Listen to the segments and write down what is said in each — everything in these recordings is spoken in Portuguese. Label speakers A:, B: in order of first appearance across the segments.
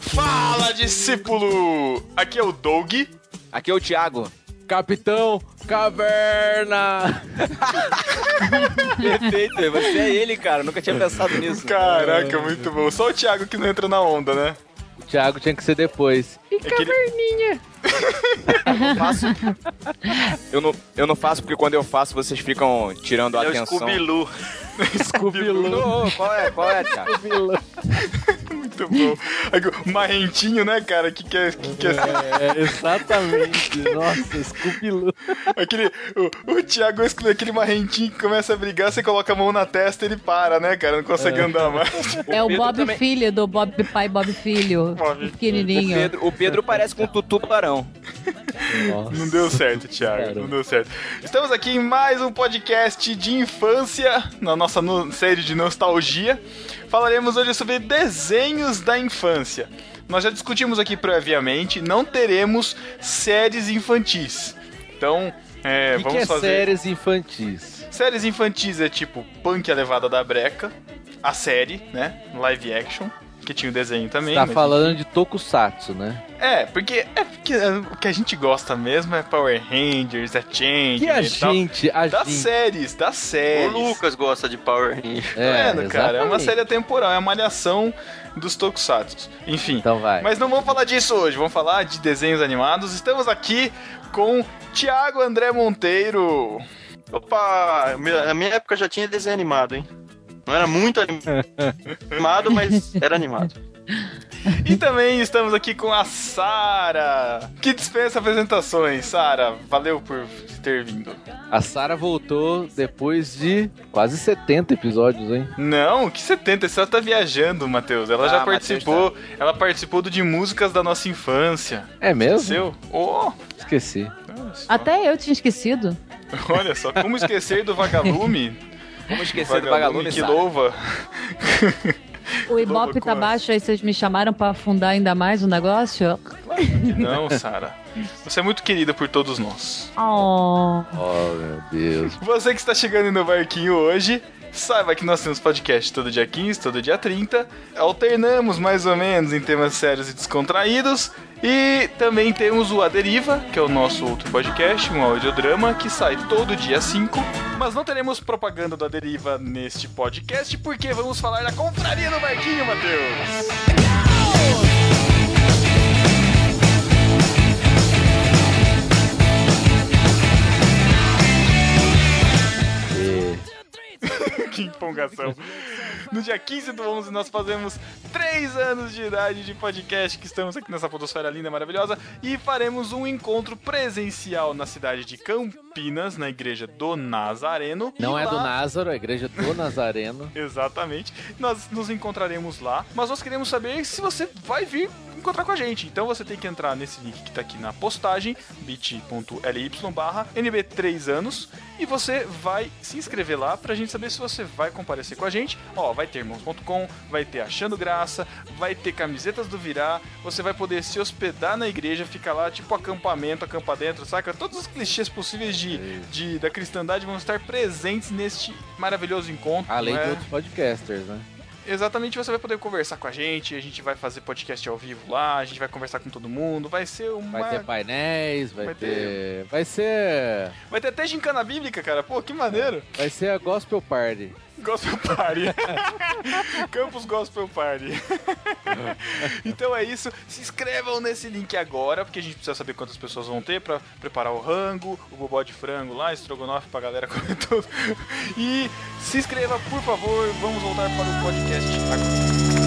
A: Fala, discípulo! Aqui é o Doug.
B: Aqui é o Thiago.
C: Capitão Caverna!
B: Perfeito, você é ele, cara. Nunca tinha pensado nisso.
A: Caraca, muito bom. Só o Thiago que não entra na onda, né? É
C: O Thiago tinha que ser depois.
D: E caverninha.
B: Eu não, eu não faço porque quando eu faço vocês ficam tirando a
E: É o
B: atenção.
E: Scooby-Loo.
C: Scooby-Loo.
B: Ô, ô, qual é, qual é, Thiago?
A: Muito bom. Aqui, o Marrentinho, né, cara? Que que é, que que é
C: É, exatamente. Nossa, Scooby-Loo.
A: aquele, o, o Thiago é aquele Marrentinho que começa a brigar, você coloca a mão na testa e ele para, né, cara? Não consegue andar mais.
D: É o
B: Pedro
D: Bob
B: também.
D: Filho do Bob Pai Bob Filho.
B: O
D: pequenininho.
B: Pedro, o Pedro parece com o Tutu Barão.
A: Não deu certo, Thiago. Não deu certo. Estamos aqui em mais um podcast de infância, na nossa no- série de nostalgia. Falaremos hoje sobre desenhos da infância. Nós já discutimos aqui previamente, não teremos séries infantis. Então, é,
C: O que, que
A: vamos
C: é
A: fazer.
C: séries infantis?
A: Séries infantis é tipo Punk a Levada da Breca, a série, né? Live action, que tinha o desenho também.
C: Tá
A: mas-
C: falando de Tokusatsu, né?
A: É, porque é porque é, o que a gente gosta mesmo é Power Rangers, é Change
C: Que a
A: e tal.
C: gente, a
A: Das
C: gente...
A: séries, das
E: O
A: séries.
E: Lucas gosta de Power Ranger.
A: Tá vendo, cara? É uma
C: exatamente.
A: série atemporal, é a malhação dos Tokusatsu. Enfim.
C: Então vai.
A: Mas não vamos falar disso hoje, vamos falar de desenhos animados. Estamos aqui com Tiago André Monteiro.
E: Opa, minha- na minha época já tinha desenho animado, hein? Não era muito anim- animado, mas era animado.
A: E também estamos aqui com a Sara, que dispensa apresentações. Sara, valeu por ter vindo.
C: A Sarah voltou depois de quase 70 episódios, hein?
A: Não, que 70, você tá viajando, Matheus. Ela
B: Ah,
A: já
B: Matheus,
A: participou, ela participou do de músicas da nossa infância.
C: É mesmo?
A: Seu? Oh,
C: Esqueci.
D: Até eu tinha esquecido.
A: olha só, como esquecer do vagalume?
B: Vamos esquecer do
A: vagalume
B: vagalume,
A: que
B: sabe?
A: louva.
D: O Ibope
A: loucura.
D: tá baixo, aí vocês me chamaram pra afundar ainda mais o negócio.
A: Não, Sara. Você é muito querida por todos nós.
D: Oh.
C: Oh, meu Deus.
A: Você que está chegando no barquinho hoje, saiba que nós temos podcast todo dia 15, todo dia 30. Alternamos mais ou menos em temas sérios e descontraídos. E também temos o A Deriva, que é o nosso outro podcast, um audiodrama, que sai todo dia 5. Mas não teremos propaganda do A Deriva neste podcast, porque vamos falar da confraria do barquinho, Matheus! que empolgação. No dia 15 do 11, nós fazemos 3 anos de idade de podcast que estamos aqui nessa podosfera linda, maravilhosa, e faremos um encontro presencial na cidade de Campinas, na igreja do Nazareno.
C: Não
A: E
C: é do
A: lá-
C: Názaro, é a igreja do Nazareno.
A: Exatamente. Nós nos encontraremos lá, mas nós queremos saber se você vai vir encontrar com a gente. Então você tem que entrar nesse link que tá aqui na postagem, bit.ly barra NB3 anos, e você vai se inscrever lá pra gente saber se você vai comparecer com a gente. Ó, vai ter irmãos.com, vai ter Achando Graça, vai ter camisetas do Virar, você vai poder se hospedar na igreja, ficar lá tipo acampamento, acampa dentro, saca? Todos os clichês possíveis de, de- da cristandade vão estar presentes neste maravilhoso encontro.
C: Além
A: né?
C: de outros podcasters, né?
A: Exatamente, você vai poder conversar com a gente, a gente vai fazer podcast ao vivo lá, a gente vai conversar com todo mundo, vai ser uma...
C: Vai ter painéis, vai,
A: Vai
C: ter... Vai ser.
A: vai ter até gincana bíblica, cara, pô, que maneiro.
C: Vai ser a Gospel Party.
A: Gospel Party. Campus Gospel Party. então é isso. Se inscrevam nesse link agora, porque a gente precisa saber quantas pessoas vão ter pra preparar o rango, o bobó de frango lá, estrogonofe pra galera comer tudo. E se inscreva, por favor. Vamos voltar para o podcast agora.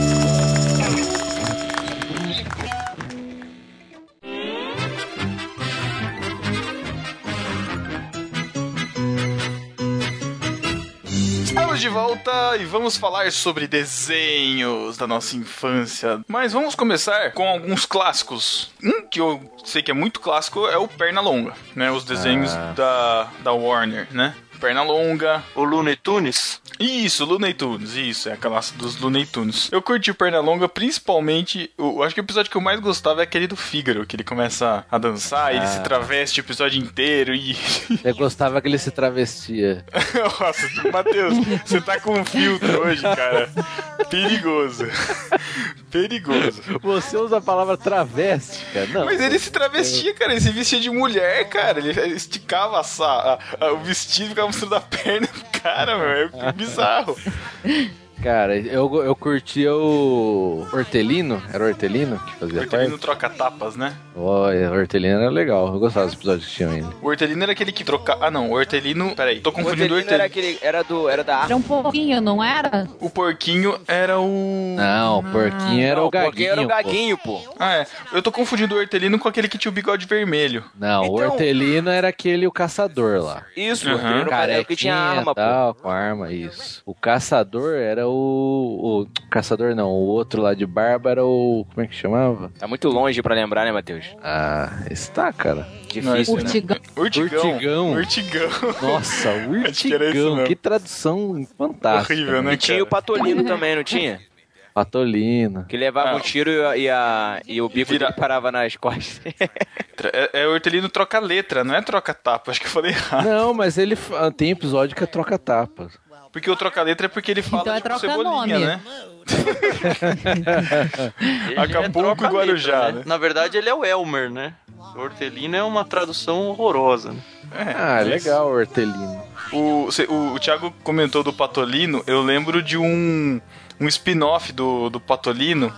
A: Estamos de volta e vamos falar sobre desenhos da nossa infância. Mas vamos começar com alguns clássicos. Um que eu sei que é muito clássico é o Pernalonga, né? Os desenhos
C: Ah.
A: da, da Warner, né? Pernalonga,
E: O Looney Tunes?
A: Isso, Looney Tunes, isso, é a classe dos Looney Tunes. Eu curti o Pernalonga, principalmente, eu acho que o episódio que eu mais gostava é aquele do Fígaro, que ele começa a dançar, ele
C: Ah.
A: se traveste o episódio inteiro e...
C: Eu gostava que ele se travestia.
A: Nossa, Matheus, você tá com um filtro hoje, cara. Perigoso. Perigoso.
C: Você usa a palavra travesti, cara. Não.
A: Mas ele se travestia, cara. Ele se vestia de mulher, cara. Ele esticava a, sa- a- a- o vestido, ficava mostrando a perna do cara, meu. É bizarro.
C: Cara, eu, eu curtia o Hortelino. Era o Hortelino que fazia
A: O hortelino
C: parte?
A: troca tapas, né?
C: Olha, o Hortelino era legal. Eu gostava dos episódios que tinham ele.
A: O hortelino era aquele que troca. Ah, não. O hortelino. Peraí, tô
B: O
A: confundindo o
B: Evelino era
A: hortelino.
B: aquele. Era, do, era da
D: Era um pouquinho, não era?
A: O porquinho era o.
C: Não, o porquinho
B: Ah.
C: era
B: Não,
C: o gaguinho.
B: porque Era o
C: pô.
B: Gaguinho, pô.
A: Ah, é. Eu tô confundindo o hortelino com aquele que tinha o bigode vermelho.
C: Não, o
B: Então-
C: Hortelino era aquele o caçador lá.
B: Isso,
A: Aham.
B: uhum. era o Gaguinho que tinha
C: Carequinha
B: arma, pô.
C: tal, com arma, isso. O caçador era o, o. Caçador não, o outro lá de barba era o. Como é que chamava?
B: Tá muito longe pra lembrar, né, Matheus?
C: Ah, está, cara.
B: Difícil, né?
D: Urtigão.
A: Urtigão.
C: Urtigão.
A: Urtigão.
C: Nossa,
A: Acho que era isso
C: urtigão.
A: mesmo.
C: Que, tradução fantástica.
A: Horrível, né?
B: E tinha o
A: cara?
B: Patolino também, não tinha?
C: Patolino.
B: Que levava
A: Ah.
B: um tiro e, a- e a, e o bico
A: Vira-
B: dele parava nas costas.
A: É, é hortelino troca letra, não é troca tapa. Acho que eu falei errado.
C: Não, mas ele fa- tem episódio que é troca tapa.
A: Porque o troca letra é porque ele fala
D: Então é
A: tipo,
D: troca
A: cebolinha,
D: nome.
A: né?
E: Ele
A: Acapulco
E: troca
A: e Guarujá,
E: letra,
A: né?
E: Na verdade, ele é o Elmer, né? Hortelino é uma tradução horrorosa. Né?
A: É,
C: Ah,
A: isso.
C: legal, hortelino.
A: O, cê- o, o Thiago comentou do Patolino, eu lembro de um, um spin-off do, do Patolino,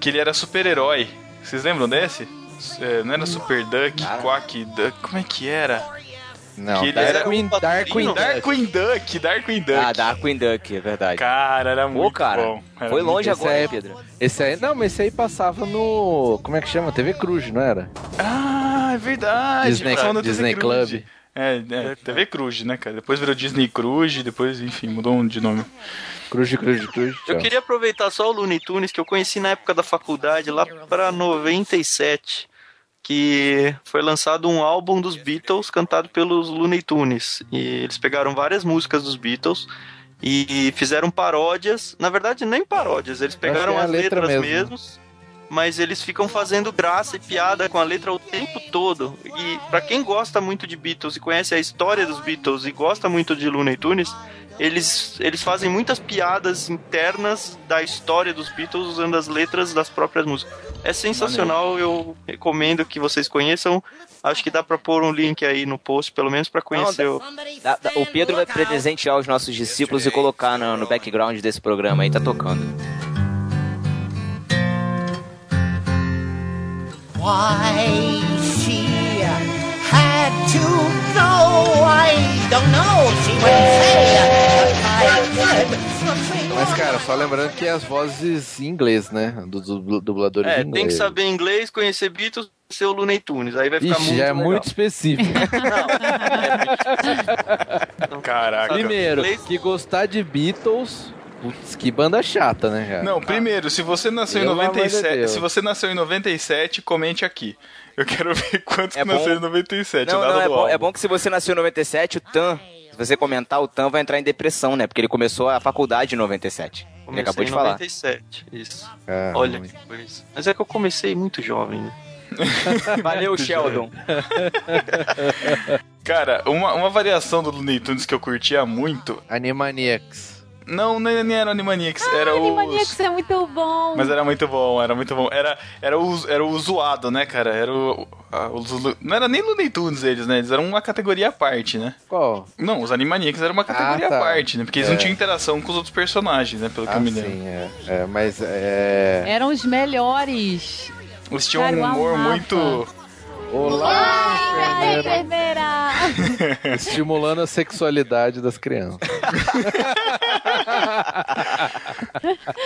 A: que ele era super-herói. Vocês lembram desse? É, não era Super Duck, Quack Duck, como é que era?
C: Não,
A: Que ele era
C: Darkwing,
E: um
C: Darkwing.
E: Não.
A: Darkwing Duck, Darkwing Duck.
B: Ah, Darkwing Duck, é verdade.
A: Cara, era
B: Pô,
A: muito
B: cara,
A: bom. Era
B: foi
A: muito-
B: longe
C: Esse
B: agora,
C: é-
B: hein, Pedro.
C: Esse aí, não, mas esse aí passava no, como é que chama? TV Cruz, não era?
A: Ah, é verdade.
C: Disney-
A: passava na
C: Disney
A: Cruz.
C: Club.
A: É, é, TV Cruz, né, cara? Depois virou Disney Cruz, depois, enfim, mudou um de nome.
C: Cruz de Cruz de Cruz. de
E: Eu
C: Cruz.
E: queria aproveitar só o Looney Tunes, que eu conheci na época da faculdade, lá pra 97, que foi lançado um álbum dos Beatles cantado pelos Looney Tunes. E eles pegaram várias músicas dos Beatles e fizeram paródias. Na verdade, nem paródias, eles
C: que
E: pegaram
C: é a
E: as
C: letra
E: letras
C: mesmo.
E: mesmos. Mas eles ficam fazendo graça e piada com a letra o tempo todo. E pra quem gosta muito de Beatles e conhece a história dos Beatles e gosta muito de Looney Tunes, eles, eles fazem muitas piadas internas da história dos Beatles usando as letras das próprias músicas. É sensacional, eu recomendo que vocês conheçam. Acho que dá pra pôr um link aí no post, pelo menos pra conhecer. o-
B: Da- da- o Pedro vai presentear os nossos discípulos e colocar no, no background desse programa aí, tá tocando.
F: Why she had to go, I don't know. She would uh, say, but I could.
C: Mas cara, só lembrando que as vozes em inglês, né, dos dubl- dubladores
E: É,
C: em
E: tem que
C: inglês.
E: saber inglês, conhecer Beatles, ser o Looney Tunes. Aí vai ficar
C: Ixi,
E: muito
C: já é
E: legal.
C: muito específico.
A: Caraca.
C: Primeiro,
E: Inglês-
C: que gostar de Beatles, putz, que banda chata, né, cara?
A: Não, primeiro, se você nasceu em
C: Pelo amor de
A: 97,
C: Deus.
A: se você nasceu em 97, comente aqui. Eu quero ver quantos
B: É
A: que nasceram em
B: bom-
A: 97,
B: Não,
A: nada
B: não, é
A: do
B: bom,
A: álbum.
B: é bom que se você nasceu em 97, o Tan, se você comentar, o Tan vai entrar em depressão, né? Porque ele começou a faculdade em 97. Ele
E: Comecei
B: acabou de
E: em
B: falar.
E: 97, isso.
C: Ah,
E: Olha que coisa. Mas é que eu comecei muito jovem, né?
B: Valeu, Sheldon.
A: Cara, uma, uma variação do Looney Tunes que eu curtia muito,
C: Animaniacs.
A: não, nem, nem era Animaniacs, era o
D: Animaniacs é muito bom.
A: Mas era muito bom, era muito bom. Era, era, o, era o zoado, né, cara? Era o, a- os Lu- não era nem Looney Tunes eles, né? Eles eram uma categoria à parte, né?
C: Qual?
A: Não, os Animaniacs eram uma categoria
C: tá.
A: à parte, né? Porque eles
C: É.
A: não tinham interação com os outros personagens, né? Pelo que
C: Ah,
A: eu me lembro.
C: sim, é. é, mas é...
D: Eram os melhores.
A: Eles tinham
D: Cara, eu
A: um humor
D: amava.
A: muito...
C: Olá,
D: Ai,
C: enfermeira.
D: enfermeira!
C: Estimulando a sexualidade das crianças.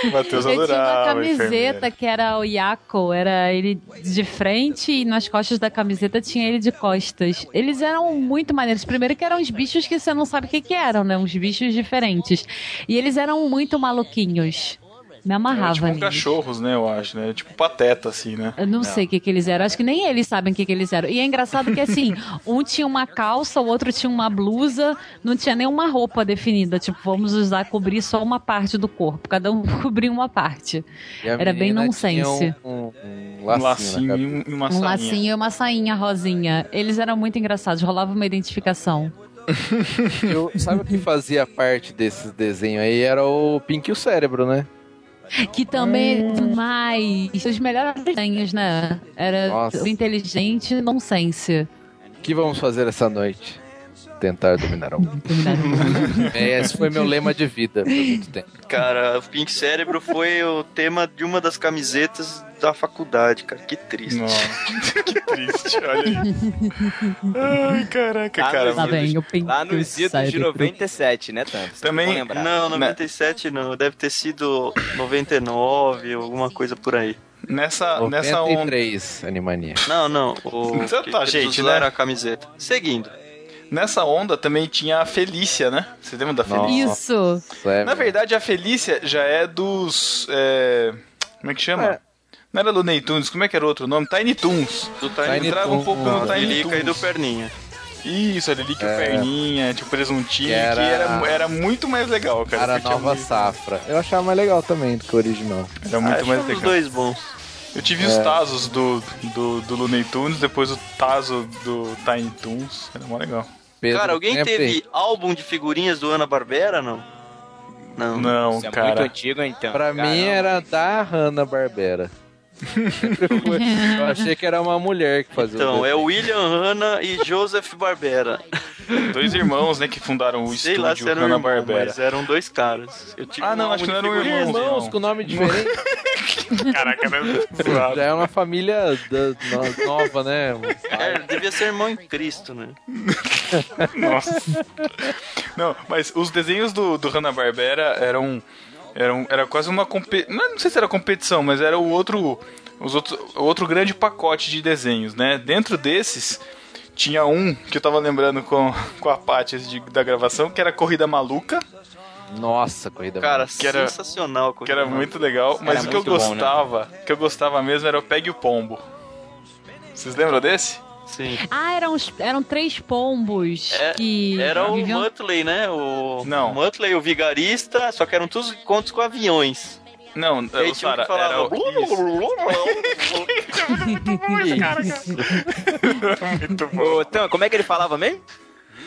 A: O Matheus
D: Eu tinha uma
A: adorava. enfermeira.
D: camiseta que era o Yako, era ele de frente e nas costas da camiseta tinha ele de costas. Eles eram muito maneiros. Primeiro que eram uns bichos que você não sabe o que, que eram, né? Uns bichos diferentes. E eles eram muito maluquinhos. Me
A: Era
D: amarrava
A: tipo um
D: neles.
A: cachorros, né, eu acho, né? Tipo pateta, assim, né?
D: Eu não, sei o que, que eles eram. Acho que nem eles sabem o que, que eles eram. E é engraçado que, assim, um tinha uma calça, o outro tinha uma blusa, não tinha nenhuma roupa definida. Tipo, vamos usar, cobrir só uma parte do corpo. Cada um cobria uma parte.
C: E a
D: Era bem
C: menina
D: nonsense.
C: tinha Um, um, um
A: Um
C: lacinho.
A: lacinho
C: na
A: e um-
C: cabeça.
A: e uma
D: Um
A: sainha.
D: lacinho e uma sainha rosinha. Eles eram muito engraçados, rolava uma identificação.
C: Eu- sabe o que fazia parte desse desenho aí? Era o Pink e o Cérebro, né?
D: Que também mais. Os melhores desenhos, né? Era
C: Nossa.
D: o inteligente e nonsense.
C: O que vamos fazer essa noite? Tentar dominar o mundo. É, Esse foi meu lema de vida por muito tempo.
E: Cara, o Pink Cérebro foi o tema de uma das camisetas da faculdade, cara. Que triste.
A: Nossa, que triste, olha aí. Ai, caraca,
B: Ah,
A: cara.
B: mas-
D: Lá vem o Pink
B: Lá nos idos de
D: Cérebro.
B: 97, né, Tanto?
A: Também-
E: Não, 97 não. Deve ter sido 99 ou alguma coisa por aí.
A: Nessa, Tá nessa onda.
C: 93, Animania.
E: Não, não. O
A: Então
E: que
A: tá,
E: eles
A: gente,
E: usaram
A: né?
E: a camiseta. Seguindo.
A: Nessa onda também tinha a Felícia, né? Você lembra da
C: Nossa.
A: Felícia?
D: Isso.
C: É,
A: Na verdade, a Felícia já é dos. é, Como é que chama?
C: É.
A: Não era Looney Tunes, como é que era o outro nome? Tiny Toons.
E: Do
C: Tiny
E: Tiny
A: Entrava um
C: Toons.
A: pouco no
E: da
A: Tiny
E: Lilica e do
A: Toons.
E: Perninha.
A: Isso, a Lilica e o
C: É.
A: Perninha, tipo presuntinho,
C: Que era-
A: que era, era muito mais legal, cara.
C: Cara,
A: Eu tinha
C: nova
A: muito-
C: safra. Eu achava mais legal também do que o original.
A: Era muito
E: Acho
A: mais
E: os
A: legal.
E: dois bons.
A: Eu tive
C: É.
A: os Tazos do, do, do Looney Tunes, depois o Tazo do Tiny Toons. Era mó legal.
C: Pedro
E: Cara, alguém
C: sempre-
E: teve álbum de figurinhas do Ana-Barbera, não? Não.
C: Hum.
A: Não,
B: Isso é muito
A: cara.
B: antigo, então.
C: Pra
B: Caramba.
C: mim é era da Hanna-Barbera. Sempre foi. Eu achei que era uma mulher que fazia
E: Então, é
C: desenho.
E: o William Hanna e Joseph Barbera.
A: Dois irmãos, né, que fundaram o
E: Sei
A: estúdio
E: lá se eram
A: Hanna
E: irmãos,
A: Barbera.
E: mas eram dois caras. Eu tive
A: Ah,
E: um
A: não, acho
E: álbum
A: que não
E: de
A: eram
E: figurinhas.
A: irmãos.
C: Irmãos com nome diferente.
A: Caraca, né? era
C: Já é uma família da- no- nova, né?
E: É, devia ser irmão em Cristo, né?
A: Nossa. Não, mas os desenhos do, do Hanna-Barbera eram, eram. Era quase uma competição. Não sei se era competição, mas era o outro. Os outro, o outro grande pacote de desenhos, né? Dentro desses. Tinha um que eu tava lembrando com, com a Paty antes de- da gravação, que era Corrida Maluca,
C: Nossa, corrida.
E: Cara,
A: Que era-
E: sensacional.
A: que era muito legal, mas
B: Era
A: o que eu
B: muito bom, né?
A: gostava, o que eu gostava mesmo era o Pegue o Pombo. Vocês lembram desse?
E: Sim.
D: Ah, eram, os- eram três pombos
E: É,
D: que.
E: Era o
D: viviam-
E: Muttley, né? O
A: Não.
E: Muttley, o vigarista, só que eram todos encontros com aviões.
A: Não,
E: E aí
A: o
E: tinha um
A: Sara,
E: que falava...
A: era o... isso. Muito bom.
B: Ô, Tan, como é que ele falava mesmo?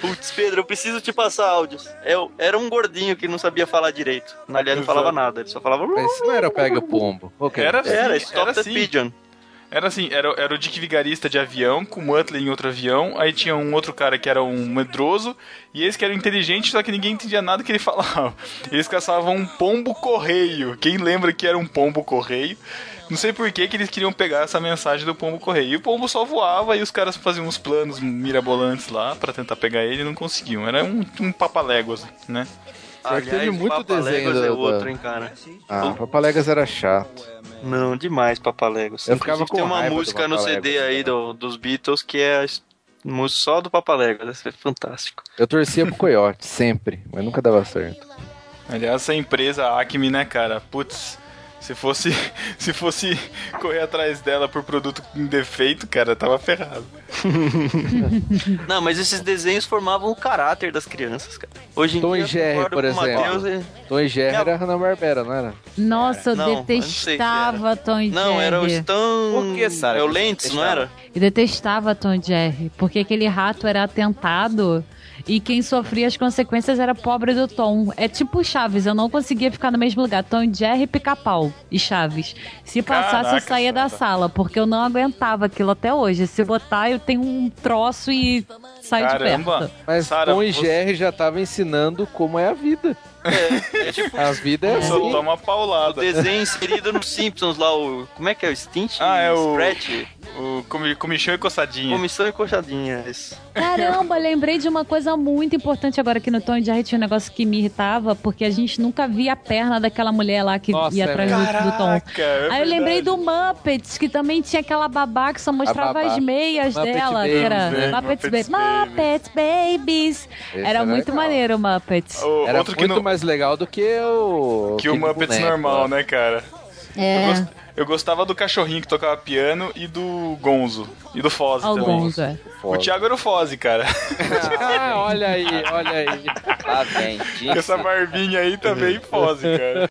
E: Putz, Pedro, eu preciso te passar áudios. Eu, era um gordinho que não sabia falar direito. Na verdade, ele não falava nada, ele só falava...
C: Mas isso é não era o pega o pombo. Qual que
A: Era
C: o pega?
E: Era,
A: Sim,
E: Stop
A: era
E: the
C: assim.
A: sim.
E: Pigeon.
A: Era assim, era, era o Dick Vigarista de avião, com o Muttley em outro avião, aí tinha um outro cara que era um medroso, e esse que era inteligente, só que ninguém entendia nada que ele falava. Eles caçavam um pombo correio. Quem lembra que era um pombo correio? Não sei por que, que eles queriam pegar essa mensagem do pombo correio. E o pombo só voava e os caras faziam uns planos mirabolantes lá pra tentar pegar ele e não conseguiam. Era um, um papaléguas, né?
C: Pior que teve
E: Aliás,
C: muito
E: Papaléguas
C: desenho né,
E: é
C: do-
E: outro,
C: do-
E: hein, cara.
C: Ah, Papaléguas era chato.
E: Não, demais Papaléguas.
C: Eu ficava com
E: tem uma
C: raiva do
E: música no
C: Papaléguas,
E: CD aí
C: cara.
E: do- dos Beatles que é a s- música só do Papaléguas. Essa é fantástico.
C: Eu torcia pro coiote, sempre, mas nunca dava certo.
A: Aliás, essa empresa a Acme, né, cara? Putz, se fosse, se fosse correr atrás dela por produto em defeito, cara, tava ferrado.
E: Não, mas esses desenhos formavam o caráter das crianças, cara. Hoje em
C: Tom
E: dia,
C: e Jerry,
E: eu concordo
C: por
E: com o
C: exemplo.
E: Matheus é- e-
C: Tom e Jerry
E: Minha-
C: era Hanna-Barbera, não era?
D: Nossa, eu
E: Não, eu não sei se
D: detestava Tom e
E: Não, era o
D: Jerry.
E: Stan...
B: Por que, Sara?
E: É o Lentz, não era?
D: Eu detestava Tom e Jerry, porque aquele rato era atentado e quem sofria as consequências era pobre do Tom. É tipo Chaves, eu não conseguia ficar no mesmo lugar. Tom e Jerry, pica-pau e Chaves. Se passasse,
A: Caraca,
D: eu saía da
A: Sara.
D: sala, porque eu não aguentava aquilo até hoje. Se botar, eu tenho um troço e saio Tá de
A: Caramba.
D: perto.
C: Mas
A: Sara,
C: Tom e
A: você-
C: Jerry já tava ensinando como é a vida.
E: É, é tipo
C: A vida é
A: Só
C: assim.
A: toma
E: o
A: paulada.
E: desenho inserido nos Simpsons lá, o... Como é que é? O Stint?
A: Ah, é o-
E: Scratch?
A: O comi- comichão e coçadinha.
E: Comissão e Coxadinha. é Isso.
D: Caramba, lembrei de uma coisa muito importante agora que no Tom e Jerry tinha um negócio que me irritava, porque a gente nunca via a perna daquela mulher lá que
C: Nossa,
D: ia
C: é
D: atrás do- do Tom.
A: Caraca, é
D: Aí eu lembrei
A: verdade.
D: do Muppets, que também tinha aquela babá que só mostrava
C: babá.
D: as meias
C: Muppet
D: dela.
C: Babies,
D: que era
A: né?
D: Muppets,
A: Muppets
D: Babies. Muppets Babies.
C: Esse
D: era muito
C: legal.
D: maneiro o Muppets.
A: O-
C: Era
A: outro que,
C: muito
A: não-
C: mais legal do que o.
A: que o
C: aquele
A: Muppets
C: boneco,
A: normal,
C: ó.
A: né, cara? Eu,
D: É,
A: gost- eu gostava do cachorrinho que tocava piano e do Gonzo. E do Foz também.
D: alguns, é.
A: O Thiago era o Foz, cara.
C: Ah, olha aí, olha aí.
B: Lá vem.
A: Com Essa barbinha aí também, Foz, cara.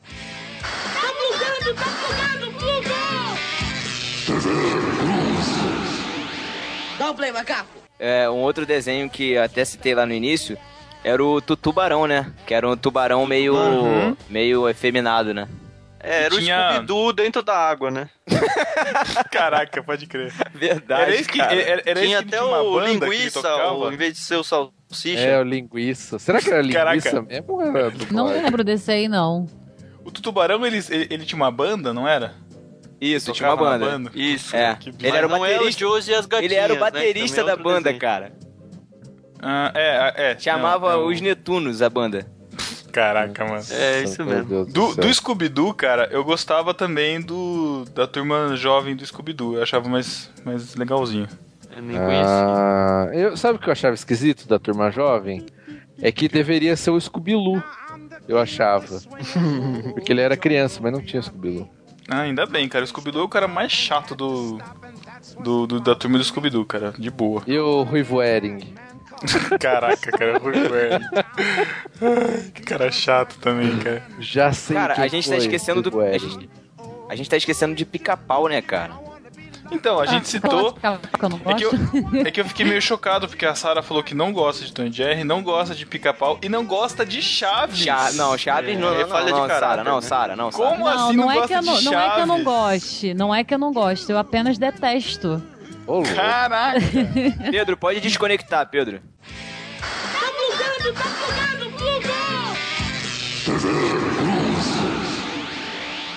F: Don't play macaco.
B: É, um outro desenho que eu até citei lá no início
A: Uhum.
B: era o Tutubarão, né? Que era um tubarão meio. meio efeminado, né?
E: É, era
A: Tinha-
E: o Scooby-Doo dentro da água, né?
A: Caraca, pode crer.
B: Verdade,
A: Era isso que
B: cara.
A: era, era
E: tinha
A: isso que
E: até
A: uma
E: o
A: banda que
E: linguiça,
A: tocava.
E: o- em vez de ser o salsicha.
C: É, o linguiça. Será que era linguiça
A: Caraca.
C: mesmo? ou Era dublagem?
D: Não lembro desse aí, não.
A: O Tutubarão, ele, ele, ele tinha uma banda, não era?
B: Isso, tinha uma
A: Tocava na
B: banda.
E: Isso.
B: É.
A: Que
B: Ele era o
E: Mas não era o
B: baterista.
E: Josie e as gatinhas,
B: Ele era o
E: né?
B: baterista
E: Também é
B: da
E: outro
B: banda,
E: desenho.
B: cara.
A: Ah, é, é.
B: Chamava
A: não, não.
B: os Netunos a banda.
A: Caraca, mano.
E: É, isso
C: Meu
E: mesmo.
C: Deus
A: Do,
C: céu.
A: do Scooby-Doo, cara, eu gostava também do da turma jovem do Scooby-Doo. Eu achava mais, mais legalzinho.
E: Eu nem conhecia.
C: Ah, eu, sabe o que eu achava esquisito da turma jovem? É que deveria ser o Scooby-Loo, eu achava. Porque ele era criança, mas não tinha Scooby-Loo.
A: Ah, ainda bem, cara. O Scooby-Doo é o cara mais chato do, do, do- da turma do Scooby-Doo, cara. De boa.
C: E o Ruivo Ering?
A: Caraca, cara. Rui Werner. Ai, que cara chato também, cara.
C: Já sei
B: Cara,
C: quem
B: a gente tá
C: foi,
B: esquecendo do.
A: é.
C: Ruivo
B: A
C: Ering.
B: gente, a gente tá esquecendo de pica-pau, né, cara?
A: Então, a
D: Ah,
A: gente citou...
D: Que eu não
A: É que, eu,
D: gosto.
A: é que eu fiquei meio chocado, porque a Sarah falou que não gosta de Tom e Jerry, não gosta de pica-pau e não gosta de Chaves.
B: Chá, não, Chaves não,
E: É,
B: não,
E: falha
B: não,
E: de
B: não,
E: caráter,
B: Sara, não,
E: né?
B: Sara, não, Sara.
A: Como
D: Não,
A: assim não,
D: não é, que
A: gosta
D: eu não,
A: de
D: não é que eu não
A: Chaves?
D: goste. Não é que eu não gosto. Eu apenas detesto.
C: Ô, louco.
A: Caraca.
B: Pedro, pode desconectar, Pedro.
F: Tá bugando, tá bugando, bugou!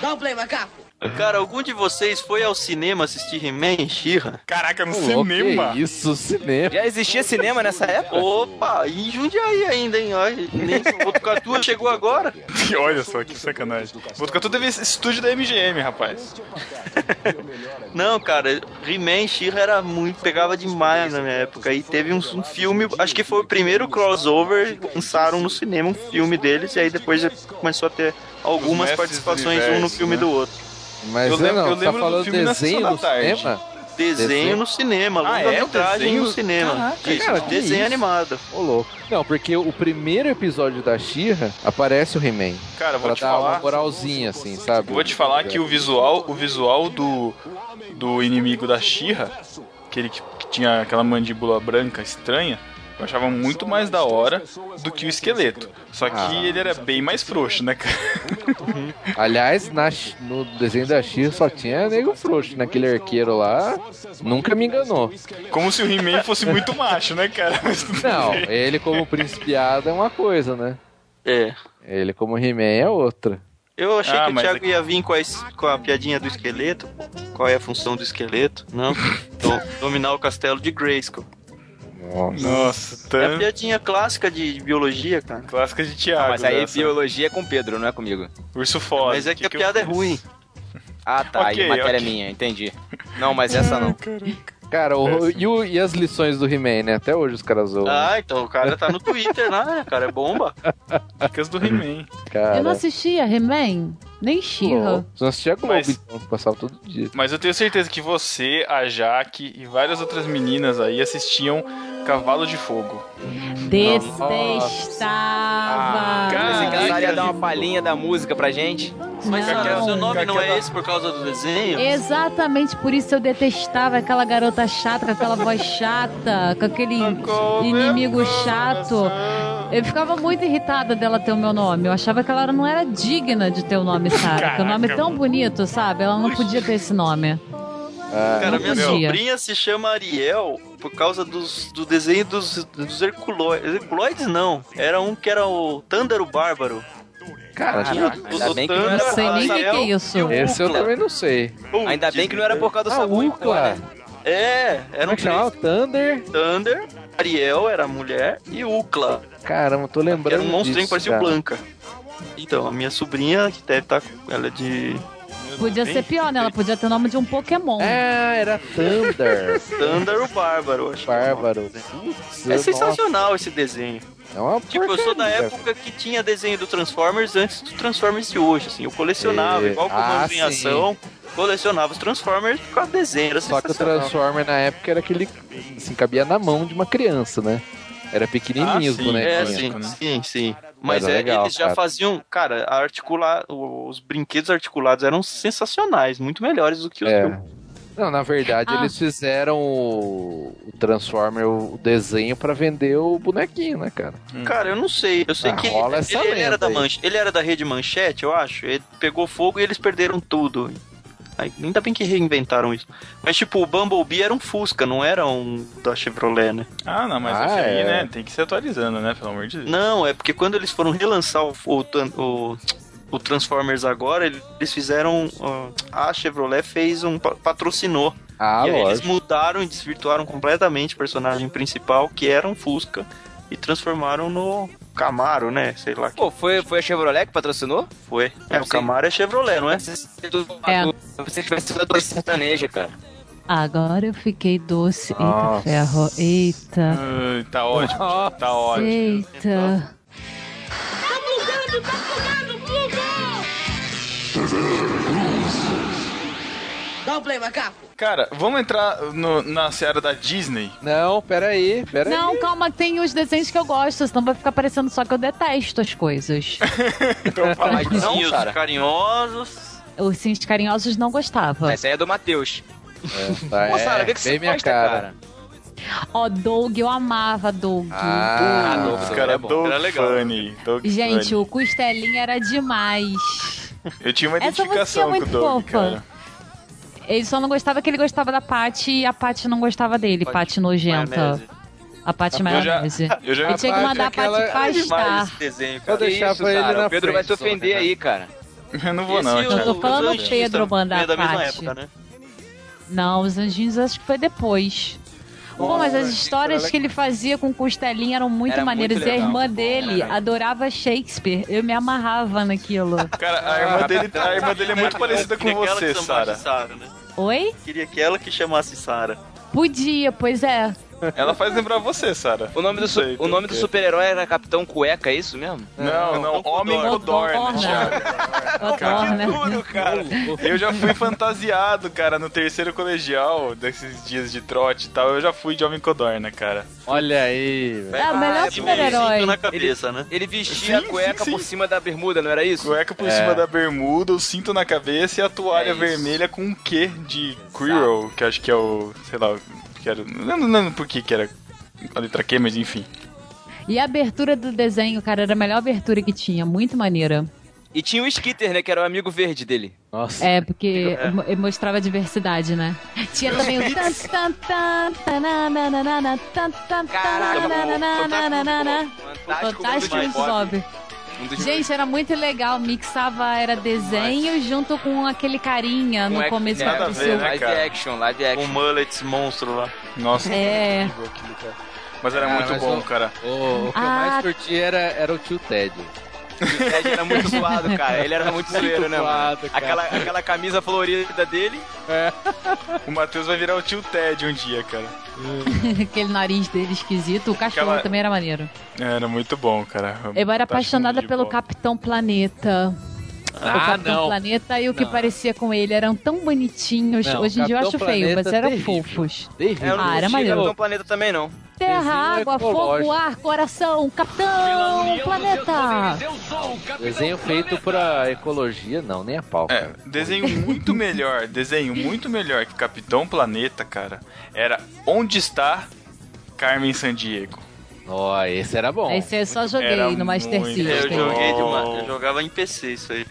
F: Dá um play, macaco.
E: Cara, algum de vocês foi ao cinema assistir He-Man e She-Ra?
A: Caraca, no
C: Ô, louco,
A: cinema.
C: que isso, cinema.
B: Já existia cinema nessa época?
E: Opa, e em Jundiaí ainda, hein? Olha, nem Botucatu chegou agora.
A: Que olha só, que sacanagem. Botucatu teve esse estúdio da MGM, rapaz.
E: Não, cara, He-Man, She-Ra era muito, pegava demais na minha época. E teve um, um filme, acho que foi o primeiro crossover, lançaram no cinema um filme deles, e aí depois já começou a ter algumas
A: Os mestres do
E: participações, um no
A: universo,
E: filme
A: né?
E: do outro.
C: Mas
A: Eu
C: eu
A: lembro-
C: não,
A: eu
C: você tá
A: lembro do
C: falando
A: filme na
C: desenho
A: Sessão
C: no
A: da Tarde.
C: cinema?
E: Desenho,
C: Desenho?
E: no cinema,
A: Ah,
E: longa
A: é?
E: metragem
A: Desenho?
E: no cinema.
A: Caraca,
E: Isso,
C: cara, que
E: desenho
C: isso?
E: animado.
C: Ô, louco. Não, porque o primeiro episódio da Xirra aparece o He-Man.
A: Cara, vou
C: Pra
A: te
B: tá
C: dar uma
A: falar.
C: moralzinha, assim, sabe?
A: Vou te falar que o visual, o visual do, do inimigo da Xirra, aquele que, que tinha aquela mandíbula branca estranha, eu achava muito mais da hora do que o esqueleto. Só que
C: Ah.
A: ele era bem mais frouxo, né, cara?
C: Aliás, na X- no desenho da Xirra só tinha nego frouxo, naquele arqueiro lá. Nunca me enganou.
A: Como se o He-Man fosse muito macho, né, cara? Mas tudo
C: Não,
A: bem.
C: ele como principiado é uma coisa, né?
E: É.
C: Ele como He-Man é outra.
E: Eu achei
A: Ah,
E: que o
A: mas
E: Thiago
A: aqui-
E: ia vir com a, es- com a piadinha do esqueleto. pô. Qual é a função do esqueleto? Não. Do- Dominar o castelo de Grayskull.
C: Nossa.
A: Nossa,
E: É a
A: tan...
E: piadinha clássica de de biologia, cara.
A: clássica de
B: Ah,
A: Thiago.
B: mas aí
A: dessa.
B: biologia é com o Pedro, não é comigo.
A: Urso foda.
E: Mas é
A: que
E: que a
A: que eu
E: piada é
A: fiz?
E: ruim.
B: Ah, tá,
A: Ok,
B: e matéria
A: ok.
B: minha, entendi. Não, mas essa não.
C: Cara, o,
A: Péssimo.
C: e, o- e as lições do He-Man, né? Até hoje os caras zoam. né?
E: Ah, então o cara tá no Twitter lá, né? cara, é bomba.
A: Dicas do He-Man.
C: cara.
D: Eu não assistia He-Man, nem She-Ra.
C: Você não assistia Globo,
A: Mas-
C: então, que passava todo dia.
A: Mas eu tenho certeza que você, a Jaque e várias outras meninas aí assistiam Cavalo de Fogo.
D: Detestava.
A: Ah, cara,
B: Você
A: Caraca.
B: casaria dar uma palhinha da música pra gente?
E: Mas
D: Não.
E: cara, seu nome não é
A: Aquela-
E: esse por causa do desenho?
D: Exatamente por isso eu detestava aquela garota chata, com aquela voz chata, com aquele inimigo chato. Eu ficava muito irritada dela ter o meu nome. Eu achava que ela não era digna de ter o nome, sabe? Porque o nome é tão bonito, sabe? Ela não podia ter esse nome.
C: Ah,
E: Cara,
D: Não
E: minha
D: podia.
E: sobrinha se chama Ariel por causa dos, do desenho dos, dos Herculoides. Herculoides não. Era um que era o Tândaro Bárbaro.
C: cara,
B: Ainda bem que não
D: Eu
E: Tândaro,
D: não sei nem o que, que é
E: Ariel
D: isso.
C: é. esse eu
E: Ucla.
C: também não sei.
E: Putz,
B: Ainda bem que não era por causa do
C: Ah,
B: sabor.
C: Ucla.
E: É, era
C: Como
E: um
C: é que chamava? Thunder?
E: Thunder, Ariel era a mulher e Ucla,
C: Caramba, tô
E: que era
C: lembrando
E: um monstrinho que
C: disso,
E: parecia o
C: cara.
E: Blanca. Então, a minha sobrinha, que deve estar. Ela é de
D: Podia ser pior, né? Ela podia ter o nome de um Pokémon.
C: Ah, era Thunder.
E: Thunder o Bárbaro, acho. que é o nome.
C: Bárbaro. Putz,
E: É
C: nossa,
E: sensacional esse desenho.
C: É uma
E: Tipo, eu sou da
C: porcaria.
E: época que tinha desenho do Transformers antes do Transformers de hoje, assim. Eu colecionava,
C: É,
E: igual
C: ah,
E: Comandos em
C: sim.
E: Ação, colecionava os Transformers por causa do desenho, era
C: Só que o
E: sensacional.
C: Transformer na época era aquele. Assim, cabia na mão de uma criança, né? Era pequenininho
A: Ah, sim.
C: os bonequinhos.
E: É,
A: Sim,
E: sim,
A: né?
E: sim, sim. Mas
C: Era
E: é,
C: legal,
E: eles já
C: cara.
E: faziam. Cara, a articula... os brinquedos articulados eram sensacionais, muito melhores do que os
C: É.
E: que eu-
C: Não, na verdade,
D: Ah.
C: eles fizeram o, o Transformer, o desenho, pra vender o bonequinho, né, cara?
E: Cara, eu não sei. Eu sei
C: Ah,
E: que
C: rola
E: ele,
C: essa
E: ele era
C: lenda
E: da
C: aí.
E: manche, ele era da rede manchete, eu acho. Ele pegou fogo e eles perderam tudo. Ai, ainda bem que reinventaram isso. Mas tipo, o Bumblebee era um Fusca, não era um da Chevrolet, né?
A: Ah, não, mas
C: Ah,
A: esse aí,
C: é.
A: né? Tem que se atualizando, né? Pelo amor de Deus.
E: Não, é porque quando eles foram relançar o, o, tan- o- o Transformers agora, eles fizeram. ó, a Chevrolet fez um. pa- patrocinou.
C: Ah,
E: e aí eles
C: lógico.
E: mudaram e desvirtuaram completamente o personagem principal, que era um Fusca, e transformaram no Camaro, né? Sei lá que
B: Pô, foi, foi a Chevrolet que patrocinou?
E: foi. É, o
B: Sim.
E: Camaro é Chevrolet, não é?
D: É.
B: Eu pensei que tivesse sido a dois sertaneja, cara.
D: Agora eu fiquei doce. Eita,
C: Nossa.
D: ferro. Eita.
A: Ai, tá ótimo, tá ótimo.
D: Eita.
F: Tá bugando, tá bugando, bugou! Dá um play, macaco!
A: Cara, vamos entrar no- na seara da Disney.
C: Não, peraí, peraí.
D: Não, calma, tem os desenhos que eu gosto, senão vai ficar parecendo só que eu detesto as coisas.
A: Então fala.
B: Mas não,
E: Ursinhos
B: cara.
E: carinhosos.
D: Ursinhos carinhosos não gostava.
B: Essa aí é do Matheus.
C: É, tá,
B: Ô,
C: é,
B: Sara, o que, que
C: bem
B: você
C: minha
B: gosta,
C: cara.
B: cara?
D: Ó, Doug, eu amava Doug.
C: Ah,
B: Ah, não,
A: Os
B: cara,
A: caras
B: é bom, era legal.
A: Funny. Doug
D: Gente,
A: Funny.
D: o Costelinha era demais.
A: Eu tinha uma
D: essa mocinha é
A: identificação com o
D: muito
A: Doug,
D: fofa.
A: cara.
D: Ele só não gostava que ele gostava da Paty e a Paty não gostava dele,
E: Paty
D: Paty nojenta.
E: maionese.
D: A Paty
A: Eu já-
D: maionese.
A: Eu já
D: Eu tinha que
C: Paty,
D: mandar a
C: aquela-
D: Paty
E: É demais
D: pastar.
E: esse desenho,
C: Eu
E: cara.
C: deixava
B: Isso,
C: ele
B: cara,
C: na
B: o Pedro vai se
C: friendzone,
B: ofender
C: né?
B: aí, cara.
A: Eu não vou, não,
E: Esse e
A: cara.
D: Eu tô
E: o-
D: falando
E: os anjinhos
D: Pedro
E: também,
D: mandar
E: da mesma
D: Paty.
E: época, né?
D: Não, os anjinhos acho que foi depois. Bom, mas as histórias que ele fazia com Costelinha eram muito
B: Era
D: maneiras.
B: muito
D: e a
B: legal.
D: irmã dele
B: Era.
D: adorava Shakespeare. Eu me amarrava naquilo.
A: Cara, a irmã dele, a irmã dele é muito parecida com
E: Queria aquela
A: você,
E: que chamasse
A: Sara.
E: Sara, né?
D: Oi?
E: Queria aquela que chamasse Sara.
D: Podia, pois é.
A: Ela faz lembrar você, Sara.
B: O nome do, su-
A: Não sei,
B: o nome do
A: por quê.
B: super-herói era Capitão Cueca, é isso mesmo?
A: Não, não, Homem
D: Codorna.
A: Codorna,
D: Codorna.
A: Thiago.
D: Codorna.
A: Tudo, cara. Eu já fui fantasiado, cara, no terceiro colegial, desses dias de trote e tal, eu já fui de Homem Codorna, cara.
C: Olha aí, velho.
D: É o melhor
E: E um
D: super-herói.
E: cinto na cabeça, né?
B: Ele vestia
A: Sim,
B: a cueca
A: sim, sim.
B: por cima da bermuda, não era isso?
A: Cueca por
C: É.
A: cima da bermuda, o cinto na cabeça e a toalha
B: É isso.
A: vermelha com um Q de Quirrell, que acho que é o. sei lá, que era. Não, não lembro por que que era a letra Q, mas enfim.
D: E a abertura do desenho, cara, era a melhor abertura que tinha. Muito maneira.
B: E tinha o Skitter, né? Que era o amigo verde dele.
C: Nossa.
D: É, porque mo- mostrava diversidade, né? Tinha também o. tan, tan, tan, tananana, tan, tan,
B: Caraca, mano.
D: tananana,
B: Fantástico
D: Fantástico
B: Mundo de
D: Mundo de Bob.
B: Um dos
D: Gente, era muito legal. Mixava, era desenho junto com aquele carinha
B: Um
D: no
B: act-
D: começo
B: né,
D: do
A: nada a ver,
D: episódio.
A: né,
B: Live
A: cara?
B: action, live
E: Com o
B: action.
E: mullet monstro lá.
A: Nossa,
D: É.
A: terrível aquilo, cara. Mas era
C: Ah,
A: muito
C: mas
A: bom,
C: o-
A: cara.
C: O, o que eu
D: Ah.
C: mais curti era, era o tio Ted.
B: O Ted era muito zoado, cara. Ele era muito zoeiro, né, mano?
C: zoado, cara.
B: Aquela, aquela camisa florida dele.
A: O Matheus vai virar o tio Ted um dia, cara.
D: Aquele nariz dele esquisito. O cachorro
A: Aquela-
D: também era maneiro.
A: Era muito bom, cara.
D: Eu era
A: Fantástico
D: apaixonada
A: Mundo Tá de
D: pelo
A: Bob.
D: Capitão Planeta. o Capitão Planeta e o que
C: Ah, Não.
D: parecia com ele eram tão bonitinhos.
C: Não,
D: Hoje em dia eu acho
C: Capitão
D: feio,
C: Planeta
D: mas eram
C: terrível.
D: fofos.
B: É, eu
C: Terrível.
B: não
D: Ah, era
B: curti
D: maneiro.
C: um
B: Capitão Planeta também, não.
D: Terra,
C: Desenho é
D: água, fogo,
C: ecológico.
D: ar, coração, Capitão
C: tá
D: Planeta.
C: Desenho feito pra ecologia, não, nem a pau,
A: É,
C: cara.
A: desenho muito melhor, desenho muito melhor que Capitão Planeta, cara. Era Onde está Carmen Sandiego?
C: Ó, esse era bom.
D: Esse eu só joguei
A: Era
D: no Master
A: muito
E: É, Eu
D: System.
A: legal.
E: joguei de uma, eu jogava em PC isso aí.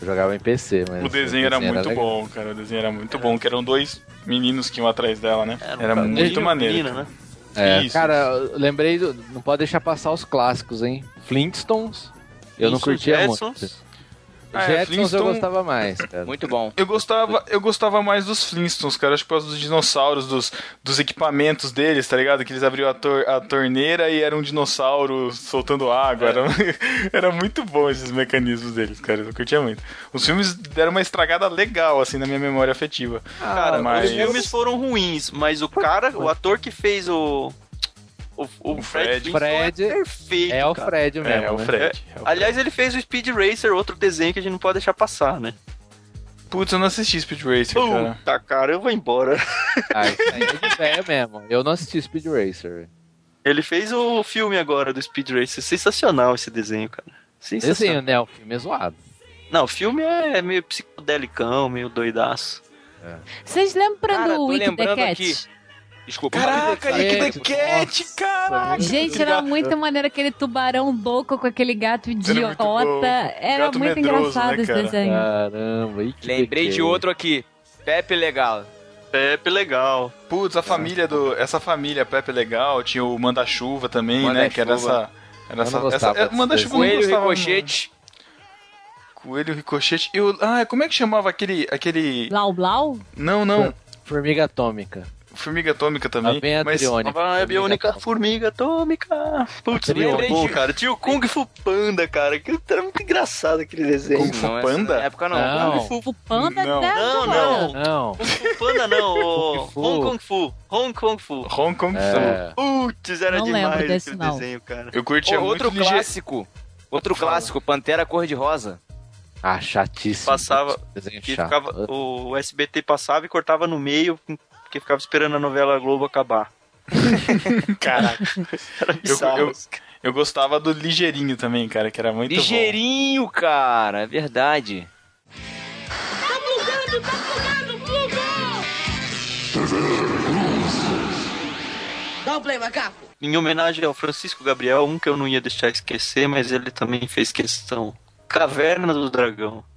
C: Eu jogava em PC, mas.
A: O desenho era muito
C: legal.
A: bom, cara. O desenho era muito bom, que eram dois meninos que iam atrás dela, né? Era,
E: um cara-
A: muito
E: menino,
A: maneiro.
E: menina,
A: cara.
E: né?
C: É,
A: Isso.
C: cara, eu lembrei, do- não pode deixar passar os clássicos, hein? Flintstones. Eu não
E: Isso,
C: curtia
E: Jetsons.
C: muito.
A: Ah, é,
C: Jetsons eu
A: Flintstone-
C: gostava mais, cara.
B: Muito bom.
A: Eu gostava, eu gostava mais dos Flintstones, cara, acho que por causa dos dinossauros, dos, dos equipamentos deles, tá ligado? Que eles abriam a, tor- a torneira e era um dinossauro soltando água. Era, era muito bom esses mecanismos deles, cara. Eu curtia muito. Os filmes deram uma estragada legal, assim, na minha memória afetiva.
C: Ah,
E: Cara,
A: mas-
E: os filmes foram ruins, mas o cara, o ator que fez o. O, o,
A: O Fred.
E: Fred, Flintstone
C: Fred.
E: é perfeito.
C: É o
E: cara.
C: Fred mesmo.
A: É, é o
C: né?
A: Fred. É o Fred.
E: Aliás, ele fez o Speed Racer, outro desenho que a gente não pode deixar passar, né?
A: Putz, eu não assisti Speed Racer, cara.
E: Puta, cara, eu vou embora.
C: Ah, isso aí é de véia mesmo. Eu não assisti Speed Racer. velho.
E: Ele fez o filme agora do Speed Racer. Sensacional esse desenho, cara. Sensacional.
C: Desenho, né? O filme é zoado.
E: Não, o filme é meio psicodelicão, meio doidaço.
D: Vocês lembram
B: Cara,
D: do
B: tô
D: Wicked the
B: lembrando
D: Cat?
B: aqui. Desculpa.
A: Caraca,
C: Wicked
A: Lick the
C: Cat.
A: Cat,
C: Nossa,
A: caraca!
D: Gente, era muito maneiro aquele tubarão louco com aquele gato
A: é muito bom.
D: idiota. Era
A: Gato
D: muito
A: medroso,
D: engraçado
A: né,
D: esse
A: cara?
D: desenho.
C: Caramba, e que
B: Lembrei de
C: pequeno.
B: outro aqui. Pepe Legal.
E: Pepe, É, legal.
A: Putz, a família do. Essa família Pepe Legal, tinha o Manda-Chuva também, né? Que era essa.
B: Manda-Chuva.
A: Era
C: Eu
A: essa,
C: não gostava
A: essa- é,
C: desse
A: Manda-Chuva eu não
B: Coelho
A: gostava, não.
B: Ricochete.
A: Coelho Ricochete. E o- ah, como é que chamava aquele. aquele...
D: Blau Blau?
A: Não, não.
C: Formiga Atômica.
A: Formiga Atômica
C: Lá
A: também.
C: vem a
A: mas
C: Trione.
E: Vai, Biônica, formiga atômica. Putz,
C: Trion.
E: muito bom, cara. Tinha o Kung Fu Panda, cara. Que era muito engraçado aquele desenho.
A: Kung Fu
B: Não, essa
A: Panda?
B: Na época não.
C: Não.
B: Kung Fu-
D: O Panda
A: Não.
D: até
E: Não,
D: agora.
E: não.
C: Não.
E: Kung Fu Panda não, ô.
C: Kung Fu.
E: Hong Kong Fu. Hong Kong Fu.
A: Hong Kong Fu.
C: É.
E: Putz, era
D: Não lembro
E: demais
D: desse,
E: aquele
D: não.
E: desenho, cara.
A: Eu curtia
B: Ô,
A: muito
B: outro
A: lige-
B: clássico. Outro
A: Fala.
B: clássico, Pantera Cor-de-Rosa.
C: Ah, chatíssimo.
E: Passava-
C: Desenho
E: Que
C: É chato.
E: ficava, o SBT passava e cortava no meio, porque ficava esperando a novela Globo acabar.
A: Caraca.
E: Era bizarro.
A: eu- Eu gostava do Ligeirinho também, cara, que era muito bom.
B: Ligeirinho, cara. É verdade.
F: Tá plugando, tá plugando, plugou! Dá um play, macaco!
E: Em homenagem ao Francisco Gabriel, um que eu não ia deixar esquecer, mas ele também fez questão. Caverna do Dragão.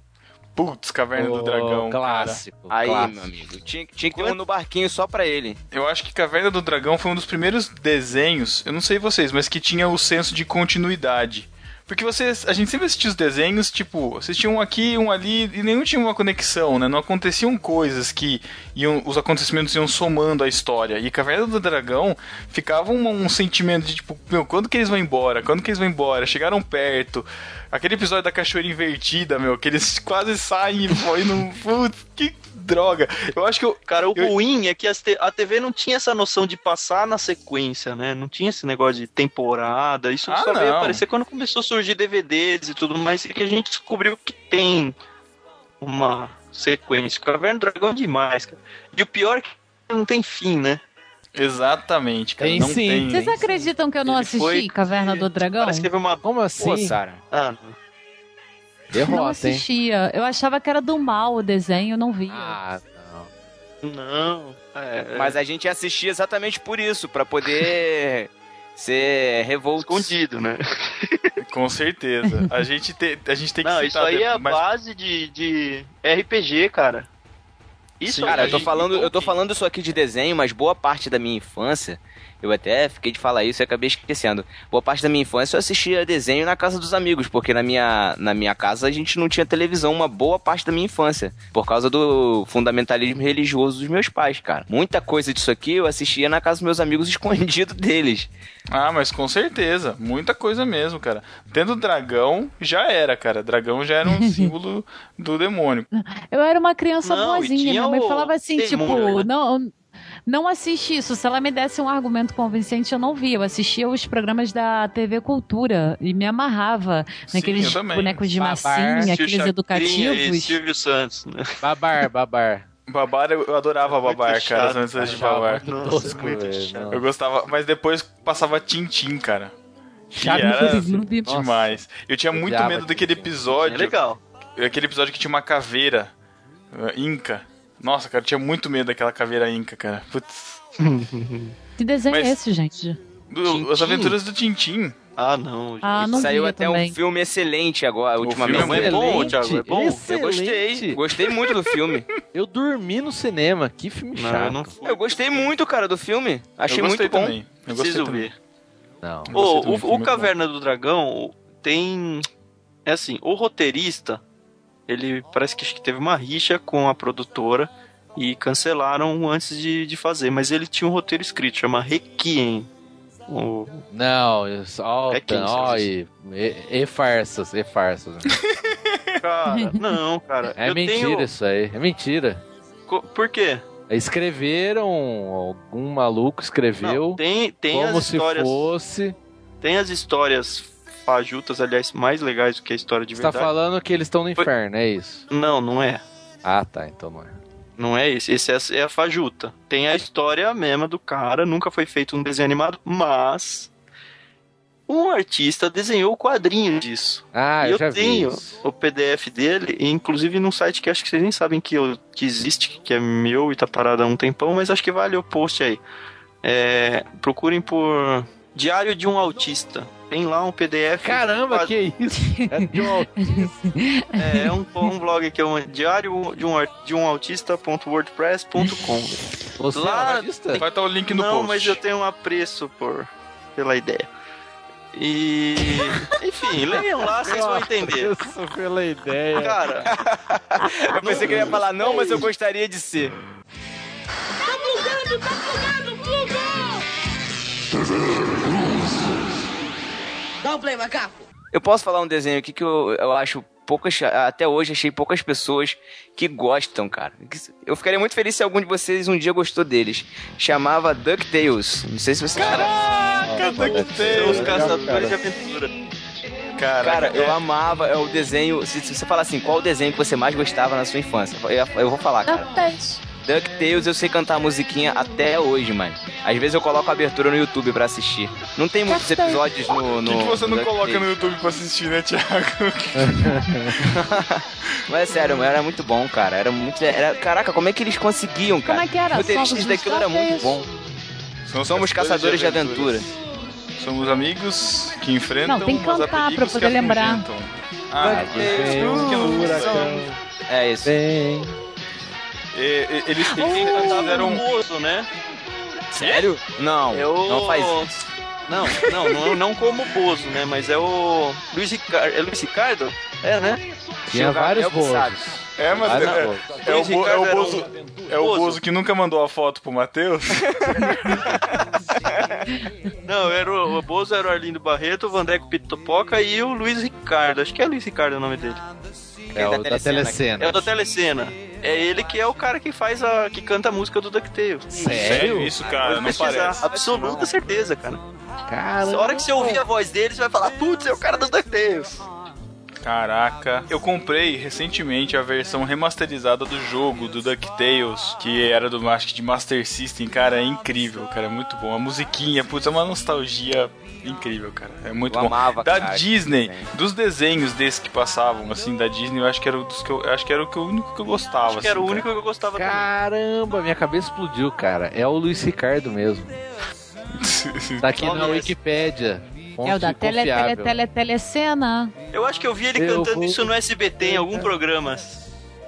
A: Putz, Caverna
C: Ô,
A: do Dragão. cara.
C: Clássico.
B: Aí,
C: clássico.
B: meu amigo. Tinha, tinha que ter um no barquinho só pra ele.
A: Eu acho que Caverna do Dragão foi um dos primeiros desenhos, eu não sei vocês, mas que tinha o senso de continuidade. Porque vocês, a gente sempre assistia os desenhos, tipo, assistia um aqui, um ali, e nenhum tinha uma conexão, né? Não aconteciam coisas que iam, os acontecimentos iam somando a história. E Caverna do Dragão ficava um, um sentimento de, tipo, meu, quando que eles vão embora? Quando que eles vão embora? Chegaram perto. Aquele episódio da cachoeira invertida, meu, que eles quase saem e foi no... Putz, que droga. Eu acho que eu,
E: Cara, o
A: Eu-
E: ruim é que as te- a TV não tinha essa noção de passar na sequência, né? Não tinha esse negócio de temporada. Isso
A: Ah,
E: só veio
A: não.
E: aparecer quando começou a surgir DVDs e tudo mais, e que a gente descobriu que tem uma sequência. Caverna do Dragão é demais, cara. E o pior é que não tem fim, né?
A: Exatamente, cara.
C: Tem
A: não
C: sim.
A: tem.
D: Vocês acreditam que eu não
E: Ele
D: assisti
E: foi-
D: Caverna do Dragão?
E: Parece que teve uma.
C: Como assim?
B: Pô, Sara.
E: Ah, não.
D: Não
C: Derrota, hein?
D: assistia. Eu achava que era do mal o desenho, eu não via.
C: Ah, não.
E: não. É,
B: Mas a gente assistia exatamente por isso, pra poder ser revolto.
E: escondido, né?
A: Com certeza. A gente, te- a gente tem que
E: Não,
A: citar
E: isso aí é a
A: mas-
E: base de, de RPG, cara. Isso é
A: Sim,
B: Cara, eu tô
E: aí-
B: falando, eu tô falando isso aqui de desenho, mas boa parte da minha infância, eu até fiquei de falar isso e acabei esquecendo. Boa parte da minha infância eu assistia desenho na casa dos amigos, porque na minha, na minha casa a gente não tinha televisão uma boa parte da minha infância, por causa do fundamentalismo religioso dos meus pais, cara. Muita coisa disso aqui eu assistia na casa dos meus amigos escondido deles.
A: Ah, mas com certeza. Muita coisa mesmo, cara. Tendo dragão, já era, cara. Dragão já era um símbolo do demônio.
D: Eu era uma criança
E: Não, e
D: boazinha.
E: tinha
D: Minha mãe
E: o
D: falava assim,
E: demônio,
D: tipo,
E: né?
D: não, não assiste isso. Se ela me desse um argumento convincente, eu não via. Eu assistia os programas da TV Cultura e me amarrava
A: Sim,
D: naqueles
A: eu também.
D: bonecos de
C: Babar,
D: massinha,
E: Tio
D: aqueles
E: Chacrinha e
D: educativos.
E: Silvio Santos, né?
C: Babar, babar.
A: Babar, eu eu adorava
E: Muito
A: babar, cara.
E: chato,
A: As aventuras de
C: cara.
A: babar.
E: Nossa,
C: Tosco,
E: muito
C: velho,
E: chato.
A: Eu
C: não.
A: gostava, mas depois passava Tintim, cara. Que
C: Chato
A: era
D: Zumbi.
C: Nossa.
A: demais. Eu tinha
C: Eu
A: muito
C: odiava
A: medo daquele
C: Tintim.
E: É
A: episódio
E: legal.
A: aquele episódio que tinha uma caveira eh, inca. Nossa, cara, eu tinha muito medo daquela caveira inca, cara. Putz.
D: Que desenho
A: Mas-
D: é esse, gente?
A: Do-
E: Tintim?
A: As aventuras do Tintim.
E: Ah, não.
D: Ah, não
B: Saiu
D: via
B: até
D: também.
B: um filme excelente agora, ultimamente.
A: filme
E: é bom, Thiago, é bom?
B: Eu gostei,
C: excelente.
B: gostei muito do filme.
C: Eu dormi no cinema, que filme
E: Não,
C: chato.
E: eu não
B: Eu gostei muito, cara, do filme. Achei
A: eu gostei
B: muito bom.
A: também. Eu gostei
E: preciso
A: também.
E: ver.
C: Não.
A: Eu
E: Ô,
A: gostei também,
E: o,
A: filme
E: o
A: muito
E: Caverna do Dragão tem. É assim, o roteirista, ele parece que acho que teve uma rixa com a produtora e cancelaram antes de, de fazer, mas ele tinha um roteiro escrito, chama Requiem. O-
C: Não, eu só.
E: É quem,
C: ó, e,
E: Sérgio?
C: e, e farsas, e farsas.
E: Cara, não, cara.
C: É
E: eu
C: mentira
E: tenho-
C: isso aí, é mentira.
E: Co- Por quê?
C: Escreveram, algum maluco escreveu,
E: Não, tem tem
C: como
E: as
C: se
E: histórias.
C: fosse.
E: Tem as histórias fajutas, aliás, mais legais do que a história de
C: Você tá
E: verdade.
C: falando que eles estão no
E: Foi-
C: inferno, é isso?
E: Não, não é.
C: Ah, tá, então não é.
E: Não é esse. Esse é, é a Fajuta. Tem a história mesma do cara, nunca foi feito um desenho animado, mas um artista desenhou o quadrinho disso.
C: Ah,
E: e
C: eu
E: eu
C: já
E: tenho
C: vi. isso.
E: o PDF dele, e inclusive num site que acho que vocês nem sabem que, eu- que existe, que é meu e tá parado há um tempão, mas acho que vale o post aí. É, procurem por Diário de um Autista. Tem lá um PDF.
C: Caramba, que isso? É de um alto.
E: É, é um, um blog que é um diário de um, ar- de um autista.wordpress.com.
C: Você
E: Lá-
C: é um artista?
A: Vai estar o link no
E: Não,
A: post.
E: mas eu tenho um apreço por, pela ideia. E. Enfim, leiam lá, vocês vão entender.
C: Isso, um pela ideia.
E: Cara,
B: Eu pensei que ele ia falar não, mas eu gostaria de ser.
F: Tá plugando, tá plugado, plugou! Dá um play, macaco!
B: Eu posso falar um desenho aqui que eu, eu acho poucas. Até hoje achei poucas pessoas que gostam, cara. Eu ficaria muito feliz se algum de vocês um dia gostou deles. Chamava DuckTales. Não sei se vocês.
A: Caraca,
E: são os
A: DuckTales, cara.
E: caçadores de aventura.
B: Cara,
A: Caraca,
B: eu amava, é o desenho. Se, se você falar assim, qual o desenho que você mais gostava na sua infância? Eu, eu vou falar, cara. DuckTales, eu sei cantar a musiquinha até hoje, mano. Às vezes eu coloco a abertura no YouTube pra assistir. Não tem muitos episódios no.
A: O
B: no
A: que, que você não
B: no
A: coloca no
B: DuckTales.
A: YouTube pra assistir, né, Thiago?
B: Mas é sério, mano, era muito bom, cara. Era muito. Era, caraca, como é que eles conseguiam, cara?
D: Como é que era?
B: O roteirista
D: Somos
B: daquilo era muito
D: DuckTales.
B: bom. Somos caçadores de aventura.
A: Somos amigos que enfrentam
D: Não, tem que
A: os
D: cantar pra
A: apelidos que
D: poder lembrar.
A: afugentam. Ah,
B: Vai,
A: é,
C: Vem
A: que
C: um
A: não
C: furacão,
A: são.
B: É isso.
C: vem.
A: É, é, Eles eles
D: Uh!
E: Eu
A: ainda
E: tava
A: fizeram
E: famoso, né?
B: Sério? um Não,
E: Eu-
B: não faz isso.
E: Não, não, não, não como Bozo, né? Mas é o. Luiz Ricardo. É Luiz Ricardo? É, né?
C: Tinha vários
B: Gabriel que
C: bozos.
B: sabe.
A: É, mas
C: Vários
A: é,
C: bozos.
A: é o, Bo- é o
E: Ricardo era um-
A: Bozo. É o Bozo que nunca mandou a foto pro Matheus.
E: Não, era o, o Bozo era o Arlindo Barreto, o Vandeco Pitopoca e o Luiz Ricardo. Acho que é Luiz Ricardo o nome dele.
B: É o da
E: É o da Telecena. É ele que é o cara que faz a. que canta a música do DuckTales.
A: Sério É, isso, cara? Ah, Não parece.
E: Absoluta certeza, cara. A
C: Caramba.
E: hora que você ouvir a voz dele, você vai falar, putz, é o cara do DuckTales.
A: Ah, Caraca. Eu comprei recentemente a versão remasterizada do jogo, do DuckTales, que era do acho que de Master System, cara, é incrível, cara, é muito bom. A musiquinha, putz, é uma nostalgia incrível, cara. É muito
B: né? Eu
A: bom.
B: amava,
A: da
B: cara,
A: Disney,
B: esse
A: dos desenhos desses que passavam, assim, da Disney, eu acho que era o dos que eu, eu acho que era o que eu- o único que eu gostava.
E: Acho que era o
A: assim,
E: único que eu gostava também.
C: Caramba, minha cabeça explodiu, cara. É o Luiz Ricardo mesmo.
A: cara.
C: Tá aqui na
E: Olha.
C: Wikipédia. Fonte
D: É o da tele, tele,
C: confiável.
D: tele, telecena.
E: Eu acho que eu vi ele
C: Eu
E: cantando
C: vou-
E: isso no SBT em algum programa.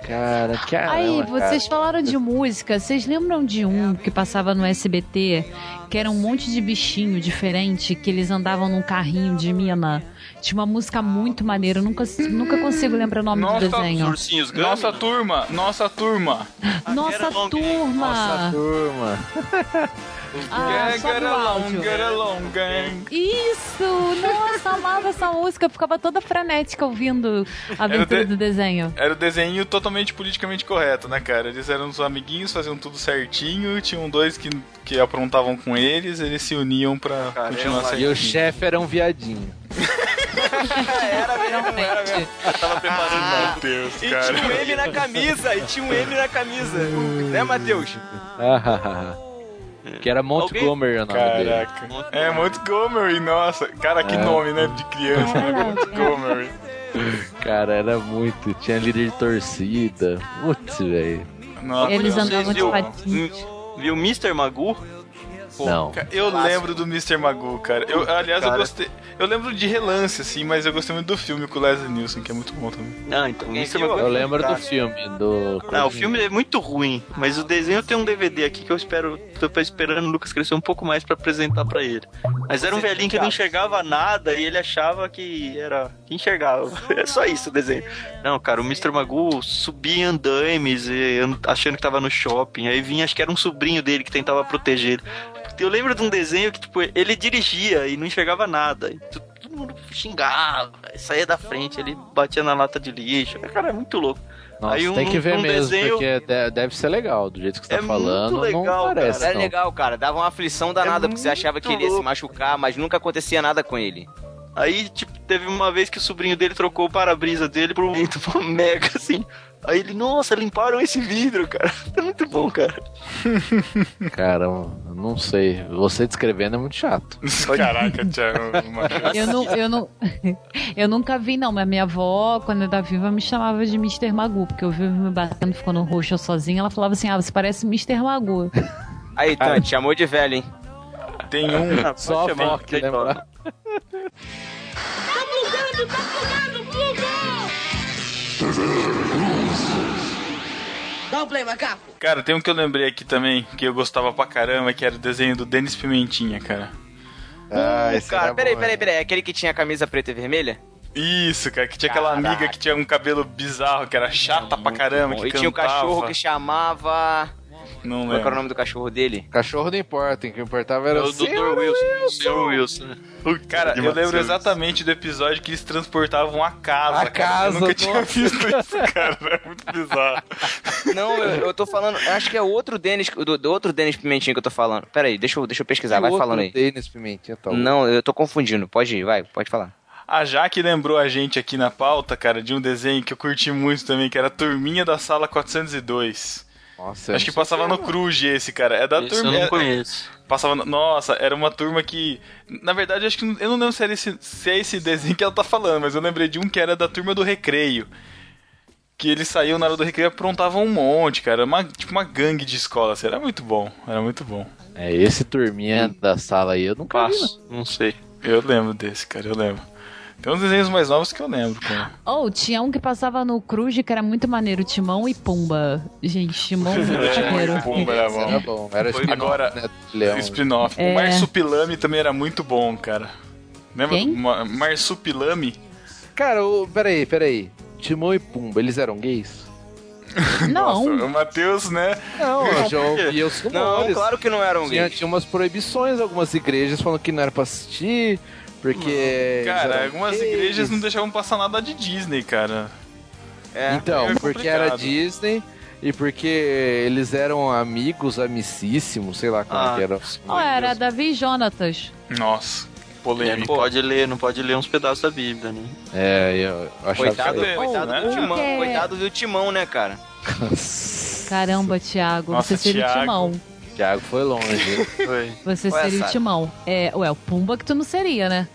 C: Cara, caramba,
D: Aí,
C: cara.
D: vocês falaram de música. Vocês lembram de um que passava no SBT? Que era um monte de bichinho diferente que eles andavam num carrinho de mina. Tinha uma música muito maneira. Eu nunca, nunca consigo lembrar o nome
A: Nossa,
D: do desenho.
E: Ursinhos Gummy.
A: Nossa turma, nossa turma.
D: Nossa
E: Get Along.
D: turma!
C: Nossa turma.
D: Ah,
A: Get-
D: sobe
A: get
D: o
A: along,
D: áudio. né?
A: get along, gang.
D: Isso! Nossa, amava essa música. Eu ficava toda frenética ouvindo a aventura
A: de-
D: do desenho.
A: Era o desenho totalmente politicamente correto, né, cara? Eles eram os amiguinhos, faziam tudo certinho, tinham dois que, que aprontavam com eles, eles se uniam pra
E: Cara,
A: continuar
E: é uma-
A: certinho.
C: E o chefe era um viadinho.
E: Eu tava
A: Meu
E: preparando.
A: Deus,
B: E
A: cara.
B: tinha um M na camisa, e tinha um M na camisa. né, Matheus?
C: Ah, ah, ah. que era Montgomery o nome dele. É.
A: Caraca. É, Montgomery, nossa. Cara, que nome, né, de criança, né? Montgomery.
C: Cara, era muito. Tinha líder de torcida. Putz, velho.
A: Nossa,
D: Eles
A: cara.
D: andavam de
E: viu?
D: patins.
E: Viu o Mr. Magoo?
C: Não.
A: Ca- Eu lembro do Mr. Magoo, cara. Eu, aliás, eu
E: Cara.
A: gostei. Eu lembro de relance, assim, mas eu gostei muito do filme com o Leslie Nielsen, que é muito bom também.
E: Ah, então.
B: Quem
E: Mr.
B: viu?
E: Magoo.
C: Eu lembro do filme do.
E: Não, o filme é muito ruim, mas o desenho tem um DVD aqui que eu espero, tô esperando o Lucas crescer um pouco mais pra apresentar pra ele. Mas era um velhinho que não enxergava nada e ele achava que era que enxergava. É só isso o desenho. Não, cara, o Mr. Magoo subia em andaimes e and- achando que tava no shopping, aí vinha, acho que era um sobrinho dele que tentava proteger ele. Eu lembro de um desenho que tipo, ele dirigia e não enxergava nada. E tu- Todo mundo xingava, saía da frente, ele batia na lata de lixo. Cara, é muito louco.
C: Nossa,
E: Aí um-
C: tem que ver
E: um
C: mesmo,
E: desenho-
C: porque de- deve ser legal, do jeito que você
E: É
C: tá
E: muito
C: falando.
E: legal,
C: não
E: cara.
G: É,
C: parece,
B: Era
C: não.
B: legal, cara. Dava uma aflição danada, porque você achava que ele ia se
E: louco.
B: machucar, mas nunca acontecia nada com ele.
E: Aí, tipo, teve uma vez que o sobrinho dele trocou o para-brisa dele por um, por um mega, assim. Aí ele, nossa, limparam esse vidro, cara. É muito bom, cara.
C: Cara, eu não sei. Você descrevendo é muito chato.
A: Caraca, Thiago. Matheus.
D: Eu, não, eu, não, eu nunca vi, não, mas minha avó, quando eu era viva, me chamava de Mr. Magu, porque eu vivo me batendo, ficando roxo eu sozinha. Ela falava assim: ah, você parece Mr. Magu.
G: Ah.
B: Aí, Tante, chamou de velho, hein?
A: Tem um.
E: Ah, pode
C: Só a
E: chamar,
C: avó que
E: tem
C: lembra.
F: Tá plugando, tá plugando, plugou! Dá um play, macaco!
A: Cara, tem um que eu lembrei aqui também, que eu gostava pra caramba, que era o desenho do Denis Pimentinha, cara.
G: Ah,
B: Hum,
G: esse
B: cara,
G: era
B: peraí,
G: bom,
B: peraí,
G: né?
B: peraí. É aquele que tinha a camisa preta e vermelha?
A: Isso, cara, que tinha aquela
B: Caraca.
A: amiga que tinha um cabelo bizarro, que era chata pra caramba,
B: Bom,
A: que
B: e tinha o
A: cantava.
B: cachorro é que chamava.
A: Não
B: Qual era o
A: lembro.
B: nome do cachorro dele?
C: Cachorro não importa, o que importava era
E: É o
C: assim,
E: Dr. Wilson. Dr. Wilson. né?
A: Cara, eu
G: Demais,
A: lembro
G: Deus.
A: exatamente do episódio que eles transportavam a casa, cara.
C: A
A: Eu
C: casa,
A: nunca tinha
C: nossa.
A: visto isso, cara. É muito bizarro.
B: Não, eu, eu tô falando. eu Acho que é outro Denis. Do, do outro Denis Pimentinho que eu tô falando. Peraí, deixa eu, deixa eu pesquisar, vai
C: outro
B: falando aí.
C: Denis Pimentinha, tá tal.
B: Não, eu tô confundindo. Pode ir, vai, pode falar.
A: A Jaque Ah, lembrou a gente aqui na pauta, cara, de um desenho que eu curti muito também, que era a Turminha da Sala 402.
C: Nossa,
A: Acho que passava no Cruz esse, cara. É da
E: Esse eu
A: turminha.
E: não conheço.
A: Passava. no- Nossa, era uma turma que. Na verdade, acho que. não- Eu não lembro se, era esse, se é esse desenho que ela tá falando, mas eu lembrei de um que era da turma do recreio. Que eles saíam na hora do recreio e aprontavam um monte, cara. Era Uma, tipo uma gangue de escola. Assim. Era muito bom. Era muito bom.
C: É, esse turminha da sala aí eu nunca vi, não
E: Passo. Não sei.
A: Eu lembro desse, cara. Eu lembro. Tem uns desenhos mais novos que eu lembro, cara.
D: Ou tinha um que passava no Cruz que era muito maneiro: Timão e Pumba. Gente, Timão e
A: Era
D: maneiro.
A: bom, era
C: Era
A: bom.
C: bom, era
A: Foi-
C: spin-off,
A: agora-
C: né, do Leão.
A: Spin-off.
D: É.
A: O Marsupilame também era muito bom, cara. Lembra
D: Quem?
A: do Ma- Marsupilame?
C: Cara, o, peraí, peraí. Timão e Pumba, eles eram gays?
D: Não,
A: né? Nossa, o Matheus, né?
C: Não, eu já ouvi os
B: Não,
C: rumores.
B: claro que não era um
C: tinha,
B: gay.
C: tinha umas proibições, algumas igrejas falando que não era pra assistir, porque... eles
A: Hum, Cara,
C: eram
A: algumas
C: gays.
A: igrejas não deixavam passar nada de Disney, cara.
B: É.
C: Então,
A: meio
C: porque era
A: complicado.
C: Disney e porque eles eram amigos, amicíssimos, sei lá como é
E: Ah,
C: que era.
D: Ó, oh, era Davi e Jonatas.
A: Nossa,
E: É, não
A: polêmico.
E: pode ler, não pode ler uns pedaços da Bíblia, né?
C: É, eu achava
B: Coitado,
A: que era-
B: coitado
A: Oh,
B: do
A: né?
B: timão,
D: É.
B: coitado do timão, né, cara?
C: que...
D: Caramba, Thiago,
A: Nossa,
D: você seria
A: Thiago.
D: o Timão.
C: Thiago foi longe. hein?
E: Foi.
D: Você
B: Ué,
D: seria
B: Sara.
D: o Timão. É, ué, o Pumba que tu não seria, né?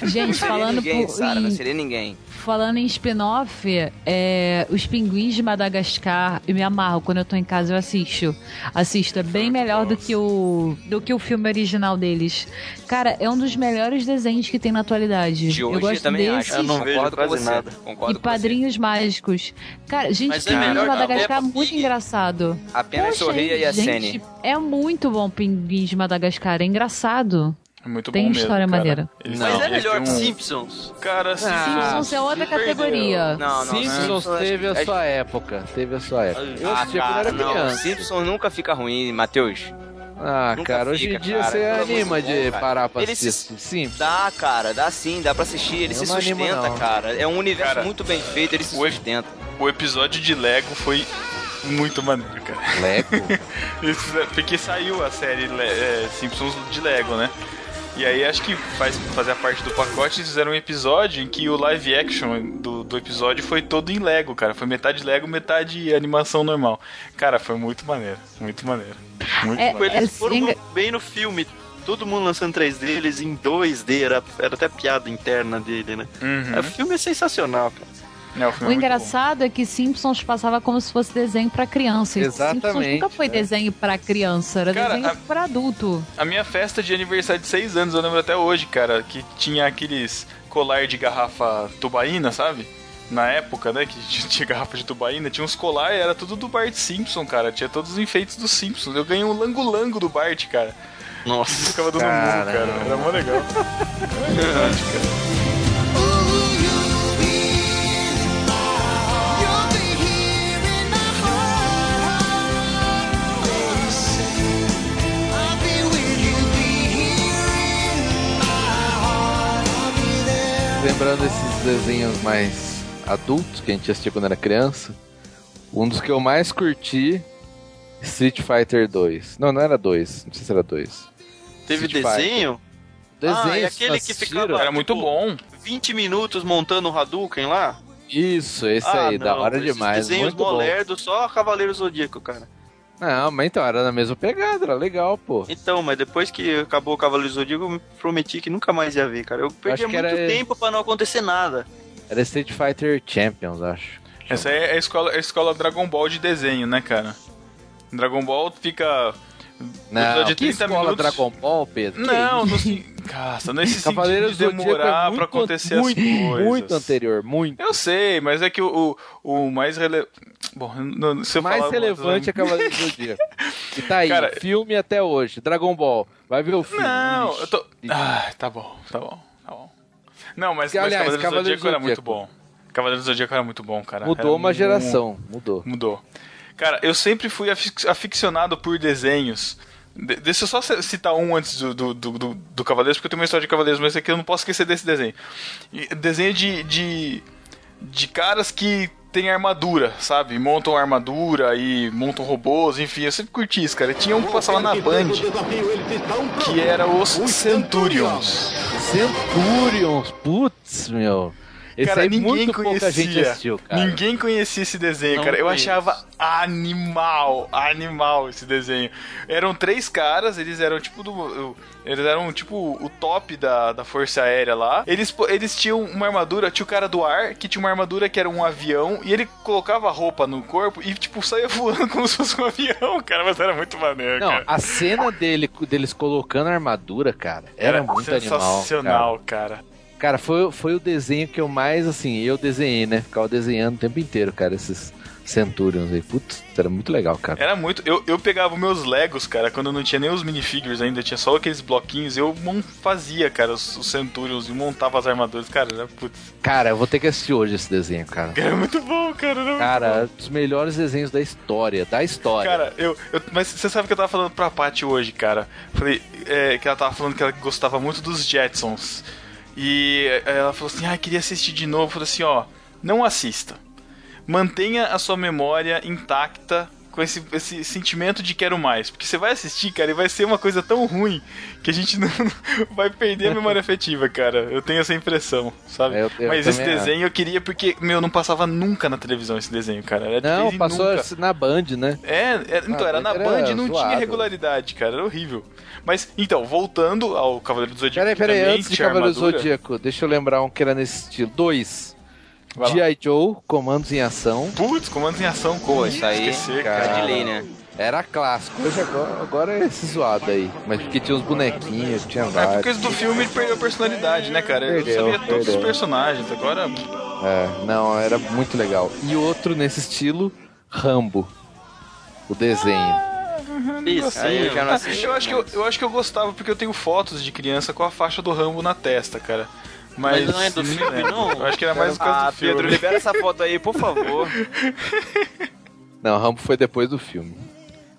B: Não
D: Gente,
B: seria
D: falando
B: ninguém,
D: por-
B: Sara,
D: em-
B: não seria ninguém.
D: Falando em spin-off, é, os pinguins de Madagascar, eu me amarro quando eu tô em casa, eu assisto. Assisto, é bem melhor do que, o, do que o filme original deles. Cara, é um dos melhores desenhos que tem na atualidade.
B: De
D: eu
B: hoje
D: gosto
B: também
D: desses
B: acho. Eu
E: não vejo
B: concordo com
E: quase
B: você.
E: nada.
D: e
B: Concordo com você.
D: Padrinhos Mágicos. Cara, gente,
E: Mas é
D: Pinguins
E: melhor
D: de
E: que a
D: Madagascar é
E: Peppa
D: muito
E: Pig.
D: engraçado.
B: Apenas
D: Poxa,
B: sorria e acene.
D: gente, é muito bom Pinguins de Madagascar, é engraçado.
A: É muito
D: Tem
A: bom mesmo.
D: história
A: cara.
D: maneira.
A: Eles-
E: Mas é
A: eles
E: melhor
A: têm
E: que
A: um-
E: Simpsons.
A: Cara,
D: Simpsons é outra categoria.
B: Não, não,
C: Simpsons
B: acho que-
C: teve a
B: acho-
C: sua época. Teve a sua época. Eu
B: Ah,
C: assistia quando
B: cara,
C: era
B: não.
C: criança.
B: Simpsons nunca fica ruim, Matheus.
C: Ah,
B: Nunca
C: cara, hoje em
B: fica,
C: dia
B: cara.
C: você
B: Pelo amor de
C: anima
B: Deus,
C: de
B: cara.
C: parar pra
B: Ele se-
C: assistir Simpsons.
B: Dá, cara, dá sim, dá pra assistir. Ele
C: Eu
B: se
C: não animo,
B: sustenta,
C: não.
B: cara. É um universo
A: Cara,
B: muito bem feito, ele se
A: o-
B: sustenta.
A: O episódio de Lego foi muito maneiro, cara.
C: Leco.
A: Isso, é, Porque saiu a série Le- é, Simpsons de Lego, né? E aí acho que faz fazer parte do pacote, eles fizeram um episódio em que o live action do, do episódio foi todo em Lego, cara. Foi metade Lego, metade animação normal. Cara, foi muito maneiro. Muito maneiro. Muito
D: É-
A: maneiro.
E: Eles
D: é
E: foram
D: enga-
E: bem no filme. Todo mundo lançando 3D, eles em 2D. Era, era até piada interna dele, né?
A: Uhum.
E: É, O filme é sensacional, cara.
A: É, o filme é
D: O
A: muito
D: engraçado é que Simpsons passava como se fosse desenho pra criança. E Simpsons
C: Exatamente,
D: nunca foi
C: é.
D: desenho pra criança, era
A: Cara,
D: desenho
A: a-
D: pra adulto.
A: A minha festa de aniversário de 6 anos, eu lembro até hoje, cara, que tinha aqueles colar de garrafa tubaína, sabe? Na época, né, que tinha garrafa de tubaína, tinha uns colar, era tudo do Bart Simpson, cara. Tinha todos os enfeites do Simpsons. Eu ganhei um lango-lango do Bart, cara.
E: Nossa.
A: Ficava dando
C: Caramba.
A: mundo, cara. Era mó legal.
C: Lembrando esses desenhos mais adultos que a gente assistia quando era criança, um dos que eu mais curti, Street Fighter 2. Não, não era 2, não sei se era 2.
E: Teve
C: Street
E: desenho?
C: Desenho,
E: Ah, e aquele que
C: assistiram?
A: Tipo,
E: ficava-
A: Era muito bom.
E: 20 minutos montando o Hadouken lá?
C: Isso, esse
E: Ah,
C: aí, da
E: não,
C: hora
E: esses
C: demais.
E: Desenhos
C: Muito bom.
E: molerdo, só Cavaleiro Zodíaco, cara.
C: Não, mas então era na mesma pegada, era legal, pô.
E: Então, mas depois que acabou o Cavaleiro Zodíaco, eu me prometi que nunca mais ia ver, cara. Eu perdi
C: acho que
E: muito
C: era-
E: tempo pra não acontecer nada.
C: Era Street Fighter Champions, acho.
A: Essa é a escola, a escola Dragon Ball de desenho, né, cara? Dragon Ball fica.
C: Não,
A: de
C: que
A: 30
C: escola
A: minutos.
C: Dragon Ball, Pedro? Que
A: Não, no se- Nossa, nesse
C: isso? Cavaleiros
A: sentido de
C: do Zodíaco é
A: demorar
C: muito
A: pra acontecer
C: muito,
A: as coisas.
C: Muito anterior, muito.
A: Eu sei, mas é que o, o, o mais relevante. Bom, não- não- se
C: O
A: eu
C: mais
A: falar alguma coisa- né?
C: relevante é Cavaleiros do Zodíaco. E tá aí,
A: Cara-
C: filme até hoje, Dragon Ball. Vai ver o filme.
A: Não,
C: Ixi.
A: eu tô. Ah, tá bom, tá bom, tá bom. Não, mas,
C: Que,
A: mas
C: aliás,
A: Cavaleiros do
C: Cavaleiros
A: Zodíaco era
C: do
A: muito
C: Zodíaco.
A: bom. Cavaleiros do Zodíaco era muito bom, cara. Era
C: Mudou uma
A: muito-
C: geração, mudou.
A: Mudou. Cara, eu sempre fui afic- aficionado por desenhos. De- deixa eu só c- citar um antes do, do, do, do- do Cavaleiros, porque eu tenho uma história de Cavaleiros, mas é que eu não posso esquecer desse desenho. E- Desenho de, de, de caras que têm armadura, sabe? Montam armadura e montam robôs, enfim, eu sempre curti isso, cara. Tinha um que passava na Band, que era os Centurions.
C: Centurions, putz, meu. Esse
A: Cara,
C: aí
A: ninguém
C: muito pouca
A: conhecia.
C: gente assistiu, cara.
A: Ninguém conhecia esse desenho,
E: Não
A: cara. Eu
E: conheço.
A: achava animal, animal esse desenho. Eram três caras, eles eram tipo do. o- Eles eram tipo o top da, da Força Aérea lá. Eles, po- eles tinham uma armadura, tinha o cara do ar, que tinha uma armadura que era um avião, e ele colocava a roupa no corpo e, tipo, saía voando como se fosse um avião, cara. Mas era muito maneiro,
C: Não,
A: cara.
C: a cena dele, deles colocando a armadura, cara, era, muito animal. Cara.
A: sensacional, cara.
C: Cara, foi, foi o desenho que eu mais, assim, eu desenhei, né? Ficava desenhando o tempo inteiro, cara, esses Centurions aí. Putz, era muito legal, cara.
A: Era muito. Eu, eu pegava meus Legos, cara, quando eu não tinha nem os minifigures ainda, tinha só aqueles bloquinhos. Eu mon- fazia, cara, os, os Centurions e montava as armaduras. Cara, era, putz,
C: Cara, eu vou ter que assistir hoje esse desenho, cara.
A: era muito bom, cara. Era muito
C: Cara, um dos melhores desenhos da história, da história.
A: Cara, eu, eu- Mas você sabe que eu tava falando pra Paty hoje, cara. Falei é, que ela tava falando que ela gostava muito dos Jetsons. E é, ela falou assim: ah, queria assistir de novo. Eu falei assim: ó, não assista. Mantenha a sua memória intacta com esse, esse sentimento de quero mais. Porque você vai assistir, cara, e vai ser uma coisa tão ruim que a gente não vai perder a memória afetiva, cara. Eu tenho essa impressão, sabe?
C: Eu- eu
A: mas esse
C: também acho.
A: desenho eu queria porque, meu, não passava nunca na televisão esse desenho, cara. Era de vez
C: não,
A: em
C: passou
A: nunca.
C: na Band, né?
A: É, é, então,
C: Ah,
A: era na
C: era
A: Band e não
C: zoado.
A: tinha regularidade, cara. Era horrível. Mas, então, voltando ao Cavaleiro do Zodíaco.
C: Peraí,
A: que
C: peraí,
A: também
C: antes de
A: tinha
C: Cavaleiro
A: armadura,
C: Zodíaco, deixa eu lembrar um que era nesse estilo. Dois.
A: vai lá.
C: G.I. Joe, Comandos em Ação.
A: Putz, comandos em ação.
B: Pô,
A: como
B: isso aí
A: Esquecer,
C: cara.
A: cara.
B: é de lei, né?
C: Era clássico. Hoje agora, agora é esse zoado aí. Mas porque tinha uns bonequinhos, tinha
A: É
C: vários.
A: porque esse do filme ele perdeu a personalidade, né, cara? Eu
C: Perdeu,
A: sabia todos os
C: perdeu.
A: personagens. Agora,
C: É, não, era muito legal. E outro nesse estilo, Rambo. O desenho.
E: Isso,
B: Aí eu já não
A: Ah,
B: assisti.
A: eu, acho que eu, eu acho que eu gostava porque eu tenho fotos de criança com a faixa do Rambo na testa, cara. Mas,
E: Mas não é do
A: Sim, né?
E: filme, não?
A: Eu acho que era mais por causa
B: Ah,
A: do filme.
B: Pedro, libera essa foto aí, por favor.
C: Não, Rambo foi depois do filme.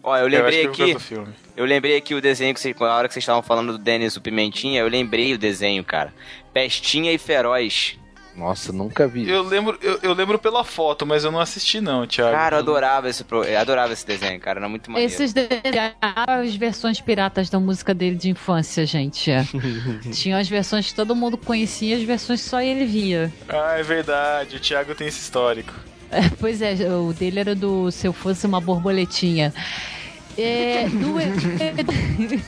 B: Ó, eu
A: eu acho que
B: lembrei
A: é por causa
B: aqui,
A: do filme.
B: eu lembrei aqui o desenho que vocês, na hora que vocês estavam falando do Dennis o Pimentinha, eu lembrei o desenho, cara. Pestinha e Feroz.
C: Nossa, nunca vi.
A: Eu lembro, eu, eu lembro pela foto, mas eu não assisti, não, Thiago.
B: Cara, eu adorava esse, pro- eu adorava esse desenho, cara, era muito maneiro.
D: Esses desenhos, as versões piratas da música dele de infância, gente. É. Tinha as versões que todo mundo conhecia, as versões só ele via.
A: Ah, é verdade, o Thiago tem esse histórico.
D: Pois é, o dele era do Se Eu Fosse Uma Borboletinha. É, do, Edu,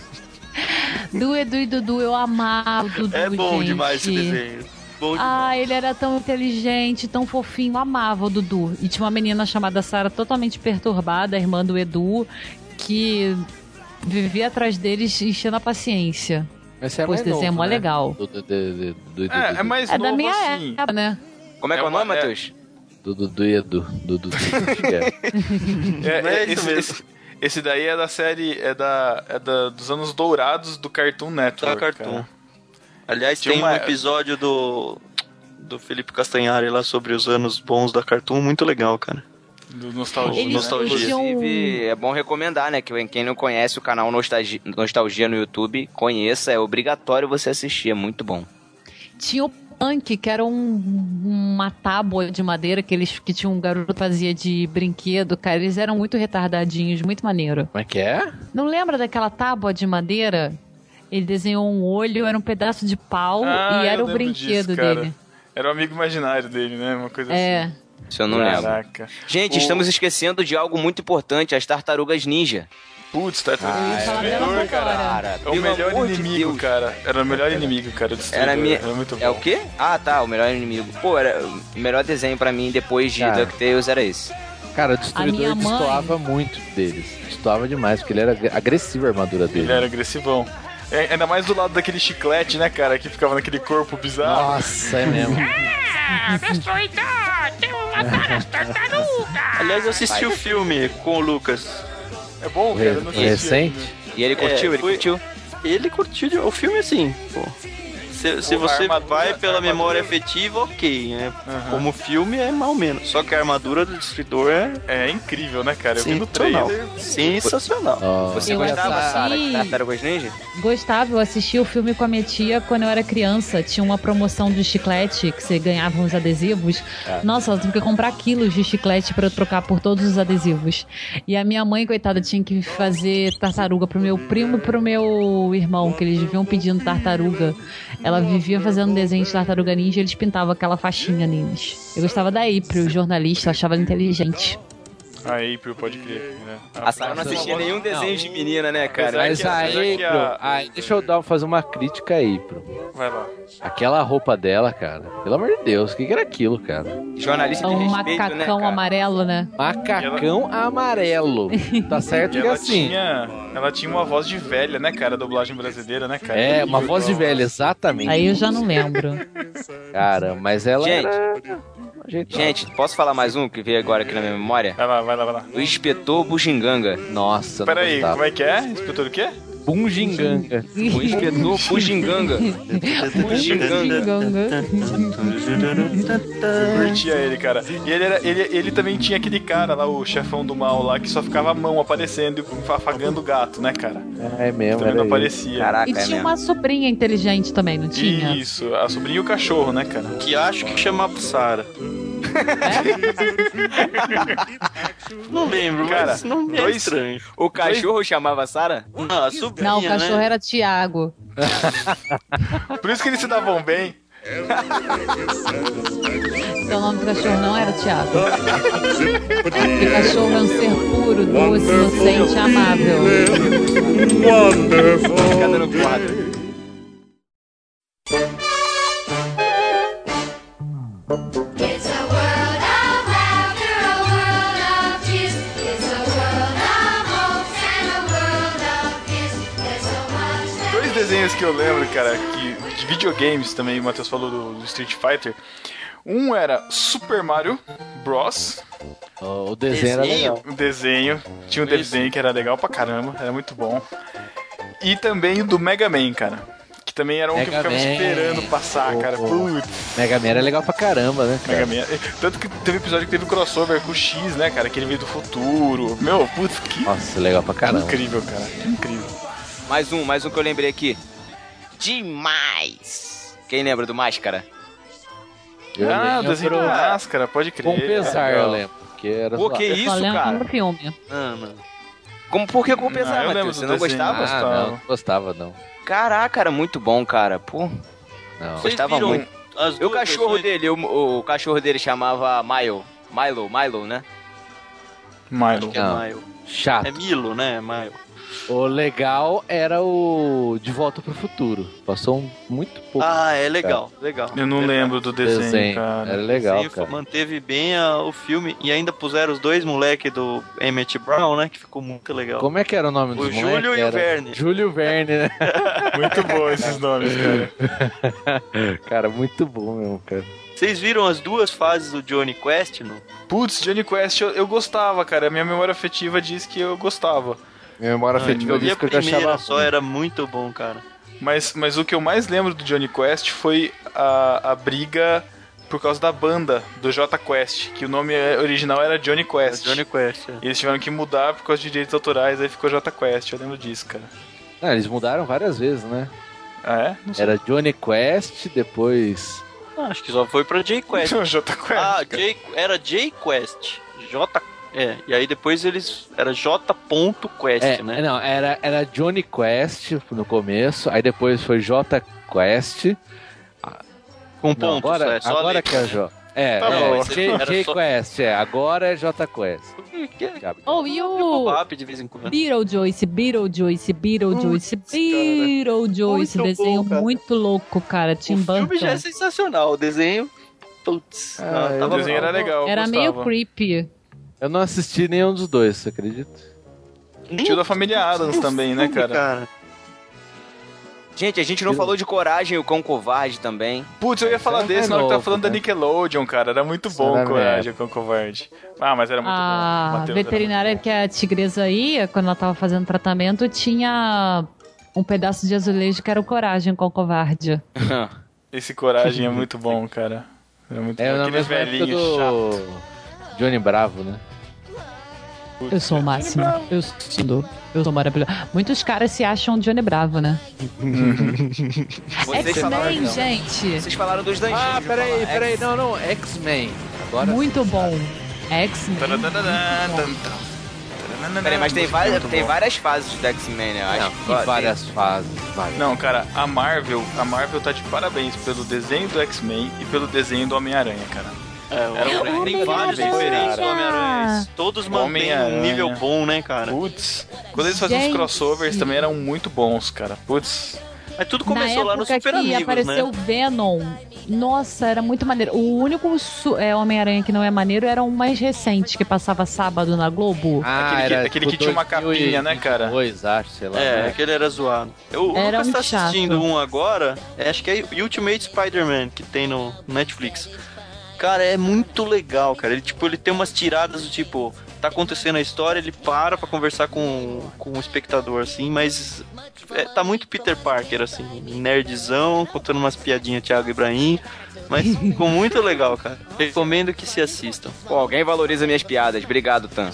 D: do Edu e Dudu, eu amava o Dudu,
E: É bom
D: gente.
E: demais esse desenho. Bom demais.
D: Ah, ele era tão inteligente, tão fofinho, amava o Dudu. E tinha uma menina chamada Sara totalmente perturbada, a irmã do Edu, que vivia atrás deles enchendo a paciência.
C: Mas é
D: Pô,
C: mais
D: esse desenho é
C: novo,
D: mó
C: né?
D: legal.
C: Do, do, do, do, do, do,
A: É, é mais
D: É
A: novo
D: da minha
A: assim.
D: época, né?
B: Como é que é o
A: É uma-
B: nome,
A: é-
B: Matheus?
C: do, do, do Edu. Do, do, do, é.
A: É,
E: Não é
A: é,
E: isso
A: esse,
E: mesmo.
A: esse- esse daí é da série, é da, é da- dos anos dourados do Cartoon
E: Da
A: Network.
E: Cartoon.
A: cara.
E: Aliás,
A: Tinha
E: tem um
A: uma-
E: episódio do do Felipe Castanhari lá sobre os anos bons da Cartoon, muito legal, cara.
A: Do Nostalgia.
D: Eles-
A: né?
D: eles tinham-
B: Inclusive, é bom recomendar, né? Que quem não conhece o canal Nostalgia, Nostalgia no YouTube, conheça, é obrigatório você assistir, é muito bom.
D: Tinha o Punk, que era um- uma tábua de madeira que eles que tinha um garoto que fazia de brinquedo, cara. Eles eram muito retardadinhos, muito maneiro.
C: Como é que é?
D: Não lembra daquela tábua de madeira? Ele desenhou um olho, era um pedaço de pau
A: Ah,
D: um e
A: eu
D: era o
A: lembro disso,
D: brinquedo
A: cara.
D: dele.
A: Era o amigo imaginário dele, né? Uma coisa
D: É.
A: assim.
B: Isso eu não lembro.
A: Caraca.
B: Gente, estamos esquecendo de algo muito importante, as tartarugas ninja.
A: Putz, tá
D: Eu ia falar delas
A: tradutor, cara.
D: agora.
A: É
B: Cara,
A: o
B: Ah, é. pelo
A: melhor
B: amor de
A: inimigo,
B: Deus.
A: cara. Era o melhor inimigo, cara. o Destruidor.
B: Era a minha.
A: Era muito bom.
B: É o quê? Ah, tá, o melhor inimigo. Pô, era o melhor desenho pra mim depois de
C: Cara.
B: DuckTales era esse.
C: Cara, o
D: A
C: destruidor
D: minha mãe-
C: destoava muito deles. Destoava demais, porque ele era ag- agressivo a armadura dele.
A: Ele era agressivão. É, ainda mais do lado daquele chiclete, né, cara? Que ficava naquele corpo bizarro.
C: Nossa, é mesmo.
E: Aliás, eu assisti o filme com o Lucas.
A: É bom, cara. eu não
C: Re-
A: sei se-
C: recente?
B: E ele curtiu, ele
E: foi-
B: curtiu.
E: Ele curtiu de- o filme assim, pô. Se, se
A: Pô, a
E: você
A: armadura-
E: vai
A: a
E: pela
A: armadura-
E: memória afetiva, ok, né?
A: Aham.
E: Como filme é mal menos. Só que a armadura do destruidor é
A: É incrível, né, cara? Eu vi no
E: sensacional.
A: trailer.
E: Sensacional.
C: Ó,
B: Você
D: Eu
B: gostava,
D: assisti.
B: Sara, de tartarugas ninja?
D: Gostava, eu assistia o filme com a minha tia quando eu era criança. Tinha uma promoção de chiclete que você ganhava uns adesivos.
B: É.
D: Nossa, eu tive que comprar quilos de chiclete pra eu trocar por todos os adesivos. E a minha mãe, coitada, tinha que fazer tartaruga pro meu primo e pro meu irmão, que eles viviam pedindo tartaruga. Ela vivia fazendo desenho de tartaruga ninja e eles pintavam aquela faixinha neles. Eu gostava da April, jornalista, eu achava ela inteligente.
A: A April, pode crer. Né?
B: A Sara não assistia nenhum desenho de menina, né, cara?
A: Apesar
C: Mas
A: que- apesar que
C: aí, pro,
A: a-
C: aí, deixa eu dar, fazer uma crítica aí, pro.
A: Vai lá.
C: Aquela roupa dela, cara. Pelo amor de Deus, o que, que era aquilo, cara?
B: Jornalista
D: É
B: de
D: um
B: respeito, né,
D: macacão
B: cara?
D: amarelo, né?
C: Macacão amarelo. Tá certo
A: E
C: que
A: ela,
C: assim.
A: tinha, ela tinha uma voz de velha, né, cara? A dublagem brasileira, né, cara?
C: É, uma
A: Incrível,
C: voz de
A: ó.
C: velha, exatamente.
D: Aí eu já não lembro.
C: Cara, mas ela
B: Gente.
C: era. ajeitada.
B: Gente, posso falar mais um que veio agora aqui na minha memória?
A: Vai lá, vai lá, vai lá.
B: O inspetor Bugiganga.
C: Nossa,
A: Pera aí,
C: não
A: como é que é? Inspetor o quê?
C: Bunginganga.
B: O inspetor Bugiganga. Bugiganga.
A: Curtia ele, cara. E ele, era, ele, ele também tinha aquele cara lá, o chefão do mal lá, que só ficava a mão aparecendo e afagando o gato, né, cara?
C: É mesmo,
A: Também
C: era
A: não
C: ele.
A: aparecia.
B: Caraca,
D: E
B: é
D: tinha
B: mesmo.
D: uma sobrinha inteligente também, não tinha?
A: Isso, a sobrinha e o cachorro, né, cara?
E: Que acho que chamava Sara. não lembro,
A: Cara,
E: mas não é
A: dois-
E: estranho.
B: O cachorro chamava a Sara?
E: Não, a sobrinha,
D: Não, o cachorro é
E: né?
D: era Tiago.
A: Por isso que eles se davam bem.
D: Seu nome do cachorro não era Tiago. Porque o cachorro é um ser puro, doce, inocente, amável.
B: Fica dando quadro.
G: It's a world of laughter, a world of tears. It's a world of hopes and a world of fears. There's so much that
A: Dois desenhos que eu lembro, cara, que, de videogames também, o Matheus falou do, do Street Fighter. Um era Super Mario Bros.
C: Ó, O desenho era
E: Desenho?
C: legal.
A: um desenho. Tinha um desenho que era legal pra caramba, era muito bom. E também o do Mega Man, cara. Que também era um que eu
C: Mega
A: ficava
C: Man. Oh,
A: esperando passar,
C: Pô,
A: cara.
C: pô.
A: Putz,
C: Mega Man era legal pra caramba, né?
A: Mega Man. Tanto que teve episódio que teve um crossover com o X, né, cara? Que ele veio do futuro. Meu, putz, que
C: Nossa, legal pra caramba.
A: incrível, cara. Que incrível.
B: Mais um, mais um que eu lembrei aqui. Demais! Quem lembra do Máscara?
C: Eu
A: ah,
C: lembro-
A: desenho da máscara, pode crer.
C: Com pesar,
A: Legal.
C: eu lembro. Porque era
B: Pô,
C: zoado.
B: que
D: Só
B: isso,
D: lembro
B: cara?
D: do é um filme.
B: Ah, mano. Como, por que
A: Não,
B: compensar,
A: Ah, eu lembro
B: Matheus? Você
A: do
B: não
A: desenho.
B: gostava?
C: Ah, não, não gostava, não.
B: Caraca, era muito bom, cara. Pô,
C: Não.
E: Vocês
B: Gostava
E: viram
B: muito.
E: as
B: E o
E: duas
B: cachorro
E: versões?
B: dele, o, o cachorro dele chamava Milo. Milo, Milo, né?
A: Milo.
E: É
C: Não.
E: Maio.
C: Chato.
E: É Milo, né? Maio.
C: O legal era o De Volta pro Futuro. Passou um- muito pouco
E: Ah, é legal, legal.
A: Eu não
E: Verdade.
A: lembro do desenho,
C: desenho.
A: cara.
C: Era legal,
E: Sim,
C: cara.
E: Manteve bem a- o filme e ainda puseram os dois moleque do Emmett Brown, né? Que ficou muito legal.
C: Como é que era o nome
E: O
C: dos
E: Júlio
C: moleque?
E: e o
C: Era
E: Verne.
C: Júlio e Verne, né?
E: É.
A: Muito bom esses nomes, cara.
C: cara, muito bom mesmo, cara.
E: Vocês viram as duas fases do Johnny Quest? Não?
A: Putz, Johnny Quest, eu, eu gostava, cara. Minha memória afetiva diz que eu gostava.
C: Minha memória afetiva
E: Ah, Eu vi
C: diz
E: a
C: que eu já
E: primeira
C: achava
E: só, é. era muito bom, cara.
A: Mas, mas o que eu mais lembro do Johnny Quest foi a, a briga por causa da banda do J Quest, que o nome é- original era Johnny
E: Era
A: Quest.
E: Johnny Quest. é.
A: E eles tiveram que mudar por causa de direitos autorais, aí ficou J Quest, eu lembro disso, cara.
C: Ah, eles mudaram várias vezes, né?
A: Ah, é? Não
C: Era Johnny Quest, depois.
E: Ah, acho que só foi pra J Quest.
A: sei. J Quest.
E: ah,
A: cara.
E: J, era J Quest. J. É, e aí depois eles. Era J. Quest,
C: É,
E: né?
C: Não, era, era Johnny Quest no começo, aí depois foi J Quest. ah,
E: Com
C: Não,
E: pontos,
C: agora,
E: é só
C: agora
E: letra.
C: que é J. É,
E: Tá
C: é,
E: bom,
C: J,
E: era
C: J
E: só-
C: Quest, é. Agora é J Quest.
E: Que-
C: Gabi.
D: Ou Oh, e
E: Eu vou
D: o
E: pop de vez em quando.
D: Beetlejuice, Beetlejuice, Beetlejuice, Beetlejuice.
E: Muito
D: Desenho
E: bom, cara.
D: muito louco, cara. Tim
E: o filme já é
D: Burton.
E: sensacional. O desenho. Putz,
C: Ah,
E: não,
C: eu-
A: O
E: tava
A: desenho era legal, eu
D: Era meio
A: gostava.
D: creepy.
C: Eu não assisti nenhum dos dois, você acredita?
A: Tio da família Adams
E: o
A: também, né,
E: filme,
A: cara?
B: Gente, a gente não
C: Eu-
B: falou de Coragem, o Cão Covarde também.
A: Putz, eu ia falar
C: Isso é
A: desse na hora que tá
C: novo,
A: falando da
C: né?
A: Nickelodeon, cara. Era muito
C: Isso
A: bom
C: era
A: Coragem com o Covarde. Ah, mas era muito bom.
D: A
E: é
A: Mateus, era
D: veterinária que é a tigresa ia, quando ela tava fazendo tratamento, tinha um pedaço de azulejo que era o coragem com o covarde.
A: muito- Esse Coragem é muito bom, cara. Era muito
C: É
A: bom.
C: na
A: Aqueles
C: mesma época
A: velhinhos
C: do
A: chato.
C: Johnny Bravo, né?
D: Eu sou o máximo. Eu sou, eu sou maravilhoso. Muitos caras se acham Johnny Bravo, né?
B: Vocês falaram,
D: X-Men, gente.
B: vocês falaram dos danjinhos.
C: Ah,
B: vou
C: peraí,
B: falar.
C: peraí, não, não, X-Men. Agora
D: Muito bom.
E: Tá
D: X-Men.
B: Peraí, mas tem, várias,
A: Muito
B: tem
A: bom.
B: várias fases do X-Men, né? eu acho.
C: Não,
B: Ó,
C: e
B: tem-
C: várias fases. várias.
A: Não, cara, a Marvel, a Marvel tá de parabéns pelo desenho do X-Men e pelo desenho do Homem-Aranha, cara.
E: É, o
A: Era um
E: Homem-Aranha tem
A: Homem-Aranha.
E: vários diferentes do Homem-Aranha. Todos mantêm um
A: Homem-Aranha.
E: nível bom, né, cara?
A: Putz, quando eles faziam os
D: Gente.
A: crossovers também eram muito bons, cara. Putz,
E: Mas tudo começou
D: Na
E: lá no
D: época
E: Super
D: que
E: Amigos,
D: apareceu
E: né?
D: o Venom. Nossa, era muito maneiro. O único su- é, Homem-Aranha que não é maneiro era um mais recente, que passava sábado na Globo.
C: Ah,
A: Aquele que- aquele que tinha uma capinha, né, cara?
C: Dois, acho, sei lá.
E: É,
C: né?
E: aquele era zoado. Eu,
D: Era
E: o Lucas tá
D: um chato.
E: assistindo um agora, é, acho que é Ultimate Spider-Man, que tem no Netflix. Cara, é muito legal, cara. Ele, tipo, ele tem umas tiradas do tipo, tá acontecendo a história, ele para pra conversar com, com o espectador, assim, mas é, tá muito Peter Parker, assim, nerdzão, contando umas piadinhas Thiago Ibrahim, mas ficou muito legal, cara. Recomendo que se assistam.
B: Pô, alguém valoriza minhas piadas. Obrigado, Tan.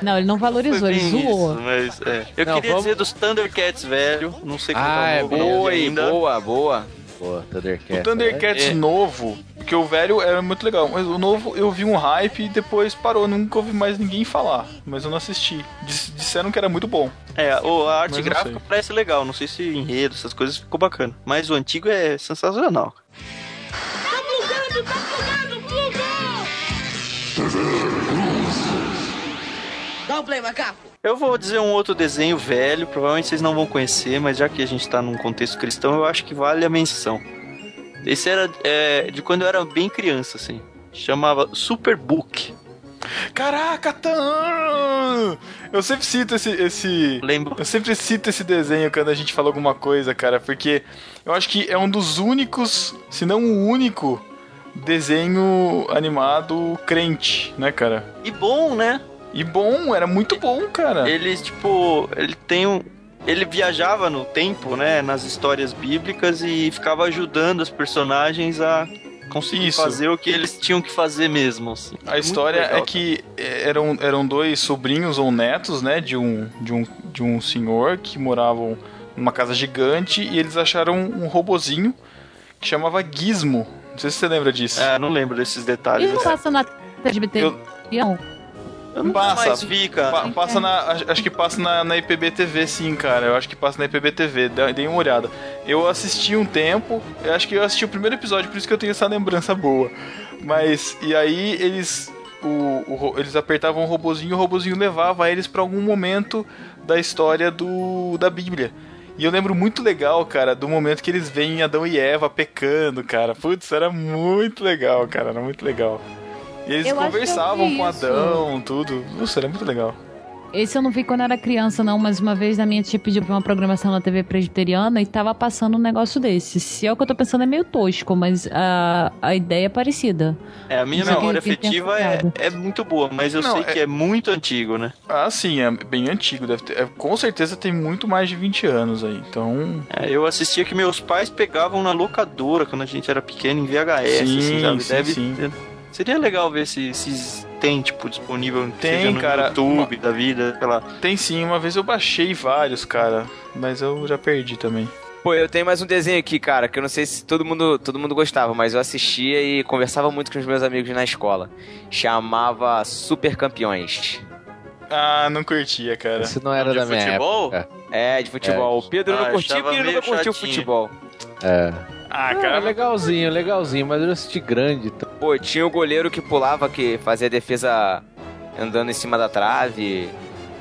D: Não, ele não valorizou,
E: Foi
D: ele
E: bem
D: zoou.
E: isso, mas, é. Eu
C: Não,
E: queria
C: vamos-
E: dizer dos Thundercats, velho. Não sei como
C: Ah,
E: tá o
C: é
E: nome
C: bom,
E: dele
B: Oi,
E: ainda.
B: boa, boa.
C: Pô, Thundercats.
A: o Thundercats
E: É.
A: novo, porque o velho era muito legal, mas o novo eu vi um hype e depois parou, nunca ouvi mais ninguém falar, mas eu não assisti. Dis- disseram que era muito bom.
E: É, o, a
A: Mas
E: arte
A: não
E: gráfica
A: sei.
E: parece legal. Não sei se enredo, essas coisas ficou bacana. Mas o antigo é sensacional.
F: Tá bugando, tá bugando, bugou! Dá um play, macaco!
E: Eu vou dizer um outro desenho velho, provavelmente vocês não vão conhecer, mas já que a gente tá num contexto cristão, eu acho que vale a menção. Esse era é, de quando eu era bem criança, assim. Chamava Superbook.
A: Caraca, Tan! Eu sempre cito esse esse
E: Lembro.
A: Eu sempre cito esse desenho quando a gente fala alguma coisa, cara, porque eu acho que é um dos únicos, se não o único, desenho animado crente, né, cara?
E: E bom, né?
A: E bom, era muito bom, cara.
E: Ele, tipo, ele tem um. Ele viajava no tempo, né? Nas histórias bíblicas e ficava ajudando os personagens a conseguir
A: Isso.
E: fazer o que eles tinham que fazer mesmo. assim.
A: A história é que eh, eram, eram dois sobrinhos ou netos, né, de um, de um, de um senhor que moravam numa casa gigante e eles acharam um robozinho que chamava Gizmo. Não sei se você lembra disso.
E: É, não lembro desses
D: E
E: detalhes.
D: não
E: assim.
D: passa na TGBT?
A: Eu-
D: Não.
E: Eu não
A: Passa.
E: mais vi, cara.
D: É,
A: Pa- passa na, ach- acho que passa na, na IPB TV, sim, cara. Eu acho que passa na IPB TV. Dei dei uma olhada. Eu assisti um tempo. Eu acho que eu assisti o primeiro episódio, por isso que eu tenho essa lembrança boa. Mas e aí eles o, o ro- eles apertavam o robozinho, e o robozinho levava eles pra algum momento da história do da Bíblia. E eu lembro muito legal, cara, do momento que eles veem Adão e Eva pecando, cara. Putz, era muito legal, cara, era muito legal. E eles
D: Eu acho que eu
A: conversavam
D: vi
A: com
D: isso.
A: Adão, tudo. Nossa, era muito legal.
D: Esse eu não vi quando era criança, não, mas uma vez na minha tia pediu pra uma programação na TV presbiteriana e tava passando um negócio desse. Se é o que eu tô pensando, é meio tosco, mas a, a ideia é parecida.
E: É, a minha
A: Não.
E: memória
D: Tem- tem
E: afetiva é,
D: essa
E: é muito boa, mas eu
A: Não,
E: sei que é muito antigo, né?
A: Ah, sim, é bem antigo. Deve ter, é, com certeza tem muito mais de 20 anos aí. Então.
E: É, eu assistia que meus pais pegavam na locadora quando a gente era pequeno em VHS,
A: Sim,
E: assim, sabe?
A: sim,
E: Deve-
A: sim.
E: Seria legal ver se, se tem, tipo, disponível
A: Tem,
E: seja no
A: cara.
E: YouTube da vida, sei lá.
A: Tem sim, uma vez eu baixei vários, cara. Mas eu já perdi também.
B: Pô, eu tenho mais um desenho aqui, cara, que eu não sei se todo mundo, todo mundo gostava, mas eu assistia e conversava muito com os meus amigos na escola. Chamava Super Campeões.
A: Ah, não curtia, cara.
C: Isso né? não era
E: De
C: da minha
E: futebol?
C: época.
B: É, de futebol. O Pedro
E: Ah,
B: não curtia
E: achava
B: porque ele
E: meio
B: nunca curtiu
E: chatinho.
B: futebol.
C: É.
A: Ah,
C: Cara,
A: cara,
C: legalzinho, legalzinho, mas eu assisti grande. então.
B: Pô, tinha o goleiro que pulava, que fazia defesa andando em cima da trave.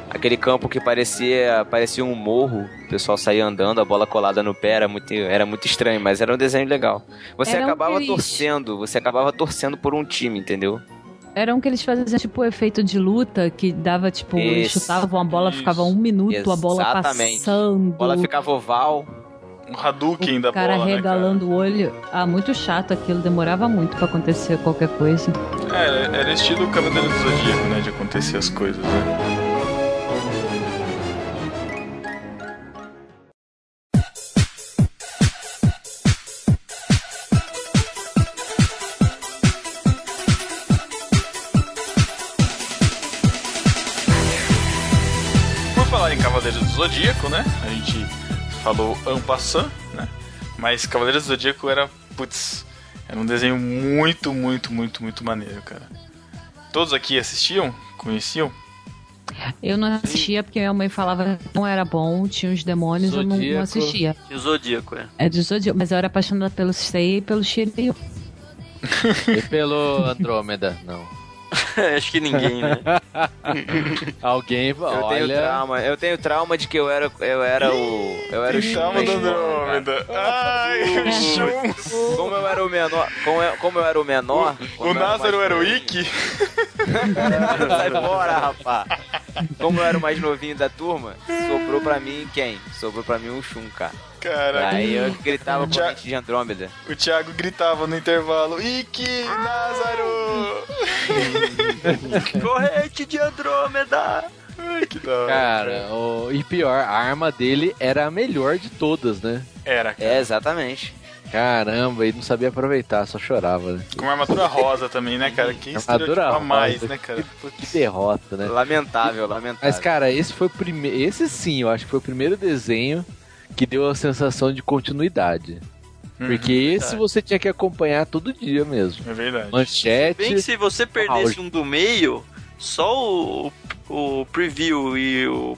B: Aquele campo que parecia, parecia um morro. O pessoal saía andando, a bola colada no pé. Era muito, era muito estranho, mas era um desenho legal. Você
D: Era um
B: acabava
D: Cris.
B: torcendo. Você acabava torcendo por um time, entendeu?
D: Era um que eles faziam tipo efeito de luta, que dava tipo, eles
B: Isso.
D: chutavam a bola,
A: Isso.
D: ficava um minuto, a bola
B: Exatamente.
D: passando.
B: A bola ficava oval.
A: um Hadouken da
D: é o cara
A: bola, né, cara?
D: regalando o olho. Ah, muito chato aquilo, demorava muito pra acontecer qualquer coisa.
A: É, era- era estilo Cavaleiro do Zodíaco, né? De acontecer as coisas, né? Por falar em Cavaleiro do Zodíaco, né? A gente falou en passant, né? Mas Cavaleiro do Zodíaco era, putz, era um desenho muito, muito, muito, muito maneiro, cara. Todos aqui assistiam? Conheciam?
D: Eu não assistia porque minha mãe falava que não era bom, tinha os demônios, eu não- não,
C: Zodíaco.
D: assistia.
E: E o Zodíaco, é.
D: É de Zodíaco, mas eu era apaixonada pelo Sei e pelo Shiryu.
C: E pelo Andrômeda, não.
E: Acho que ninguém, né?
C: Alguém,
B: Eu tenho
C: olha...
B: trauma. Eu tenho trauma de que eu era, eu era o. Eu era o
A: Chama
B: Chuma
A: do
B: Escola, cara.
A: Andrômeda. Ai, o Shun.
B: Como eu era o menor. Como eu, como eu era o menor. como
A: O
B: eu mais
A: Názaro era o
B: novinho-
A: Ikki?
B: Sai fora, rapá. Como eu era o mais novinho da turma, sobrou pra mim quem? Sobrou pra mim o Shun, cara.
A: Cara,
B: Aí eu gritava com
A: Tchau.
B: a gente de Andrômeda.
A: o Thiago gritava no intervalo: Ikki, Názaro!
E: Corrente de Andrômeda!
A: Ai, que da hora.
C: Cara, o- e pior, a arma dele era a melhor de todas, né?
A: Era, cara.
B: É, exatamente.
C: Caramba, e não sabia aproveitar, só chorava, né?
A: Com uma armadura rosa também, né, cara? Que
C: Armadura
A: estereotipo a mais,
C: rosa.
A: né, cara?
C: Que derrota, né?
B: Lamentável, lamentável.
C: Mas, cara, esse foi o primeiro. Esse sim, eu acho que foi o primeiro desenho que deu a sensação de continuidade. Porque esse
E: Uhum, é verdade.
C: você tinha que acompanhar todo dia mesmo.
A: É verdade.
E: Bem que
C: Manchete.
E: se você perdesse um do meio, só o, o preview e o.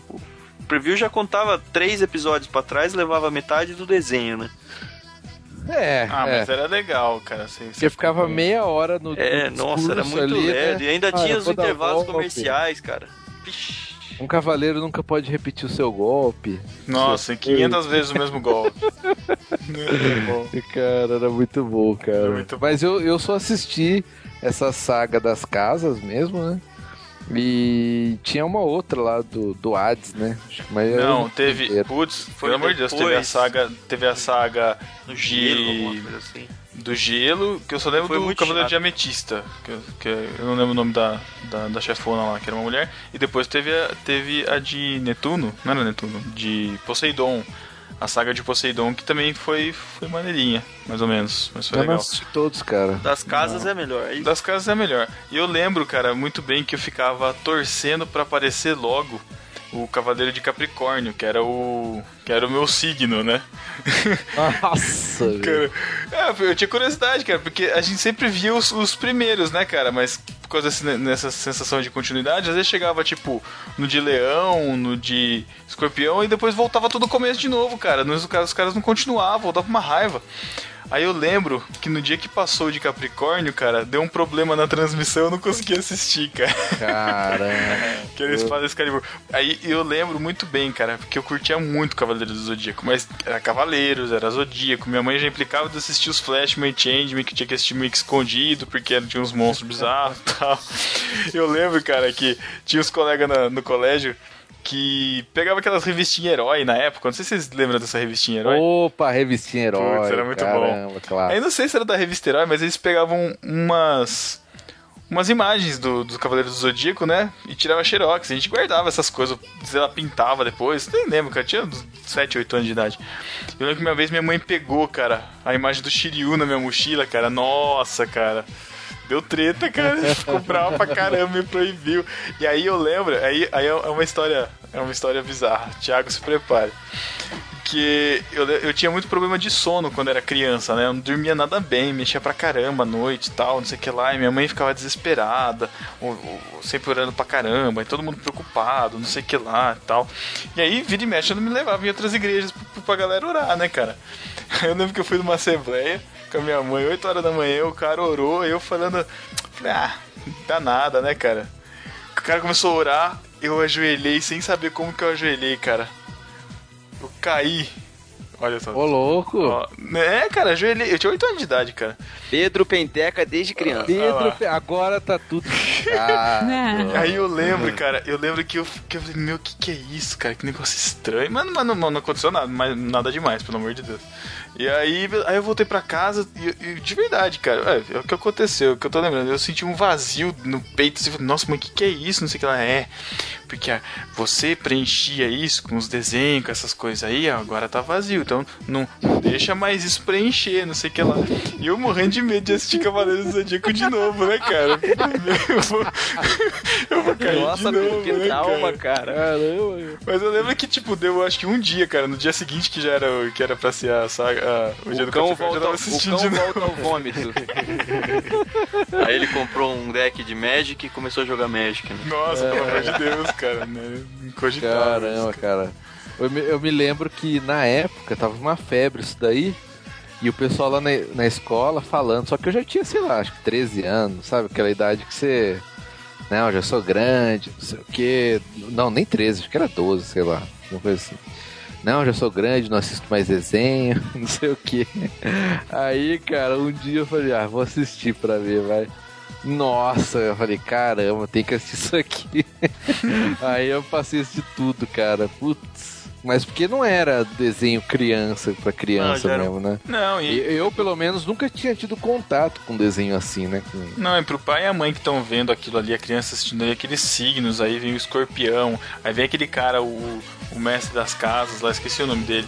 E: o preview já contava três episódios pra trás, levava metade do desenho, né?
C: É,
A: Ah,
C: é.
A: mas era legal, cara. assim, Você,
C: Porque ficava meia hora no.
E: É,
C: no
E: nossa, era
C: discurso
E: muito
C: ali, né?
E: leve. E ainda
C: Ah,
E: tinha
C: eu
E: os
C: vou dar
E: intervalos
C: golpe.
E: comerciais, cara. Vixe.
C: Um cavaleiro nunca pode repetir o seu golpe.
A: Nossa, 500 vezes o mesmo golpe. Muito bom.
C: Cara, era muito bom, cara.
A: Era muito bom.
C: Mas eu, eu só assisti essa saga das casas mesmo, né? E tinha uma outra lá do, do Hades, né? Acho que- Mas eu
A: Não, tá teve.
C: inteiro.
A: Putz,
E: Foi
A: pelo amor de Deus, teve a
E: depois.
A: saga. Teve a saga
E: No
A: gelo, alguma
E: coisa assim.
A: do gelo, que eu só lembro
E: Foi
A: do
E: muito
A: Cavaleiro
E: chato.
A: de Ametista, que, que eu não lembro o nome da, da, da chefona lá, que era uma mulher. E depois teve a, teve a de Netuno, não era Netuno, de Poseidon. A saga de Poseidon, que também foi, foi maneirinha, mais ou menos, mas foi
C: Eu não
A: legal.
C: assisti todos, cara.
E: Das casas é melhor. Aí
A: Das casas é a melhor. E eu lembro, cara, muito bem que eu ficava torcendo pra aparecer logo o Cavaleiro de Capricórnio, que era o. que era o meu signo, né?
C: Nossa, velho.
A: Cara, é, eu tinha curiosidade, cara, porque a gente sempre via os, os primeiros, né, cara? Mas por causa desse- dessa sensação de continuidade, às vezes chegava, tipo, no de leão, no de escorpião, e depois voltava tudo o começo de novo, cara. Nos- Os caras, os caras não continuavam, dava uma raiva. Aí eu lembro que no dia que passou de Capricórnio, cara, deu um problema na transmissão, eu não consegui assistir, cara.
C: Caramba.
A: Que eles fazem Excalibur. Aí eu lembro muito bem, cara, porque eu curtia muito Cavaleiros do Zodíaco, mas era Cavaleiros, era Zodíaco. Minha mãe já implicava de assistir os Flashman Changeman, que tinha que assistir meio que escondido, porque era- tinha uns monstros bizarros e tal. Eu lembro, cara, que tinha uns colegas na- no colégio que pegava aquelas revistinhas herói na época. Não sei se vocês lembram dessa revistinha herói.
C: Opa, revistinha herói.
A: Putz, era muito bom.
C: Caramba, claro.
A: Aí não sei se era da revista Herói, mas eles pegavam umas umas imagens do, do Cavaleiro do Zodíaco, né? E tirava xerox. A gente guardava essas coisas, sei lá, pintava depois. Nem lembro, cara. Tinha uns 7, 8 anos de idade. Eu lembro que uma vez minha mãe pegou, cara, a imagem do Shiryu na minha mochila, cara. Nossa, cara. Deu treta, cara. Ficou bravo pra caramba e proibiu. E aí eu lembro, aí, aí é uma história, é uma história bizarra. Thiago, se prepare. Que Porque eu, eu tinha muito problema de sono quando era criança, né? Eu não dormia nada bem, mexia pra caramba à noite e tal, não sei o que lá. E minha mãe ficava desesperada, ou- ou- sempre orando pra caramba, e todo mundo preocupado, não sei o que lá e tal. E aí, vira e mexe, eu não me levava em outras igrejas pra, pra galera orar, né, cara? Eu lembro que eu fui numa assembleia com a minha mãe, 8 horas da manhã, o cara orou, eu falando, falei, ah, não dá nada, né, cara? O cara começou a orar, eu ajoelhei sem saber como que eu ajoelhei, cara. Eu caí. Olha só.
C: Ô, louco!
A: Ó, né, cara, ajoelhei. Eu tinha 8 anos de idade, cara.
B: Pedro Penteca desde criança.
A: Ah lá.
C: Pedro, Pe- agora tá tudo. Ah,
D: É.
A: Aí eu lembro, cara, eu lembro que eu, que eu falei, meu, que que é isso, cara? Que negócio estranho. Mas, mas não, não aconteceu nada, mas nada demais, pelo amor de Deus. E aí, aí eu voltei pra casa e, e de verdade, cara, é, é o que aconteceu, é o que eu tô lembrando. Eu senti um vazio no peito, assim, falei, nossa, mãe, que que é isso? Não sei o que ela é. Porque ah, você preenchia isso com os desenhos, com essas coisas aí, ó, agora tá vazio. Então não deixa mais isso preencher, não sei o que lá. E eu morrendo de medo de assistir Cavaleiros do Zodíaco de novo, né, cara? Eu vou, eu vou cair
B: Nossa,
A: de novo,
B: Pedro, que
A: né,
B: trauma,
A: cara?
B: cara.
C: Caramba!
A: Mas eu lembro que, tipo, deu acho que um dia, cara. No dia seguinte, que já era, o- que era pra ser a saga. a- o, dia
B: O
A: do
B: cão
A: Capricórnio, eu já
B: volta,
A: tava
B: ao-
A: assistindo
B: o
A: de
B: cão
A: novo.
B: volta ao vômito.
E: Aí ele comprou um deck de Magic e começou a jogar Magic, né?
A: Nossa, pelo amor de
B: É.
A: Deus, cara. Né? Incogitável.
C: Caramba, cara. Eu me, eu me lembro que na época tava uma febre isso daí. E o pessoal lá na, na escola falando, só que eu já tinha, sei lá, acho que 13 anos, sabe? Aquela idade que você. Não, já sou grande, não sei o quê. Não, nem 13, acho que era 12, sei lá. Uma coisa assim. Não, já sou grande, não assisto mais desenho, não sei o quê. Aí, cara, um dia eu falei, ah, vou assistir pra ver, vai. Nossa, eu falei, caramba, tem que assistir isso aqui. Aí eu passei isso de tudo, cara. Putz. Mas porque não era desenho criança pra criança
E: Não, já era
C: mesmo, né?
A: Não,
C: E
A: e.
C: Eu, pelo menos, nunca tinha tido contato com desenho assim, né? Com-
A: Não, e pro pai e a mãe que estão vendo aquilo ali, a criança assistindo ali aqueles signos, aí vem o escorpião, aí vem aquele cara, o, o mestre das casas lá, esqueci o nome dele.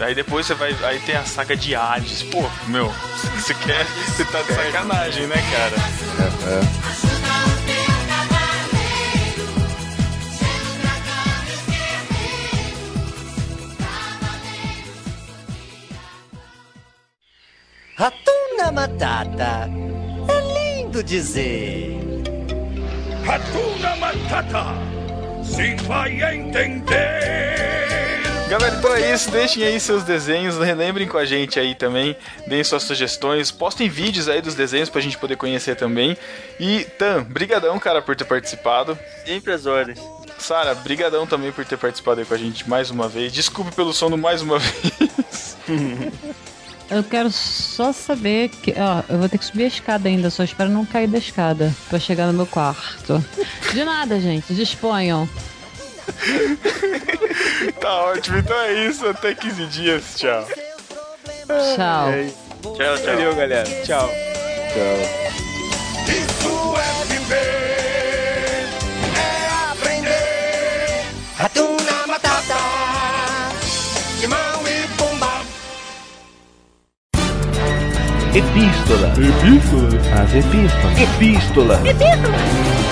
A: Aí depois você vai. Aí tem a saga de Hades. Pô, meu, você quer. Você tá de sacanagem, né, cara?
C: é,
H: Ratuna Matata. É lindo dizer.
A: Galera, então é isso. Deixem aí seus desenhos. Relembrem com a gente aí também. Deem suas sugestões. Postem vídeos aí dos desenhos pra gente poder conhecer também. E, Tan, brigadão, cara, por ter participado.
E: Sempre as ordens.
A: Sara, brigadão também por ter participado aí com a gente mais uma vez. Desculpe pelo sono mais uma vez.
D: Eu quero só saber que. Ó, eu vou ter que subir a escada ainda, só espero não cair da escada pra chegar no meu quarto. De nada, gente, disponham.
A: tá ótimo. Então é isso. Até 15 dias. Tchau.
D: Tchau.
E: Tchau, tchau.
A: Valeu, galera. Tchau.
C: tchau.
H: Ratuna Matata. Timão e Pumba.
I: Epístola. Epístola. As epístolas. Epístola.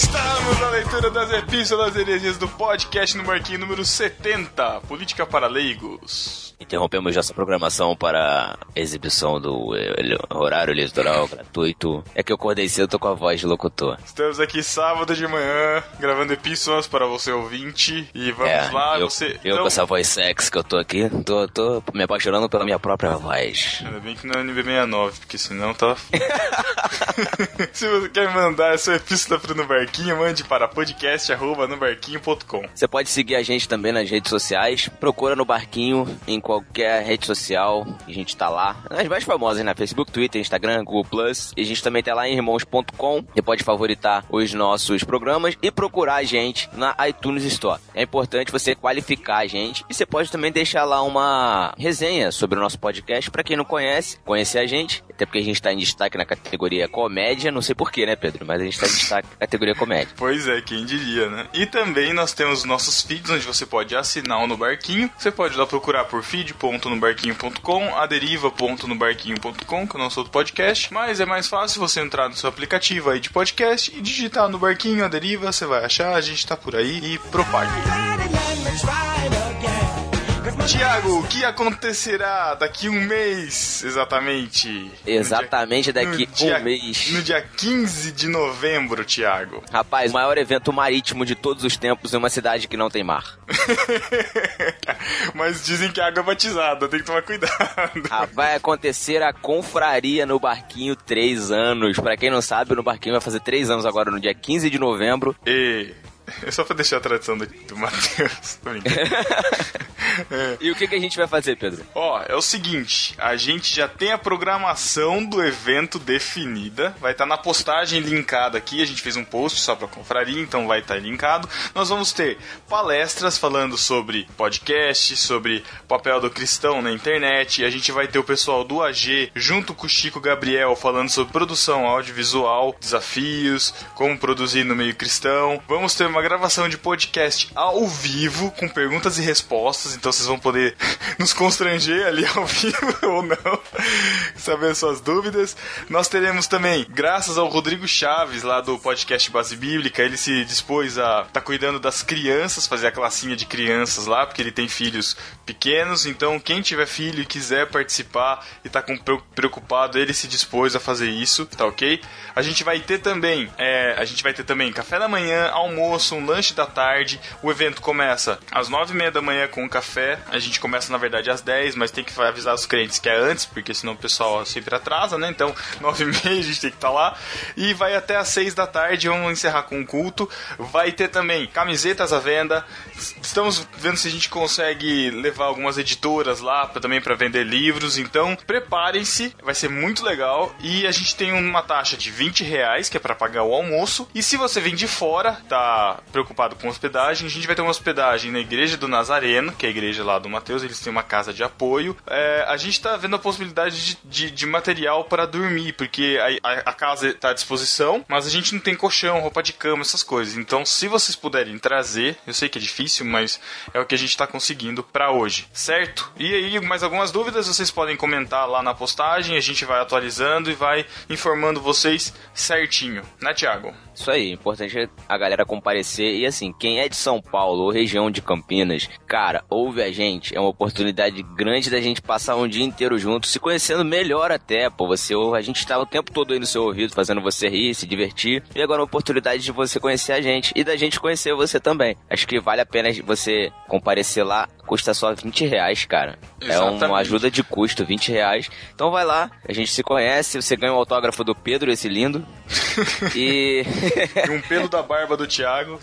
A: Estamos na leitura das epístolas heresias do podcast no Marquinho número 70. Política para leigos.
B: Interrompemos nossa programação para a exibição do eh, ele- horário eleitoral gratuito. É que eu acordei cedo, tô com a voz de locutor.
A: Estamos aqui sábado de manhã, gravando epístolas para você ouvinte. E vamos
B: é,
A: lá,
B: eu,
A: você. então
B: eu com essa voz sexy que eu tô aqui, tô, tô me apaixonando pela minha própria voz.
A: Ainda bem que não é NB69, porque senão tá. Se você quer mandar a sua epístola para No Barquinho, mande para podcast.nobarquinho.com.
B: Você pode seguir a gente também nas redes sociais. Procura no Barquinho, em qualquer rede social. A gente tá lá. As mais famosas, né? Facebook, Twitter, Instagram, Google Plus. E a gente também tá lá em irmãos.com. Você pode favoritar os nossos programas e procurar a gente na iTunes Store. É importante você qualificar a gente. E você pode também deixar lá uma resenha sobre o nosso podcast. Pra quem não conhece, conhecer a gente. E Até porque a gente tá em destaque na categoria comédia, não sei porquê, né, Pedro? Mas a gente tá em destaque na categoria comédia.
A: Pois é, quem diria, né? E também nós temos nossos feeds, onde você pode assinar o No Barquinho. Você pode lá procurar por feed.nobarquinho.com, aderiva.nobarquinho.com, que é o nosso outro podcast. Mas é mais fácil você entrar no seu aplicativo aí de podcast e digitar No Barquinho, a deriva, você vai achar, a gente tá por aí e propague. Tiago, o que acontecerá daqui um mês, exatamente?
B: Exatamente
A: No
B: daqui
A: dia-
B: um mês.
A: No dia 15 de novembro, Tiago.
B: Rapaz, o maior evento marítimo de todos os tempos em uma cidade que não tem mar.
A: Mas dizem que a água é batizada, tem que tomar cuidado.
B: Ah, vai acontecer a confraria no Barquinho três anos. Pra quem não sabe, no Barquinho vai fazer três anos agora, no dia 15 de novembro.
A: E é só pra deixar a tradição do, do Matheus. Tô brincando. É.
B: E o que, que a gente vai fazer, Pedro?
A: Ó, é o seguinte, a gente já tem a programação do evento definida, vai estar na postagem linkada aqui, a gente fez um post só pra confraria, então vai estar linkado. Nós vamos ter palestras falando sobre podcast, sobre papel do cristão na internet, a gente vai ter o pessoal do AG junto com o Chico Gabriel falando sobre produção audiovisual, desafios, como produzir no meio cristão. Vamos ter uma gravação de podcast ao vivo com perguntas e respostas, então vocês vão poder nos constranger ali ao vivo ou não, saber suas dúvidas. Nós teremos também, graças ao Rodrigo Chaves, lá do podcast Base Bíblica, ele se dispôs a estar cuidando das crianças, fazer a classinha de crianças lá, porque ele tem filhos pequenos, então quem tiver filho e quiser participar e tá com preo- preocupado, ele se dispôs a fazer isso, tá ok? A gente vai ter também, é, a gente vai ter também café da manhã, almoço, um lanche da tarde. O evento começa às nove e meia da manhã com o café. A gente começa na verdade às 10, mas tem que avisar os clientes que é antes, porque senão o pessoal sempre atrasa, né? Então nove e meia a gente tem que estar lá e vai até às seis da tarde. Vamos encerrar com o culto. Vai ter também camisetas à venda. S- Estamos vendo se a gente consegue levar algumas editoras lá pra- também para vender livros. Então, preparem-se, vai ser muito legal. E a gente tem uma taxa de 20 reais, que é para pagar o almoço. E se você vem de fora, tá preocupado com hospedagem, a gente vai ter uma hospedagem na igreja do Nazareno, que é a igreja lá do Mateus, eles têm uma casa de apoio. É, a gente tá vendo a possibilidade de, de- de material para dormir, porque a, a- a casa tá à disposição, mas a gente não tem colchão, roupa de cama, essas coisas. Então, se vocês puderem trazer, eu sei que é difícil, mas é o que a gente tá conseguindo para hoje, certo? E aí, mais algumas dúvidas, vocês podem comentar lá na postagem, a gente vai atualizando e vai informando vocês certinho, né, Tiago?
B: Isso aí, é importante a galera comparecer. E assim, quem é de São Paulo ou região de Campinas, cara, ouve a gente. É uma oportunidade grande da gente passar um dia inteiro junto, se conhecendo melhor até, pô. Você ouve, a gente tá o tempo todo aí no seu ouvido, fazendo você rir, se divertir. E agora é uma oportunidade de você conhecer a gente e da gente conhecer você também. Acho que vale a pena você comparecer lá. Custa só 20 reais, cara. É uma
A: Exatamente.
B: ajuda de custo, 20 reais. Então vai lá, a gente se conhece, você ganha o autógrafo do Pedro, esse lindo. E
A: E um pelo da barba do Thiago.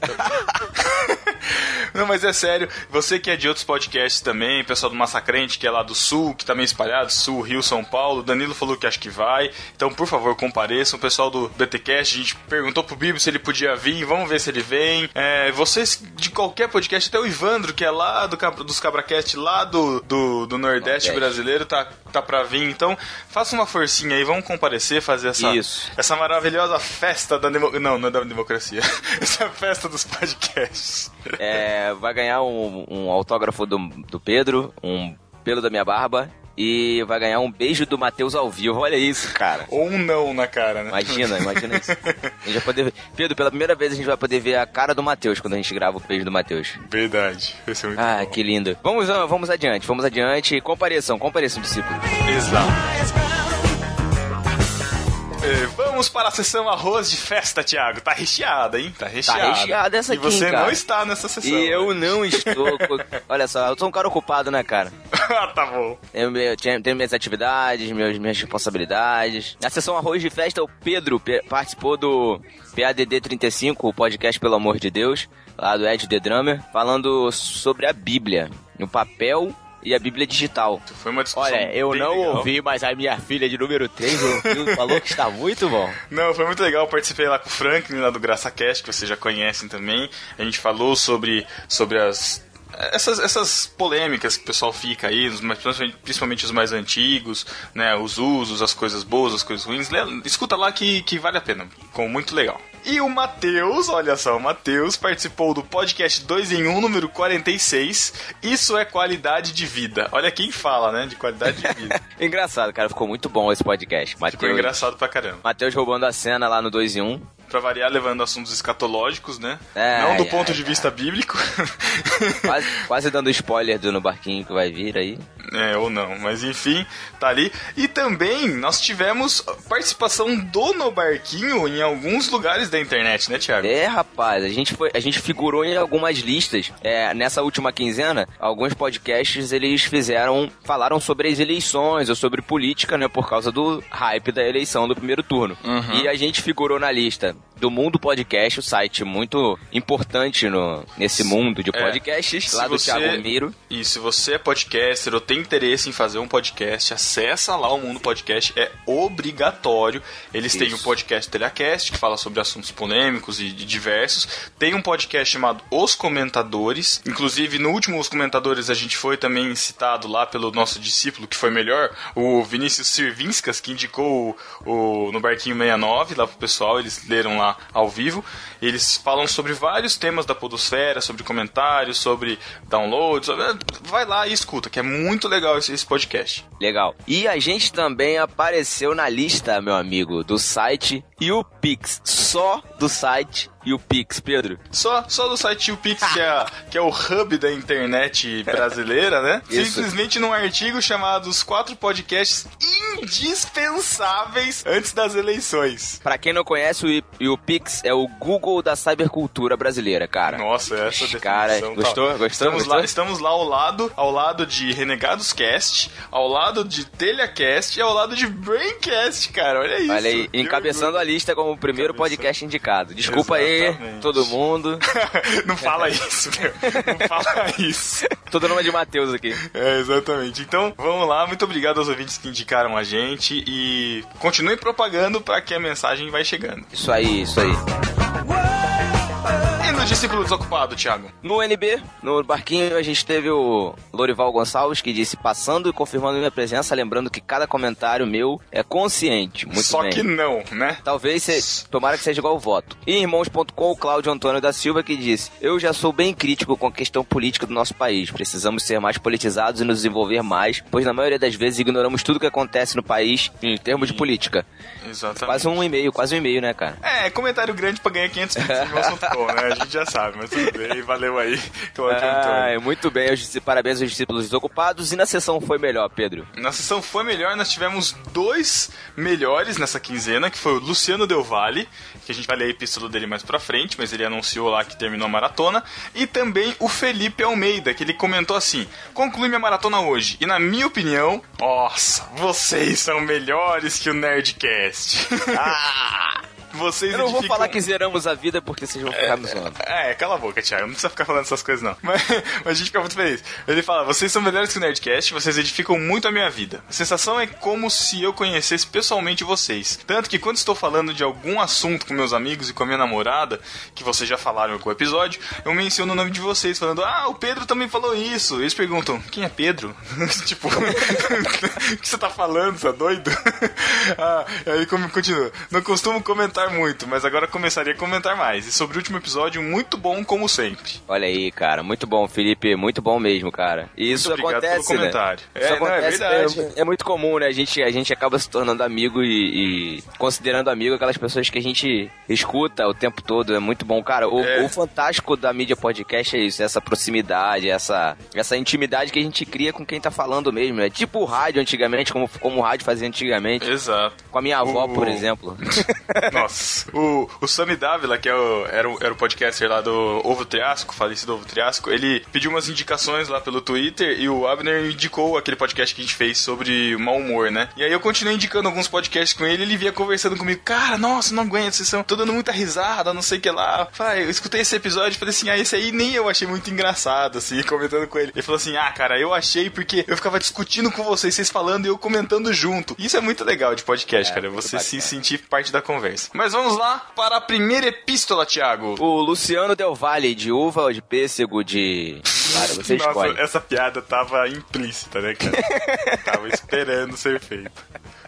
A: Não, mas é sério, você que é de outros podcasts também, pessoal do Massacrente, que é lá do Sul, que tá meio espalhado, Sul, Rio, São Paulo, Danilo falou que acho que vai, então por favor compareçam, o pessoal do BTcast, a gente perguntou pro Bibo se ele podia vir, vamos ver se ele vem, É, vocês de qualquer podcast, até o Ivandro, que é lá do, Cabra- dos CabraCast, lá do, do, do Nordeste,
B: Nordeste.
A: brasileiro, tá, tá pra vir, então faça uma forcinha aí, vamos comparecer, fazer essa,
B: Isso.
A: essa maravilhosa festa da democracia. Não, não é da democracia. Essa é a festa dos podcasts.
B: É, vai ganhar um, um autógrafo do, do Pedro, um pelo da minha barba e vai ganhar um beijo do Matheus ao vivo. Olha isso, cara.
A: Ou um não na cara, né?
B: Imagina, imagina isso. A gente vai poder ver- Pedro, pela primeira vez a gente vai poder ver a cara do Matheus quando a gente grava o beijo do Matheus.
A: Verdade. Vai ser muito
B: Ah,
A: bom.
B: que lindo. Vamos, ah, vamos adiante, vamos adiante. Compareçam, compareçam, discípulos.
A: Exato. É, Vamos para a sessão arroz de festa, Thiago. Tá recheada, hein? Tá recheada.
B: recheada essa
A: E
B: aqui,
A: você
B: hein, cara?
A: não está nessa sessão. né?
B: E eu não estou. co- Olha só, eu sou um cara ocupado, né, cara?
A: ah, tá bom.
B: Eu, eu tinha- tenho minhas atividades, meus, minhas responsabilidades. Na sessão Arroz de Festa, o Pedro pe- participou do PADD 35, o podcast Pelo Amor de Deus, lá do Ed The Drummer, falando sobre a Bíblia, no papel e a Bíblia digital.
A: Foi uma discussão.
B: Olha, eu
A: bem
B: não
A: legal.
B: ouvi, mas a minha filha de número 3 ouviu e falou que está muito bom.
A: Não, foi muito legal. Eu participei lá com o Franklin, lá do Graça Cast, que vocês já conhecem também. A gente falou sobre, sobre as essas, essas polêmicas que o pessoal fica aí, os mais- principalmente- principalmente os mais antigos, né, os usos, as coisas boas, as coisas ruins, le- escuta lá que, que vale a pena, ficou muito legal. E o Matheus, olha só, o Matheus participou do podcast 2 em 1, número 46. Isso é qualidade de vida. Olha quem fala, né, de qualidade de vida.
B: Engraçado, cara, ficou muito bom esse podcast.
A: Ficou
B: Matheus,
A: engraçado pra caramba.
B: Matheus roubando a cena lá no 2 em 1.
A: Pra variar, levando assuntos escatológicos, né?
B: É,
A: Não do
B: é,
A: ponto de
B: é.
A: vista bíblico.
B: Quase, quase dando spoiler do no barquinho que vai vir aí.
A: É, ou não, mas enfim, tá ali. E também nós tivemos participação do No Barquinho em alguns lugares da internet, né, Thiago?
B: É, rapaz, a gente, foi, a gente figurou em algumas listas. É, nessa última quinzena, alguns podcasts eles fizeram, falaram sobre as eleições ou sobre política, né, por causa do hype da eleição do primeiro turno.
A: Uhum.
B: E a gente figurou na lista do Mundo Podcast, o site muito importante no, nesse mundo de
A: É,
B: podcasts,
A: se
B: lá do
A: você-
B: Thiago Miro.
A: E se você é podcaster ou tem interesse em fazer um podcast, acessa lá o Mundo Podcast, é obrigatório. Eles têm
B: Isso.
A: o podcast Telecast, que fala sobre assuntos polêmicos e de- diversos. Tem um podcast chamado Os Comentadores. Inclusive, no último Os Comentadores, a gente foi também citado lá pelo nosso discípulo, que foi melhor, o Vinícius Sirvinskas, que indicou o, o No Barquinho 69 lá pro pessoal. Eles leram lá ao vivo. Eles falam sobre vários temas da podosfera, sobre comentários, sobre downloads. sobre- Vai lá e escuta, que é muito legal esse- esse podcast.
B: Legal. E a gente também apareceu na lista, meu amigo, do site e o Pix. Só do site e o Pix, Pedro.
A: Só, só do site YouPix, que, é, que é o hub da internet brasileira, né?
B: Isso.
A: Simplesmente num artigo chamado Os Quatro Podcasts Indispensáveis Antes das Eleições.
B: Pra quem não conhece, o, I- e o Pix é o Google da cybercultura brasileira, cara.
A: Nossa, essa definição.
B: Cara,
A: tá-
B: gostou? Gostou?
A: Estamos
B: Gostou?
A: lá, estamos lá ao lado, ao lado de Renegados Cast, ao lado de Telhacast e ao lado de Braincast, cara. Olha isso.
B: Olha aí,
A: Que
B: encabeçando a lista como o primeiro
A: Encabeçando.
B: podcast indicado. Desculpa aí,
A: Exatamente.
B: todo mundo.
A: orgulho. Não fala isso, meu. Não fala isso.
B: todo nome de Matheus aqui.
A: É, exatamente. Então, vamos lá. Muito obrigado aos ouvintes que indicaram a gente e continue propagando para que a mensagem vai chegando.
B: Isso aí, isso aí.
A: E no discípulo desocupado, Thiago?
B: No NB, no barquinho, a gente teve o Lorival Gonçalves que disse passando e confirmando minha presença, lembrando que cada comentário meu é consciente. Muito
A: Só
B: bem. Tá
A: que não, né?
B: Talvez se... tomara que seja igual o voto. E irmãos.com, o Cláudio Antônio da Silva que disse: Eu já sou bem crítico com a questão política do nosso país. Precisamos ser mais politizados e nos desenvolver mais, pois na maioria das vezes ignoramos tudo que acontece no país em termos de política.
A: Exatamente.
B: Quase um e-mail, quase um e-mail, né, cara?
A: É, comentário grande pra ganhar 500 pix no nosso né? A gente já sabe, mas tudo bem. Valeu aí, Cláudio Antônio.
B: Ah, muito bem, aos disci- parabéns aos discípulos desocupados. E na sessão foi melhor, Pedro.
A: Na sessão foi melhor, nós tivemos dois melhores nessa quinzena, que foi o Luciano Del Valle, que a gente vai ler a epístola dele mais pra frente, mas ele anunciou lá que terminou a maratona, e também o Felipe Almeida, que ele comentou assim: conclui minha maratona hoje, e na minha opinião, nossa, vocês são melhores que o Nerdcast. Ah, vocês
B: Eu não vou
A: edificam-
B: falar que zeramos a vida porque vocês vão ficar nos zoando.
A: é, cala a boca, Thiago. Não precisa ficar falando essas coisas, não. Mas, mas a gente fica muito feliz. Ele fala: vocês são melhores que o Nerdcast, vocês edificam muito a minha vida. A sensação é como se eu conhecesse pessoalmente vocês. Tanto que quando estou falando de algum assunto com meus amigos e com a minha namorada, que vocês já falaram em algum episódio, eu menciono o nome de vocês, falando: ah, o Pedro também falou isso. Eles perguntam: quem é Pedro? tipo, o que você tá falando, tá doido? ah, aí como continua. Não costumo comentar muito, mas agora começaria a comentar mais. E sobre o último episódio, muito bom como sempre.
B: Olha aí, cara, muito bom, Felipe, muito bom mesmo, cara. E isso
A: Muito obrigado
B: acontece,
A: pelo
B: né?
A: comentário.
B: Isso
A: É, não, é
B: acontece,
A: verdade.
B: é, é muito comum, né? A gente, a gente acaba se tornando amigo e, e considerando amigo aquelas pessoas que a gente escuta o tempo todo. É muito bom, cara. O,
A: É.
B: o fantástico da mídia podcast é isso, essa proximidade, essa, essa intimidade que a gente cria com quem tá falando mesmo. É tipo o rádio antigamente, como, como o rádio fazia antigamente.
A: Exato.
B: Com a minha avó,
A: O-
B: por exemplo.
A: Nossa. O, o Sami Davila, que é o- era, o, era o podcaster lá do Ovo Triasco, falecido Ovo Triasco, ele pediu umas indicações lá pelo Twitter e o Abner indicou aquele podcast que a gente fez sobre mau humor, né? E aí eu continuei indicando alguns podcasts com ele ele vinha conversando comigo. Cara, nossa, não aguento, vocês estão tô dando muita risada, não sei o que lá. Falei, "Ah, eu escutei esse episódio e falei assim, ah, esse aí nem eu achei muito engraçado, assim, comentando com ele. Ele falou assim, ah, cara, eu achei porque eu ficava discutindo com vocês, vocês falando e eu comentando junto. Isso é muito legal de podcast, cara,
B: muito
A: você se
B: bacana.
A: sentir parte da conversa. Mas vamos lá para a primeira epístola, Thiago.
B: O Luciano Del Valle, de uva ou de pêssego, de. Cara, você
A: Nossa,
B: escolhe.
A: essa piada tava implícita, né, cara? tava esperando ser feito.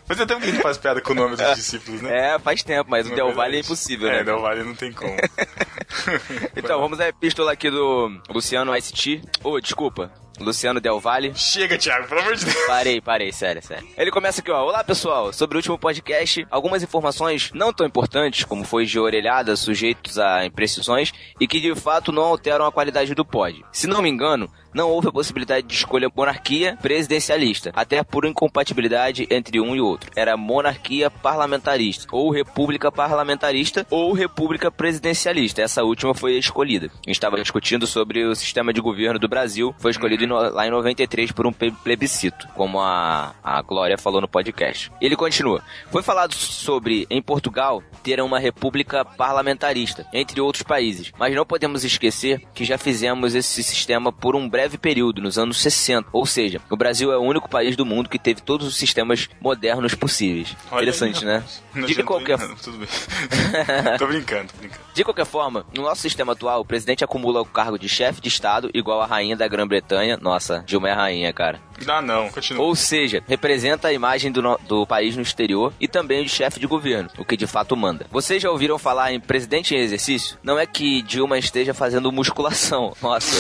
A: Mas até tempo que a gente faz piada com o nome dos discípulos, né?
B: É, faz tempo, mas o
A: Não
B: Del
A: verdade?
B: Valle é impossível,
A: É,
B: né?
A: Del Valle não tem como.
B: Então, vamos à epístola aqui do Luciano ST. Ô, desculpa. Luciano Del Valle.
A: Chega, Thiago, pelo amor de Deus.
B: Parei, parei, sério, sério. Ele começa aqui, ó. Olá, pessoal. Sobre o último podcast, algumas informações não tão importantes, como foi de orelhada, sujeitos a imprecisões, e que de fato não alteram a qualidade do pod. Se não me engano, não houve a possibilidade de escolha monarquia presidencialista, até por incompatibilidade entre um e outro. Era monarquia parlamentarista, ou república parlamentarista, ou república presidencialista. Essa última foi a escolhida. A gente estava discutindo sobre o sistema de governo do Brasil, foi escolhido em no- lá em 93 por um pe- plebiscito, como a, a Glória falou no podcast. Ele continua. Foi falado sobre, em Portugal, ter uma república parlamentarista, entre outros países. Mas não podemos esquecer que já fizemos esse sistema por um breve período, nos anos 60. Ou seja, o Brasil é o único país do mundo que teve todos os sistemas modernos possíveis.
A: Olha
B: Interessante,
A: aí,
B: né?
A: Não
B: De
A: adiantou
B: qualquer
A: em nada, Tudo bem. tô brincando, tô brincando.
B: de qualquer forma, no nosso sistema atual, o presidente acumula o cargo de chefe de Estado, igual a rainha da Grã-Bretanha. Nossa, Dilma é a rainha, cara.
A: Ah, não, continua.
B: Ou seja, representa a imagem do, no- do país no exterior e também de chefe de governo, o que de fato manda. Vocês já ouviram falar em presidente em exercício? Não é que Dilma esteja fazendo musculação. Nossa,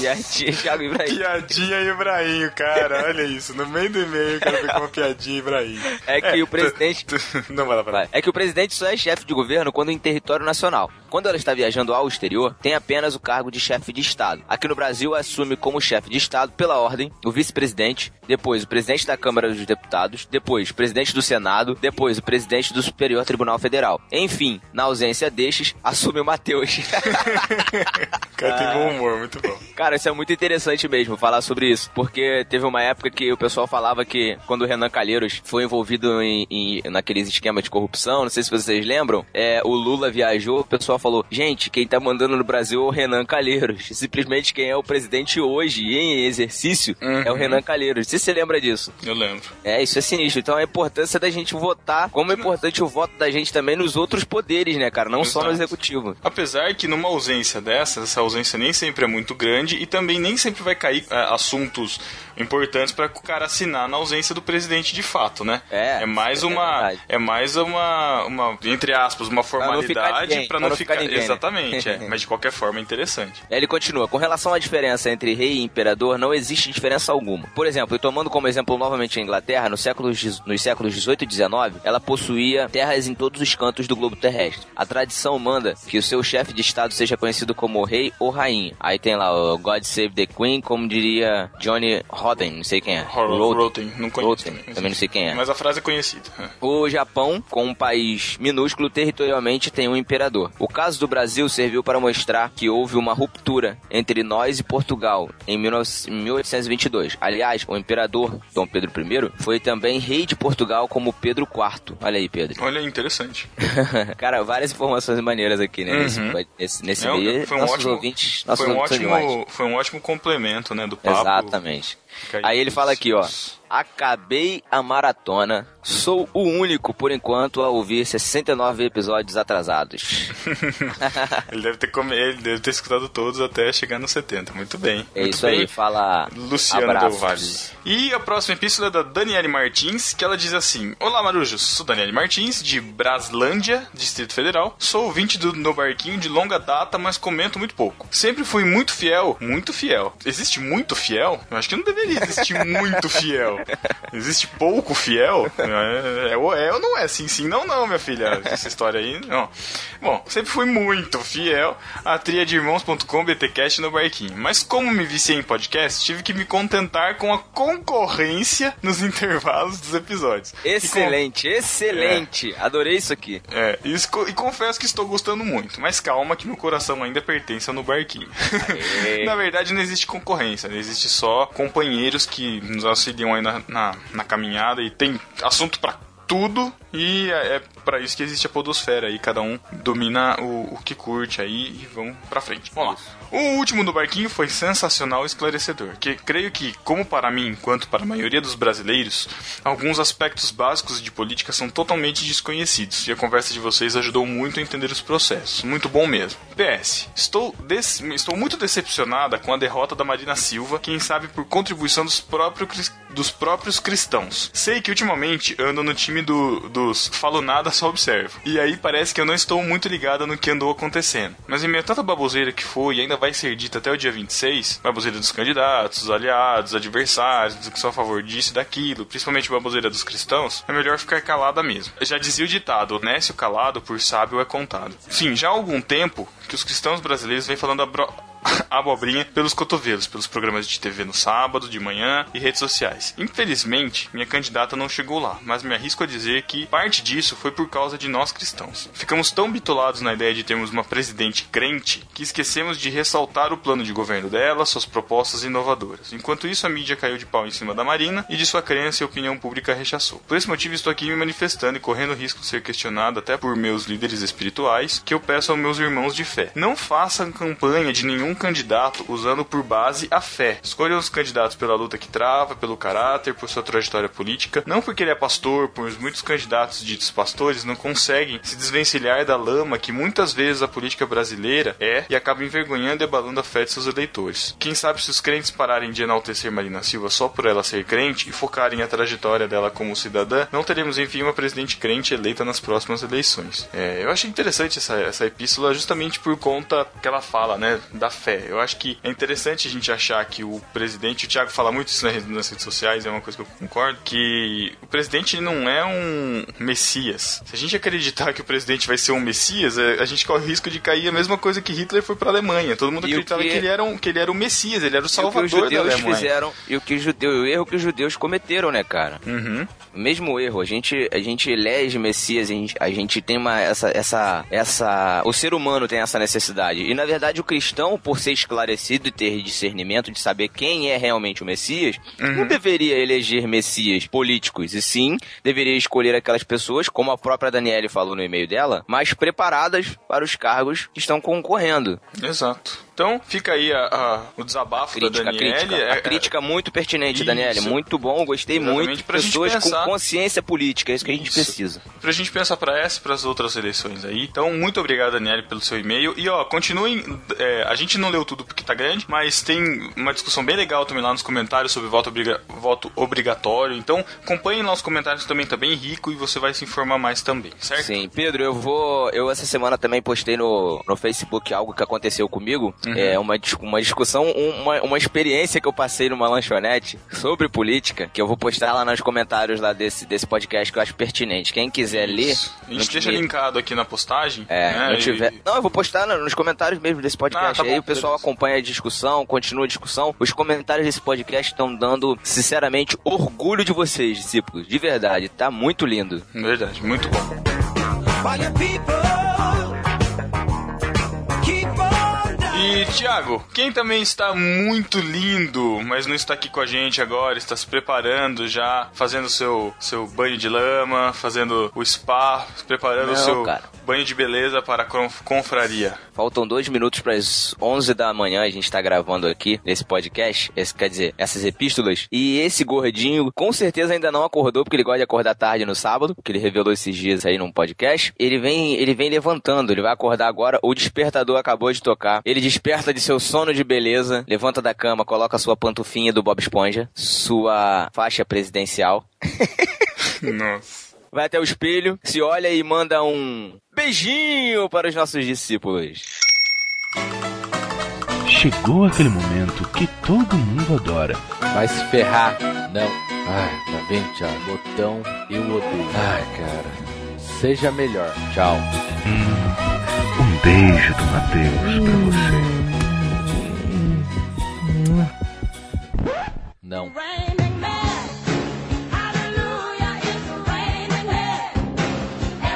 B: e aí, Thiago Ibrahim.
A: Piadinha Ibrahim, cara, olha isso. No meio do e-mail, o cara fica uma piadinha Ibrahim.
B: É que o presidente-
A: tu- tu- Não, vai lá, vai lá.
B: Vai. É que o presidente só é chefe de governo quando em território nacional. Quando ela está viajando ao exterior, tem apenas o cargo de chefe de Estado. Aqui no Brasil, assume como chefe de Estado, pela ordem, o vice-presidente, depois o presidente da Câmara dos Deputados, depois o presidente do Senado, depois o presidente do Superior Tribunal Federal. Enfim, na ausência destes, assume o Matheus.
A: O cara
B: Ah.
A: tem bom humor, muito bom.
B: Cara, isso é muito interessante mesmo, falar sobre isso. Porque teve uma época que o pessoal falava que quando o Renan Calheiros foi envolvido em, em- naqueles esquemas de corrupção, não sei se vocês lembram, é, o Lula viajou, o pessoal falou, gente, quem tá mandando no Brasil é o Renan Calheiros. Simplesmente quem é o presidente hoje em exercício é o Renan Calheiros. Não sei se você lembra disso.
A: Eu lembro.
B: É, isso é sinistro. Então a importância da gente votar, como é importante o voto da gente também nos outros poderes, né, cara? Não só no
A: Exato.
B: executivo.
A: Apesar que numa ausência dessas, essa ausência nem sempre é muito grande e também nem sempre vai cair é, assuntos importantes para o cara assinar na ausência do presidente de fato, né?
B: É,
A: é mais
B: é
A: uma
B: verdade.
A: é mais uma, uma entre aspas, uma
B: não ficar
A: formalidade
B: ninguém,
A: para
B: pra
A: não
B: não ficar
A: ficar,
B: ninguém, né?
A: exatamente, é. mas de qualquer forma é interessante.
B: Aí Ele continua, com relação à diferença entre rei e imperador, não existe diferença alguma. Por exemplo, e tomando como exemplo novamente a Inglaterra, no século, dez- nos séculos 18 e 19, ela possuía terras em todos os cantos do globo terrestre. A tradição manda que o seu chefe de estado seja conhecido como rei ou rainha. Aí tem lá o God Save the Queen, como diria Johnny Rotten, não sei quem é.
A: Harold
B: Rotten.
A: Roten, não conheço
B: Roten,
A: também.
B: também não sei quem é.
A: Mas a frase é conhecida.
B: O Japão, com um país minúsculo territorialmente, tem um imperador. O caso do Brasil serviu para mostrar que houve uma ruptura entre nós e Portugal em 19- 1822. Aliás, o imperador Dom Pedro I foi também rei de Portugal como Pedro IV. Olha aí, Pedro.
A: Olha, é interessante.
B: Cara, várias informações maneiras aqui, né? Nesse,
A: Uhum.
B: nesse, nesse
A: É um-
B: meio,
A: foi um
B: nossos
A: ótimo-
B: ouvintes, nossos
A: foi um
B: ouvintes são demais.
A: ótimo, foi um ótimo complemento, né, do papo.
B: Exatamente.
A: Fica aí.
B: Aí ele fala aqui, ó. Acabei a maratona. Sou o único, por enquanto, a ouvir 69 episódios atrasados.
A: Ele deve ter come... ele deve ter escutado todos até chegar nos 70. Muito bem.
B: É
A: Muito
B: isso
A: bem.
B: aí, fala.
A: Luciano
B: abraços.
A: Del Valle. E a próxima epístola é da Daniele Martins, que ela diz assim: Olá, Marujos, sou Daniele Martins, de Braslândia, Distrito Federal. Sou ouvinte do No Barquinho de longa data, mas comento muito pouco. Sempre fui muito fiel, muito fiel. Existe muito fiel? Eu acho que não deveria existir muito fiel. Existe pouco fiel? É, é, ou é ou não é? Sim, sim, não, não, minha filha. Essa história aí, não. Bom, sempre fui muito fiel à tria de irmãos.com BTcast no barquinho. Mas como me viciei em podcast, tive que me contentar com a concorrência nos intervalos dos episódios. E com-
B: Excelente, excelente. Adorei isso aqui.
A: é, e, esco- e confesso que estou gostando muito, mas calma que meu coração ainda pertence ao no barquinho. na verdade, não existe concorrência, não existe só companheiros que nos auxiliam aí na, na, na caminhada e tem assunto pra tudo e é é pra isso que existe a podosfera aí, cada um domina o, o que curte aí e vão pra frente. Vamos lá. O último do barquinho foi sensacional e esclarecedor, que creio que, como para mim, quanto para a maioria dos brasileiros, alguns aspectos básicos de política são totalmente desconhecidos e a conversa de vocês ajudou muito a entender os processos. Muito bom mesmo. PS, estou, des- estou muito decepcionada com a derrota da Marina Silva, quem sabe por contribuição dos próprios cris- dos próprios cristãos. Sei que ultimamente ando no time do, dos falo nada, só observo. E aí parece que eu não estou muito ligada no que andou acontecendo. Mas em meio a tanta baboseira que foi e ainda vai ser dita até o dia 26, baboseira dos candidatos, dos aliados, adversários, do que são a favor disso e daquilo, principalmente baboseira dos cristãos, é melhor ficar calada mesmo. Já dizia o ditado, honesto calado, por sábio é contado. Sim, já há algum tempo que os cristãos brasileiros vêm falando a bro- abobrinha pelos cotovelos, pelos programas de TV no sábado, de manhã e redes sociais. Infelizmente, minha candidata não chegou lá, mas me arrisco a dizer que parte disso foi por causa de nós cristãos. Ficamos tão bitolados na ideia de termos uma presidente crente que esquecemos de ressaltar o plano de governo dela, suas propostas inovadoras. Enquanto isso, a mídia caiu de pau em cima da Marina e de sua crença e a opinião pública rechaçou. Por esse motivo, estou aqui me manifestando e correndo o risco de ser questionado até por meus líderes espirituais, que eu peço aos meus irmãos de fé. Não façam campanha de nenhum candidato usando por base a fé. Escolham os candidatos pela luta que trava, pelo caráter, por sua trajetória política, não porque ele é pastor, pois muitos candidatos ditos pastores não conseguem se desvencilhar da lama que muitas vezes a política brasileira é e acaba envergonhando e abalando a fé de seus eleitores. Quem sabe se os crentes pararem de enaltecer Marina Silva só por ela ser crente e focarem a trajetória dela como cidadã, não teremos enfim uma presidente crente eleita nas próximas eleições. É, eu achei interessante essa, essa epístola justamente por conta que ela fala, né, da fé. Eu acho que é interessante a gente achar que o presidente, o Thiago fala muito isso nas redes- nas redes sociais, é uma coisa que eu concordo, que o presidente ele não é um messias. Se a gente acreditar que o presidente vai ser um messias, é, a gente corre o risco de cair a mesma coisa que Hitler foi pra Alemanha. Todo mundo
B: E o
A: acreditava
B: que- é-
A: que... ele era um, que ele era o messias, ele era o
B: e o que
A: salvador
B: os
A: da
B: judeus
A: Alemanha.
B: fizeram e o que os judeus, o erro que os judeus cometeram, né, cara?
A: Uhum.
B: O mesmo erro. A gente, a gente elege Messias, a gente, a gente tem uma essa, essa, essa, o ser humano tem essa necessidade. E na verdade o cristão, por ser esclarecido e ter discernimento de saber quem é realmente o Messias,
A: Uhum.
B: não deveria eleger Messias políticos e sim deveria escolher aquelas pessoas, como a própria Daniele falou no e-mail dela, mais preparadas para os cargos que estão concorrendo.
A: Exato. Então, fica aí a- a- o desabafo
B: Crítica,
A: da Daniele.
B: crítica.
A: É-
B: a crítica muito pertinente,
A: Isso.
B: Daniele. Muito bom, gostei
A: Exatamente,
B: muito.
A: pra gente
B: Pessoas
A: pensar.
B: com consciência política, é isso que a gente
A: Isso.
B: precisa.
A: é, pra gente pensar pra essa e pras outras eleições aí. Então, muito obrigado, Daniele, pelo seu e-mail. E, ó, continuem... é, a gente não leu tudo porque tá grande, mas tem uma discussão bem legal também lá nos comentários sobre voto, obriga- voto obrigatório. Então, acompanhem lá os comentários também, tá bem rico e você vai se informar mais também, certo?
B: Sim, Pedro, eu vou. Eu essa semana também postei no, no Facebook algo que aconteceu comigo.
A: Uhum.
B: É uma, dis- uma discussão, um- uma, uma experiência que eu passei numa lanchonete sobre política, que eu vou postar lá nos comentários lá desse, desse podcast que eu acho pertinente. Quem quiser é ler.
A: Isso. A
B: não
A: gente deixa
B: tiver-
A: linkado aqui na postagem.
B: É,
A: né,
B: não
A: e-
B: tiver. Não, eu vou postar no- nos comentários mesmo desse podcast.
A: Ah, tá
B: aí
A: bom,
B: o pessoal
A: beleza.
B: acompanha a discussão, continua a discussão. Os comentários desse podcast estão dando, sinceramente, orgulho de vocês, discípulos. De verdade, tá muito lindo.
A: Verdade, muito bom.
H: Olha, people, keep on down.
A: E Thiago, quem também está muito lindo, mas não está aqui com a gente agora, está se preparando já, fazendo seu seu banho de lama, fazendo o spa, se preparando o
B: Não,
A: seu
B: cara.
A: banho de beleza para a conf- confraria.
B: Faltam dois minutos para as 11 da manhã. A gente tá gravando aqui nesse podcast. Esse, quer dizer, essas epístolas. E esse gordinho, com certeza, ainda não acordou, porque ele gosta de acordar tarde no sábado, que ele revelou esses dias aí num podcast. Ele vem, ele vem levantando, ele vai acordar agora. O despertador acabou de tocar. Ele desperta de seu sono de beleza, levanta da cama, coloca sua pantufinha do Bob Esponja, sua faixa presidencial,
A: Nossa.
B: vai até o espelho, se olha e manda um beijinho para os nossos discípulos.
I: Chegou aquele momento que todo mundo adora.
C: Vai se ferrar. Não. Ai, tá vendo, Thiago? Botão, eu odeio. Ai, cara. Seja melhor. Tchau.
I: Um beijo do Matheus pra você.
C: Não.
G: Raining man, hallelujah, it's raining man.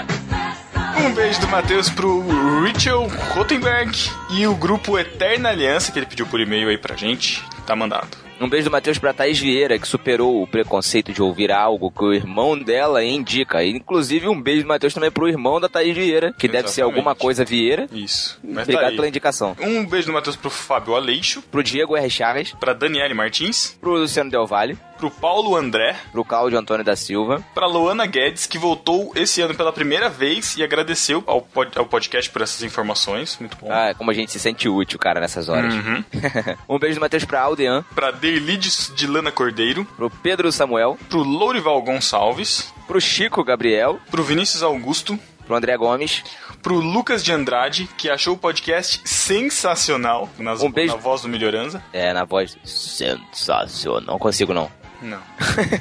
G: Every special
A: Um beijo do Matheus pro Rachel Rotenberg e o grupo Eterna Aliança, que ele pediu por e-mail aí pra gente. Tá mandado.
B: Um Um beijo do Matheus pra Thaís Vieira, que superou o preconceito de ouvir algo que o irmão dela indica. E, inclusive, um beijo do Matheus também pro irmão da Thaís Vieira, que deve ser
A: Exatamente.
B: alguma coisa Vieira.
A: Isso. Mas tá
B: Obrigado
A: aí.
B: pela indicação.
A: Um beijo do Matheus pro Fábio Aleixo,
B: Pro Diego R. Chaves,
A: pra Daniele Martins,
B: pro Luciano Del Valle,
A: pro Paulo André,
B: pro Cláudio Antônio da Silva.
A: pra Luana Guedes, que voltou esse ano pela primeira vez e agradeceu ao, pod- ao podcast por essas informações. Muito bom.
B: Ah, é como a gente se sente útil, cara, nessas horas.
A: Uhum.
B: um beijo do Matheus pra Aldean,
A: Pra Derlides de Lana Cordeiro,
B: pro Pedro Samuel,
A: pro Lourival Gonçalves,
B: pro Chico Gabriel,
A: pro Vinícius Augusto,
B: pro André Gomes,
A: pro Lucas de Andrade, que achou o podcast sensacional nas-
B: Um beijo.
A: na voz do Melhoranza.
B: é, na voz sensacional. Não consigo, não.
A: Não.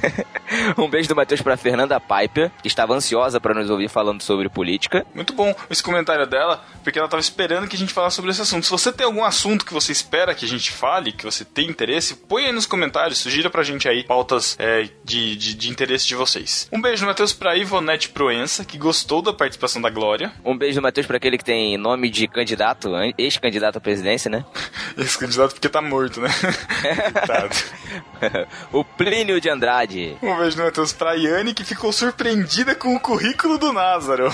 B: um beijo do Matheus pra Fernanda Piper, que estava ansiosa pra nos ouvir falando sobre política.
A: Muito bom esse comentário dela, porque ela estava esperando que a gente falasse sobre esse assunto. Se você tem algum assunto que você espera que a gente fale, que você tem interesse, põe aí nos comentários, sugira pra gente aí pautas é, de, de, de interesse de vocês. Um beijo, Matheus, pra Ivonete Proença, que gostou da participação da Glória.
B: Um beijo do Matheus pra aquele que tem nome de candidato, an- ex-candidato à presidência, né?
A: Esse candidato porque tá morto, né? Coitado.
B: o Plínio de Andrade.
A: Um beijo, Matheus, pra Yane, que ficou surpreendida com o currículo do Názaro.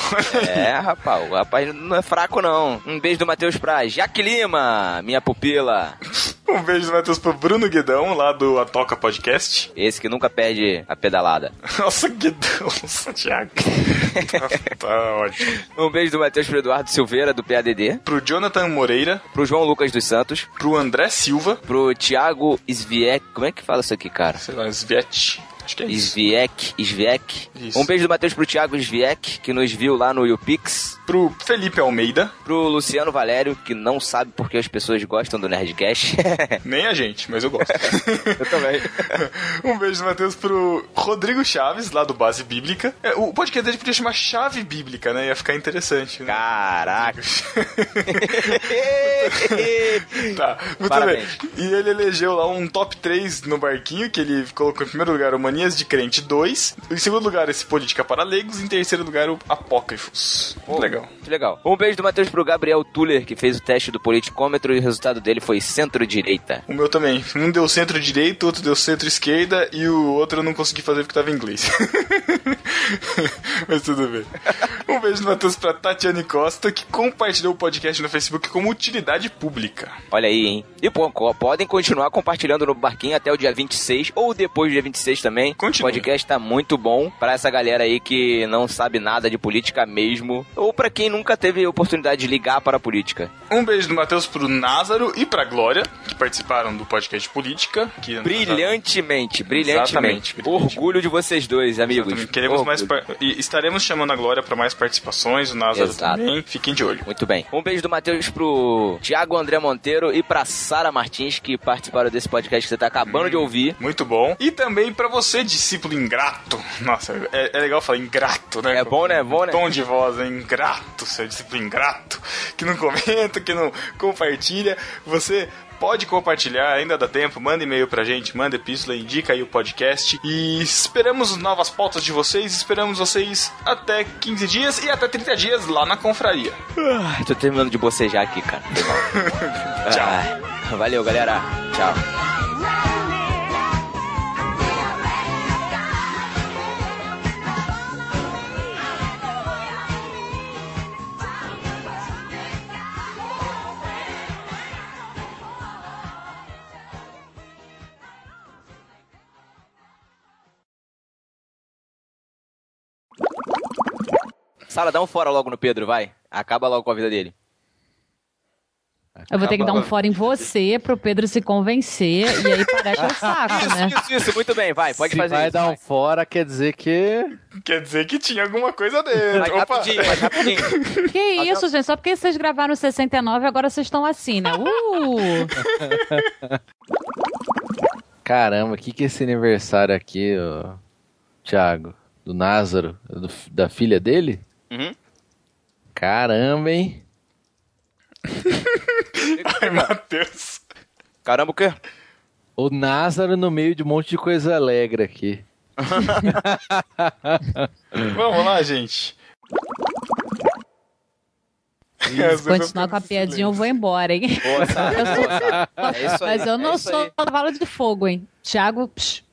B: É, rapaz, o rapaz não é fraco, não. Um beijo do Matheus pra Jaque Lima, minha pupila.
A: Um beijo, Matheus, pro Bruno Guedão, lá do Atoca Podcast.
B: Esse que nunca perde a pedalada.
A: Nossa, que dança, Thiago. tá, tá ótimo.
B: Um beijo do Matheus pro Eduardo Silveira, do PADD.
A: Pro Jonathan Moreira,
B: Pro João Lucas dos Santos.
A: pro André Silva,
B: Pro Thiago Sviek. Como é que fala isso aqui, cara?
A: sei lá, Sviet. Acho que é isso.
B: Sviek, Sviek.
A: Isso.
B: Um beijo do Matheus pro Thiago Sviek, que nos viu lá no YouPix.
A: Pro Felipe Almeida,
B: Pro Luciano Valério, que não sabe porque as pessoas gostam do Nerdcast.
A: nem a gente, mas eu gosto.
B: Eu também.
A: um beijo, Matheus, pro Rodrigo Chaves, lá do Base Bíblica. É, o podcast dele podia chamar Chave Bíblica, né? Ia ficar interessante, né?
B: Caraca.
A: Tá, muito
B: Parabéns.
A: bem. E ele elegeu lá um top 3 no barquinho, que ele colocou em primeiro lugar o Manias de Crente 2, em segundo lugar esse Política para Leigos, em terceiro lugar o Apócrifos. Muito legal.
B: Muito legal. Um beijo do Matheus pro Gabriel Tuller, que fez o teste do politicômetro e o resultado dele foi centro-direita.
A: O meu também. Um deu centro-direita, outro deu centro-esquerda e o outro eu não consegui fazer porque tava em inglês. Mas tudo bem. Um beijo, Matheus, pra Tatiane Costa, que compartilhou o podcast no Facebook como utilidade pública.
B: Olha aí, hein? E pô, co- podem continuar compartilhando no barquinho até o dia 26 ou depois do dia 26 também.
A: Continua.
B: O podcast tá muito bom pra essa galera aí que não sabe nada de política mesmo ou pra quem nunca teve oportunidade de ligar para a política.
A: Um beijo do Matheus pro Názaro e pra Glória, que participaram do podcast Política. Que
B: Brilhantemente, brilhantemente.
A: Exatamente, brilhantemente.
B: Orgulho de vocês dois, amigos.
A: Exatamente. Queremos mais
B: Orgulho.
A: par- e estaremos chamando a Glória pra mais participações, o Názaro
B: Exato.
A: também. Fiquem de olho.
B: Muito bem. Um beijo do Matheus pro Thiago André Monteiro e pra Sara Martins, que participaram desse podcast que você tá acabando
A: Uhum.
B: de ouvir.
A: Muito bom. E também pra você, discípulo ingrato. Nossa, é, é legal falar ingrato, né?
B: É bom, né? É bom, né?
A: Tom de voz, é ingrato, seu discípulo ingrato. Que não comenta, que não compartilha. Você pode compartilhar, ainda dá tempo. Manda e-mail pra gente, manda epístola, indica aí o podcast. E esperamos novas pautas de vocês. Esperamos vocês até 15 dias e até 30 dias lá na confraria.
B: Ai, tô terminando de bocejar aqui, cara.
A: Tchau.
B: Ah, valeu, galera. Tchau. Sara, dá um fora logo no Pedro, vai. Acaba logo com a vida dele.
D: Eu vou ter que dar um fora em você pro Pedro se convencer. E aí parece um saco, né?
B: Isso, isso, muito bem, vai, pode
C: Se
B: fazer
C: vai
B: isso.
C: dar um
B: vai.
C: fora, quer dizer que...
A: Quer dizer que tinha alguma coisa dentro.
B: Vai
A: Opa.
B: rapidinho, vai rapidinho.
D: Que isso, gente? Só porque vocês gravaram 69, agora vocês estão assim, né? Uh!
C: Caramba, o que, que é esse aniversário aqui, ô, Thiago? Do Názaro? do- da filha dele?
B: Uhum.
C: Caramba, hein?
A: Ai, Matheus.
B: Caramba, o quê?
C: O Názaro no meio de um monte de coisa alegre aqui.
A: Vamos lá, gente. Às vezes eu
D: Continuar
A: fico
D: com a
A: nesse
D: piadinha, eu vou embora, hein?
B: Boa, sabe?
D: Eu sou-
B: É isso aí,
D: Mas eu não
B: é isso
D: sou
B: aí.
D: cavalo de fogo, hein? Thiago, psh,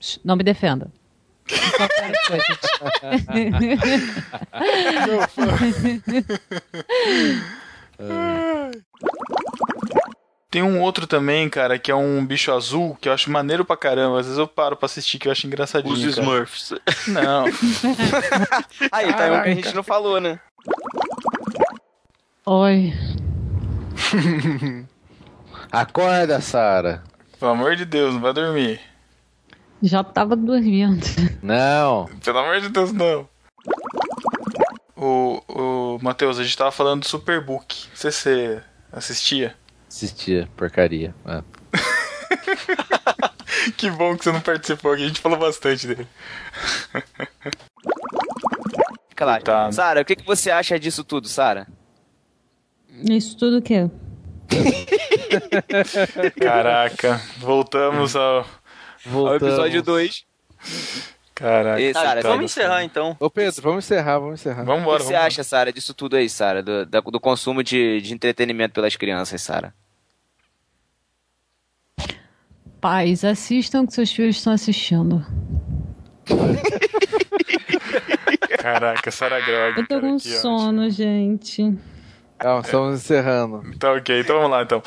D: psh, não me defenda. Eu só quero coisas.
A: Tem um outro também, cara, que é um bicho azul, que eu acho maneiro pra caramba. Às vezes eu paro pra assistir, que eu acho engraçadinho.
E: Os
A: cara.
E: Smurfs.
A: Não.
E: é
B: Aí, tá aí um que a gente não falou, né?
D: Oi.
C: Acorda, Sara.
A: Pelo amor de Deus, não vai dormir.
D: Já tava dormindo.
C: Não.
A: Pelo amor de Deus, não. O, o Matheus, a gente tava falando do Superbook. Não sei se você assistia.
C: Assistia, porcaria. Ah.
A: Que bom que você não participou aqui, a gente falou bastante dele.
B: Fica lá.
A: Tá.
B: Sara, o que, que você acha disso tudo, Sara?
J: Isso tudo o quê?
A: Caraca, voltamos ao.
B: Ao
C: Voltamos.
B: episódio 2.
A: Caraca.
B: E, Sara,
A: coitado.
B: tá.
E: Vamos encerrar então.
C: Ô Pedro, vamos encerrar, vamos encerrar.
B: O que
A: Vambora,
B: você
A: vambora.
B: acha, Sara, disso tudo aí, Sara? Do, da- do consumo de, de entretenimento pelas crianças, Sara?
D: Pais, assistam o que seus filhos estão assistindo.
A: Caraca, Sara Grog.
J: Eu tô
A: cara,
J: com
A: que ótimo.
J: sono, gente.
C: Não, estamos encerrando.
A: Tá ok, então vamos lá então.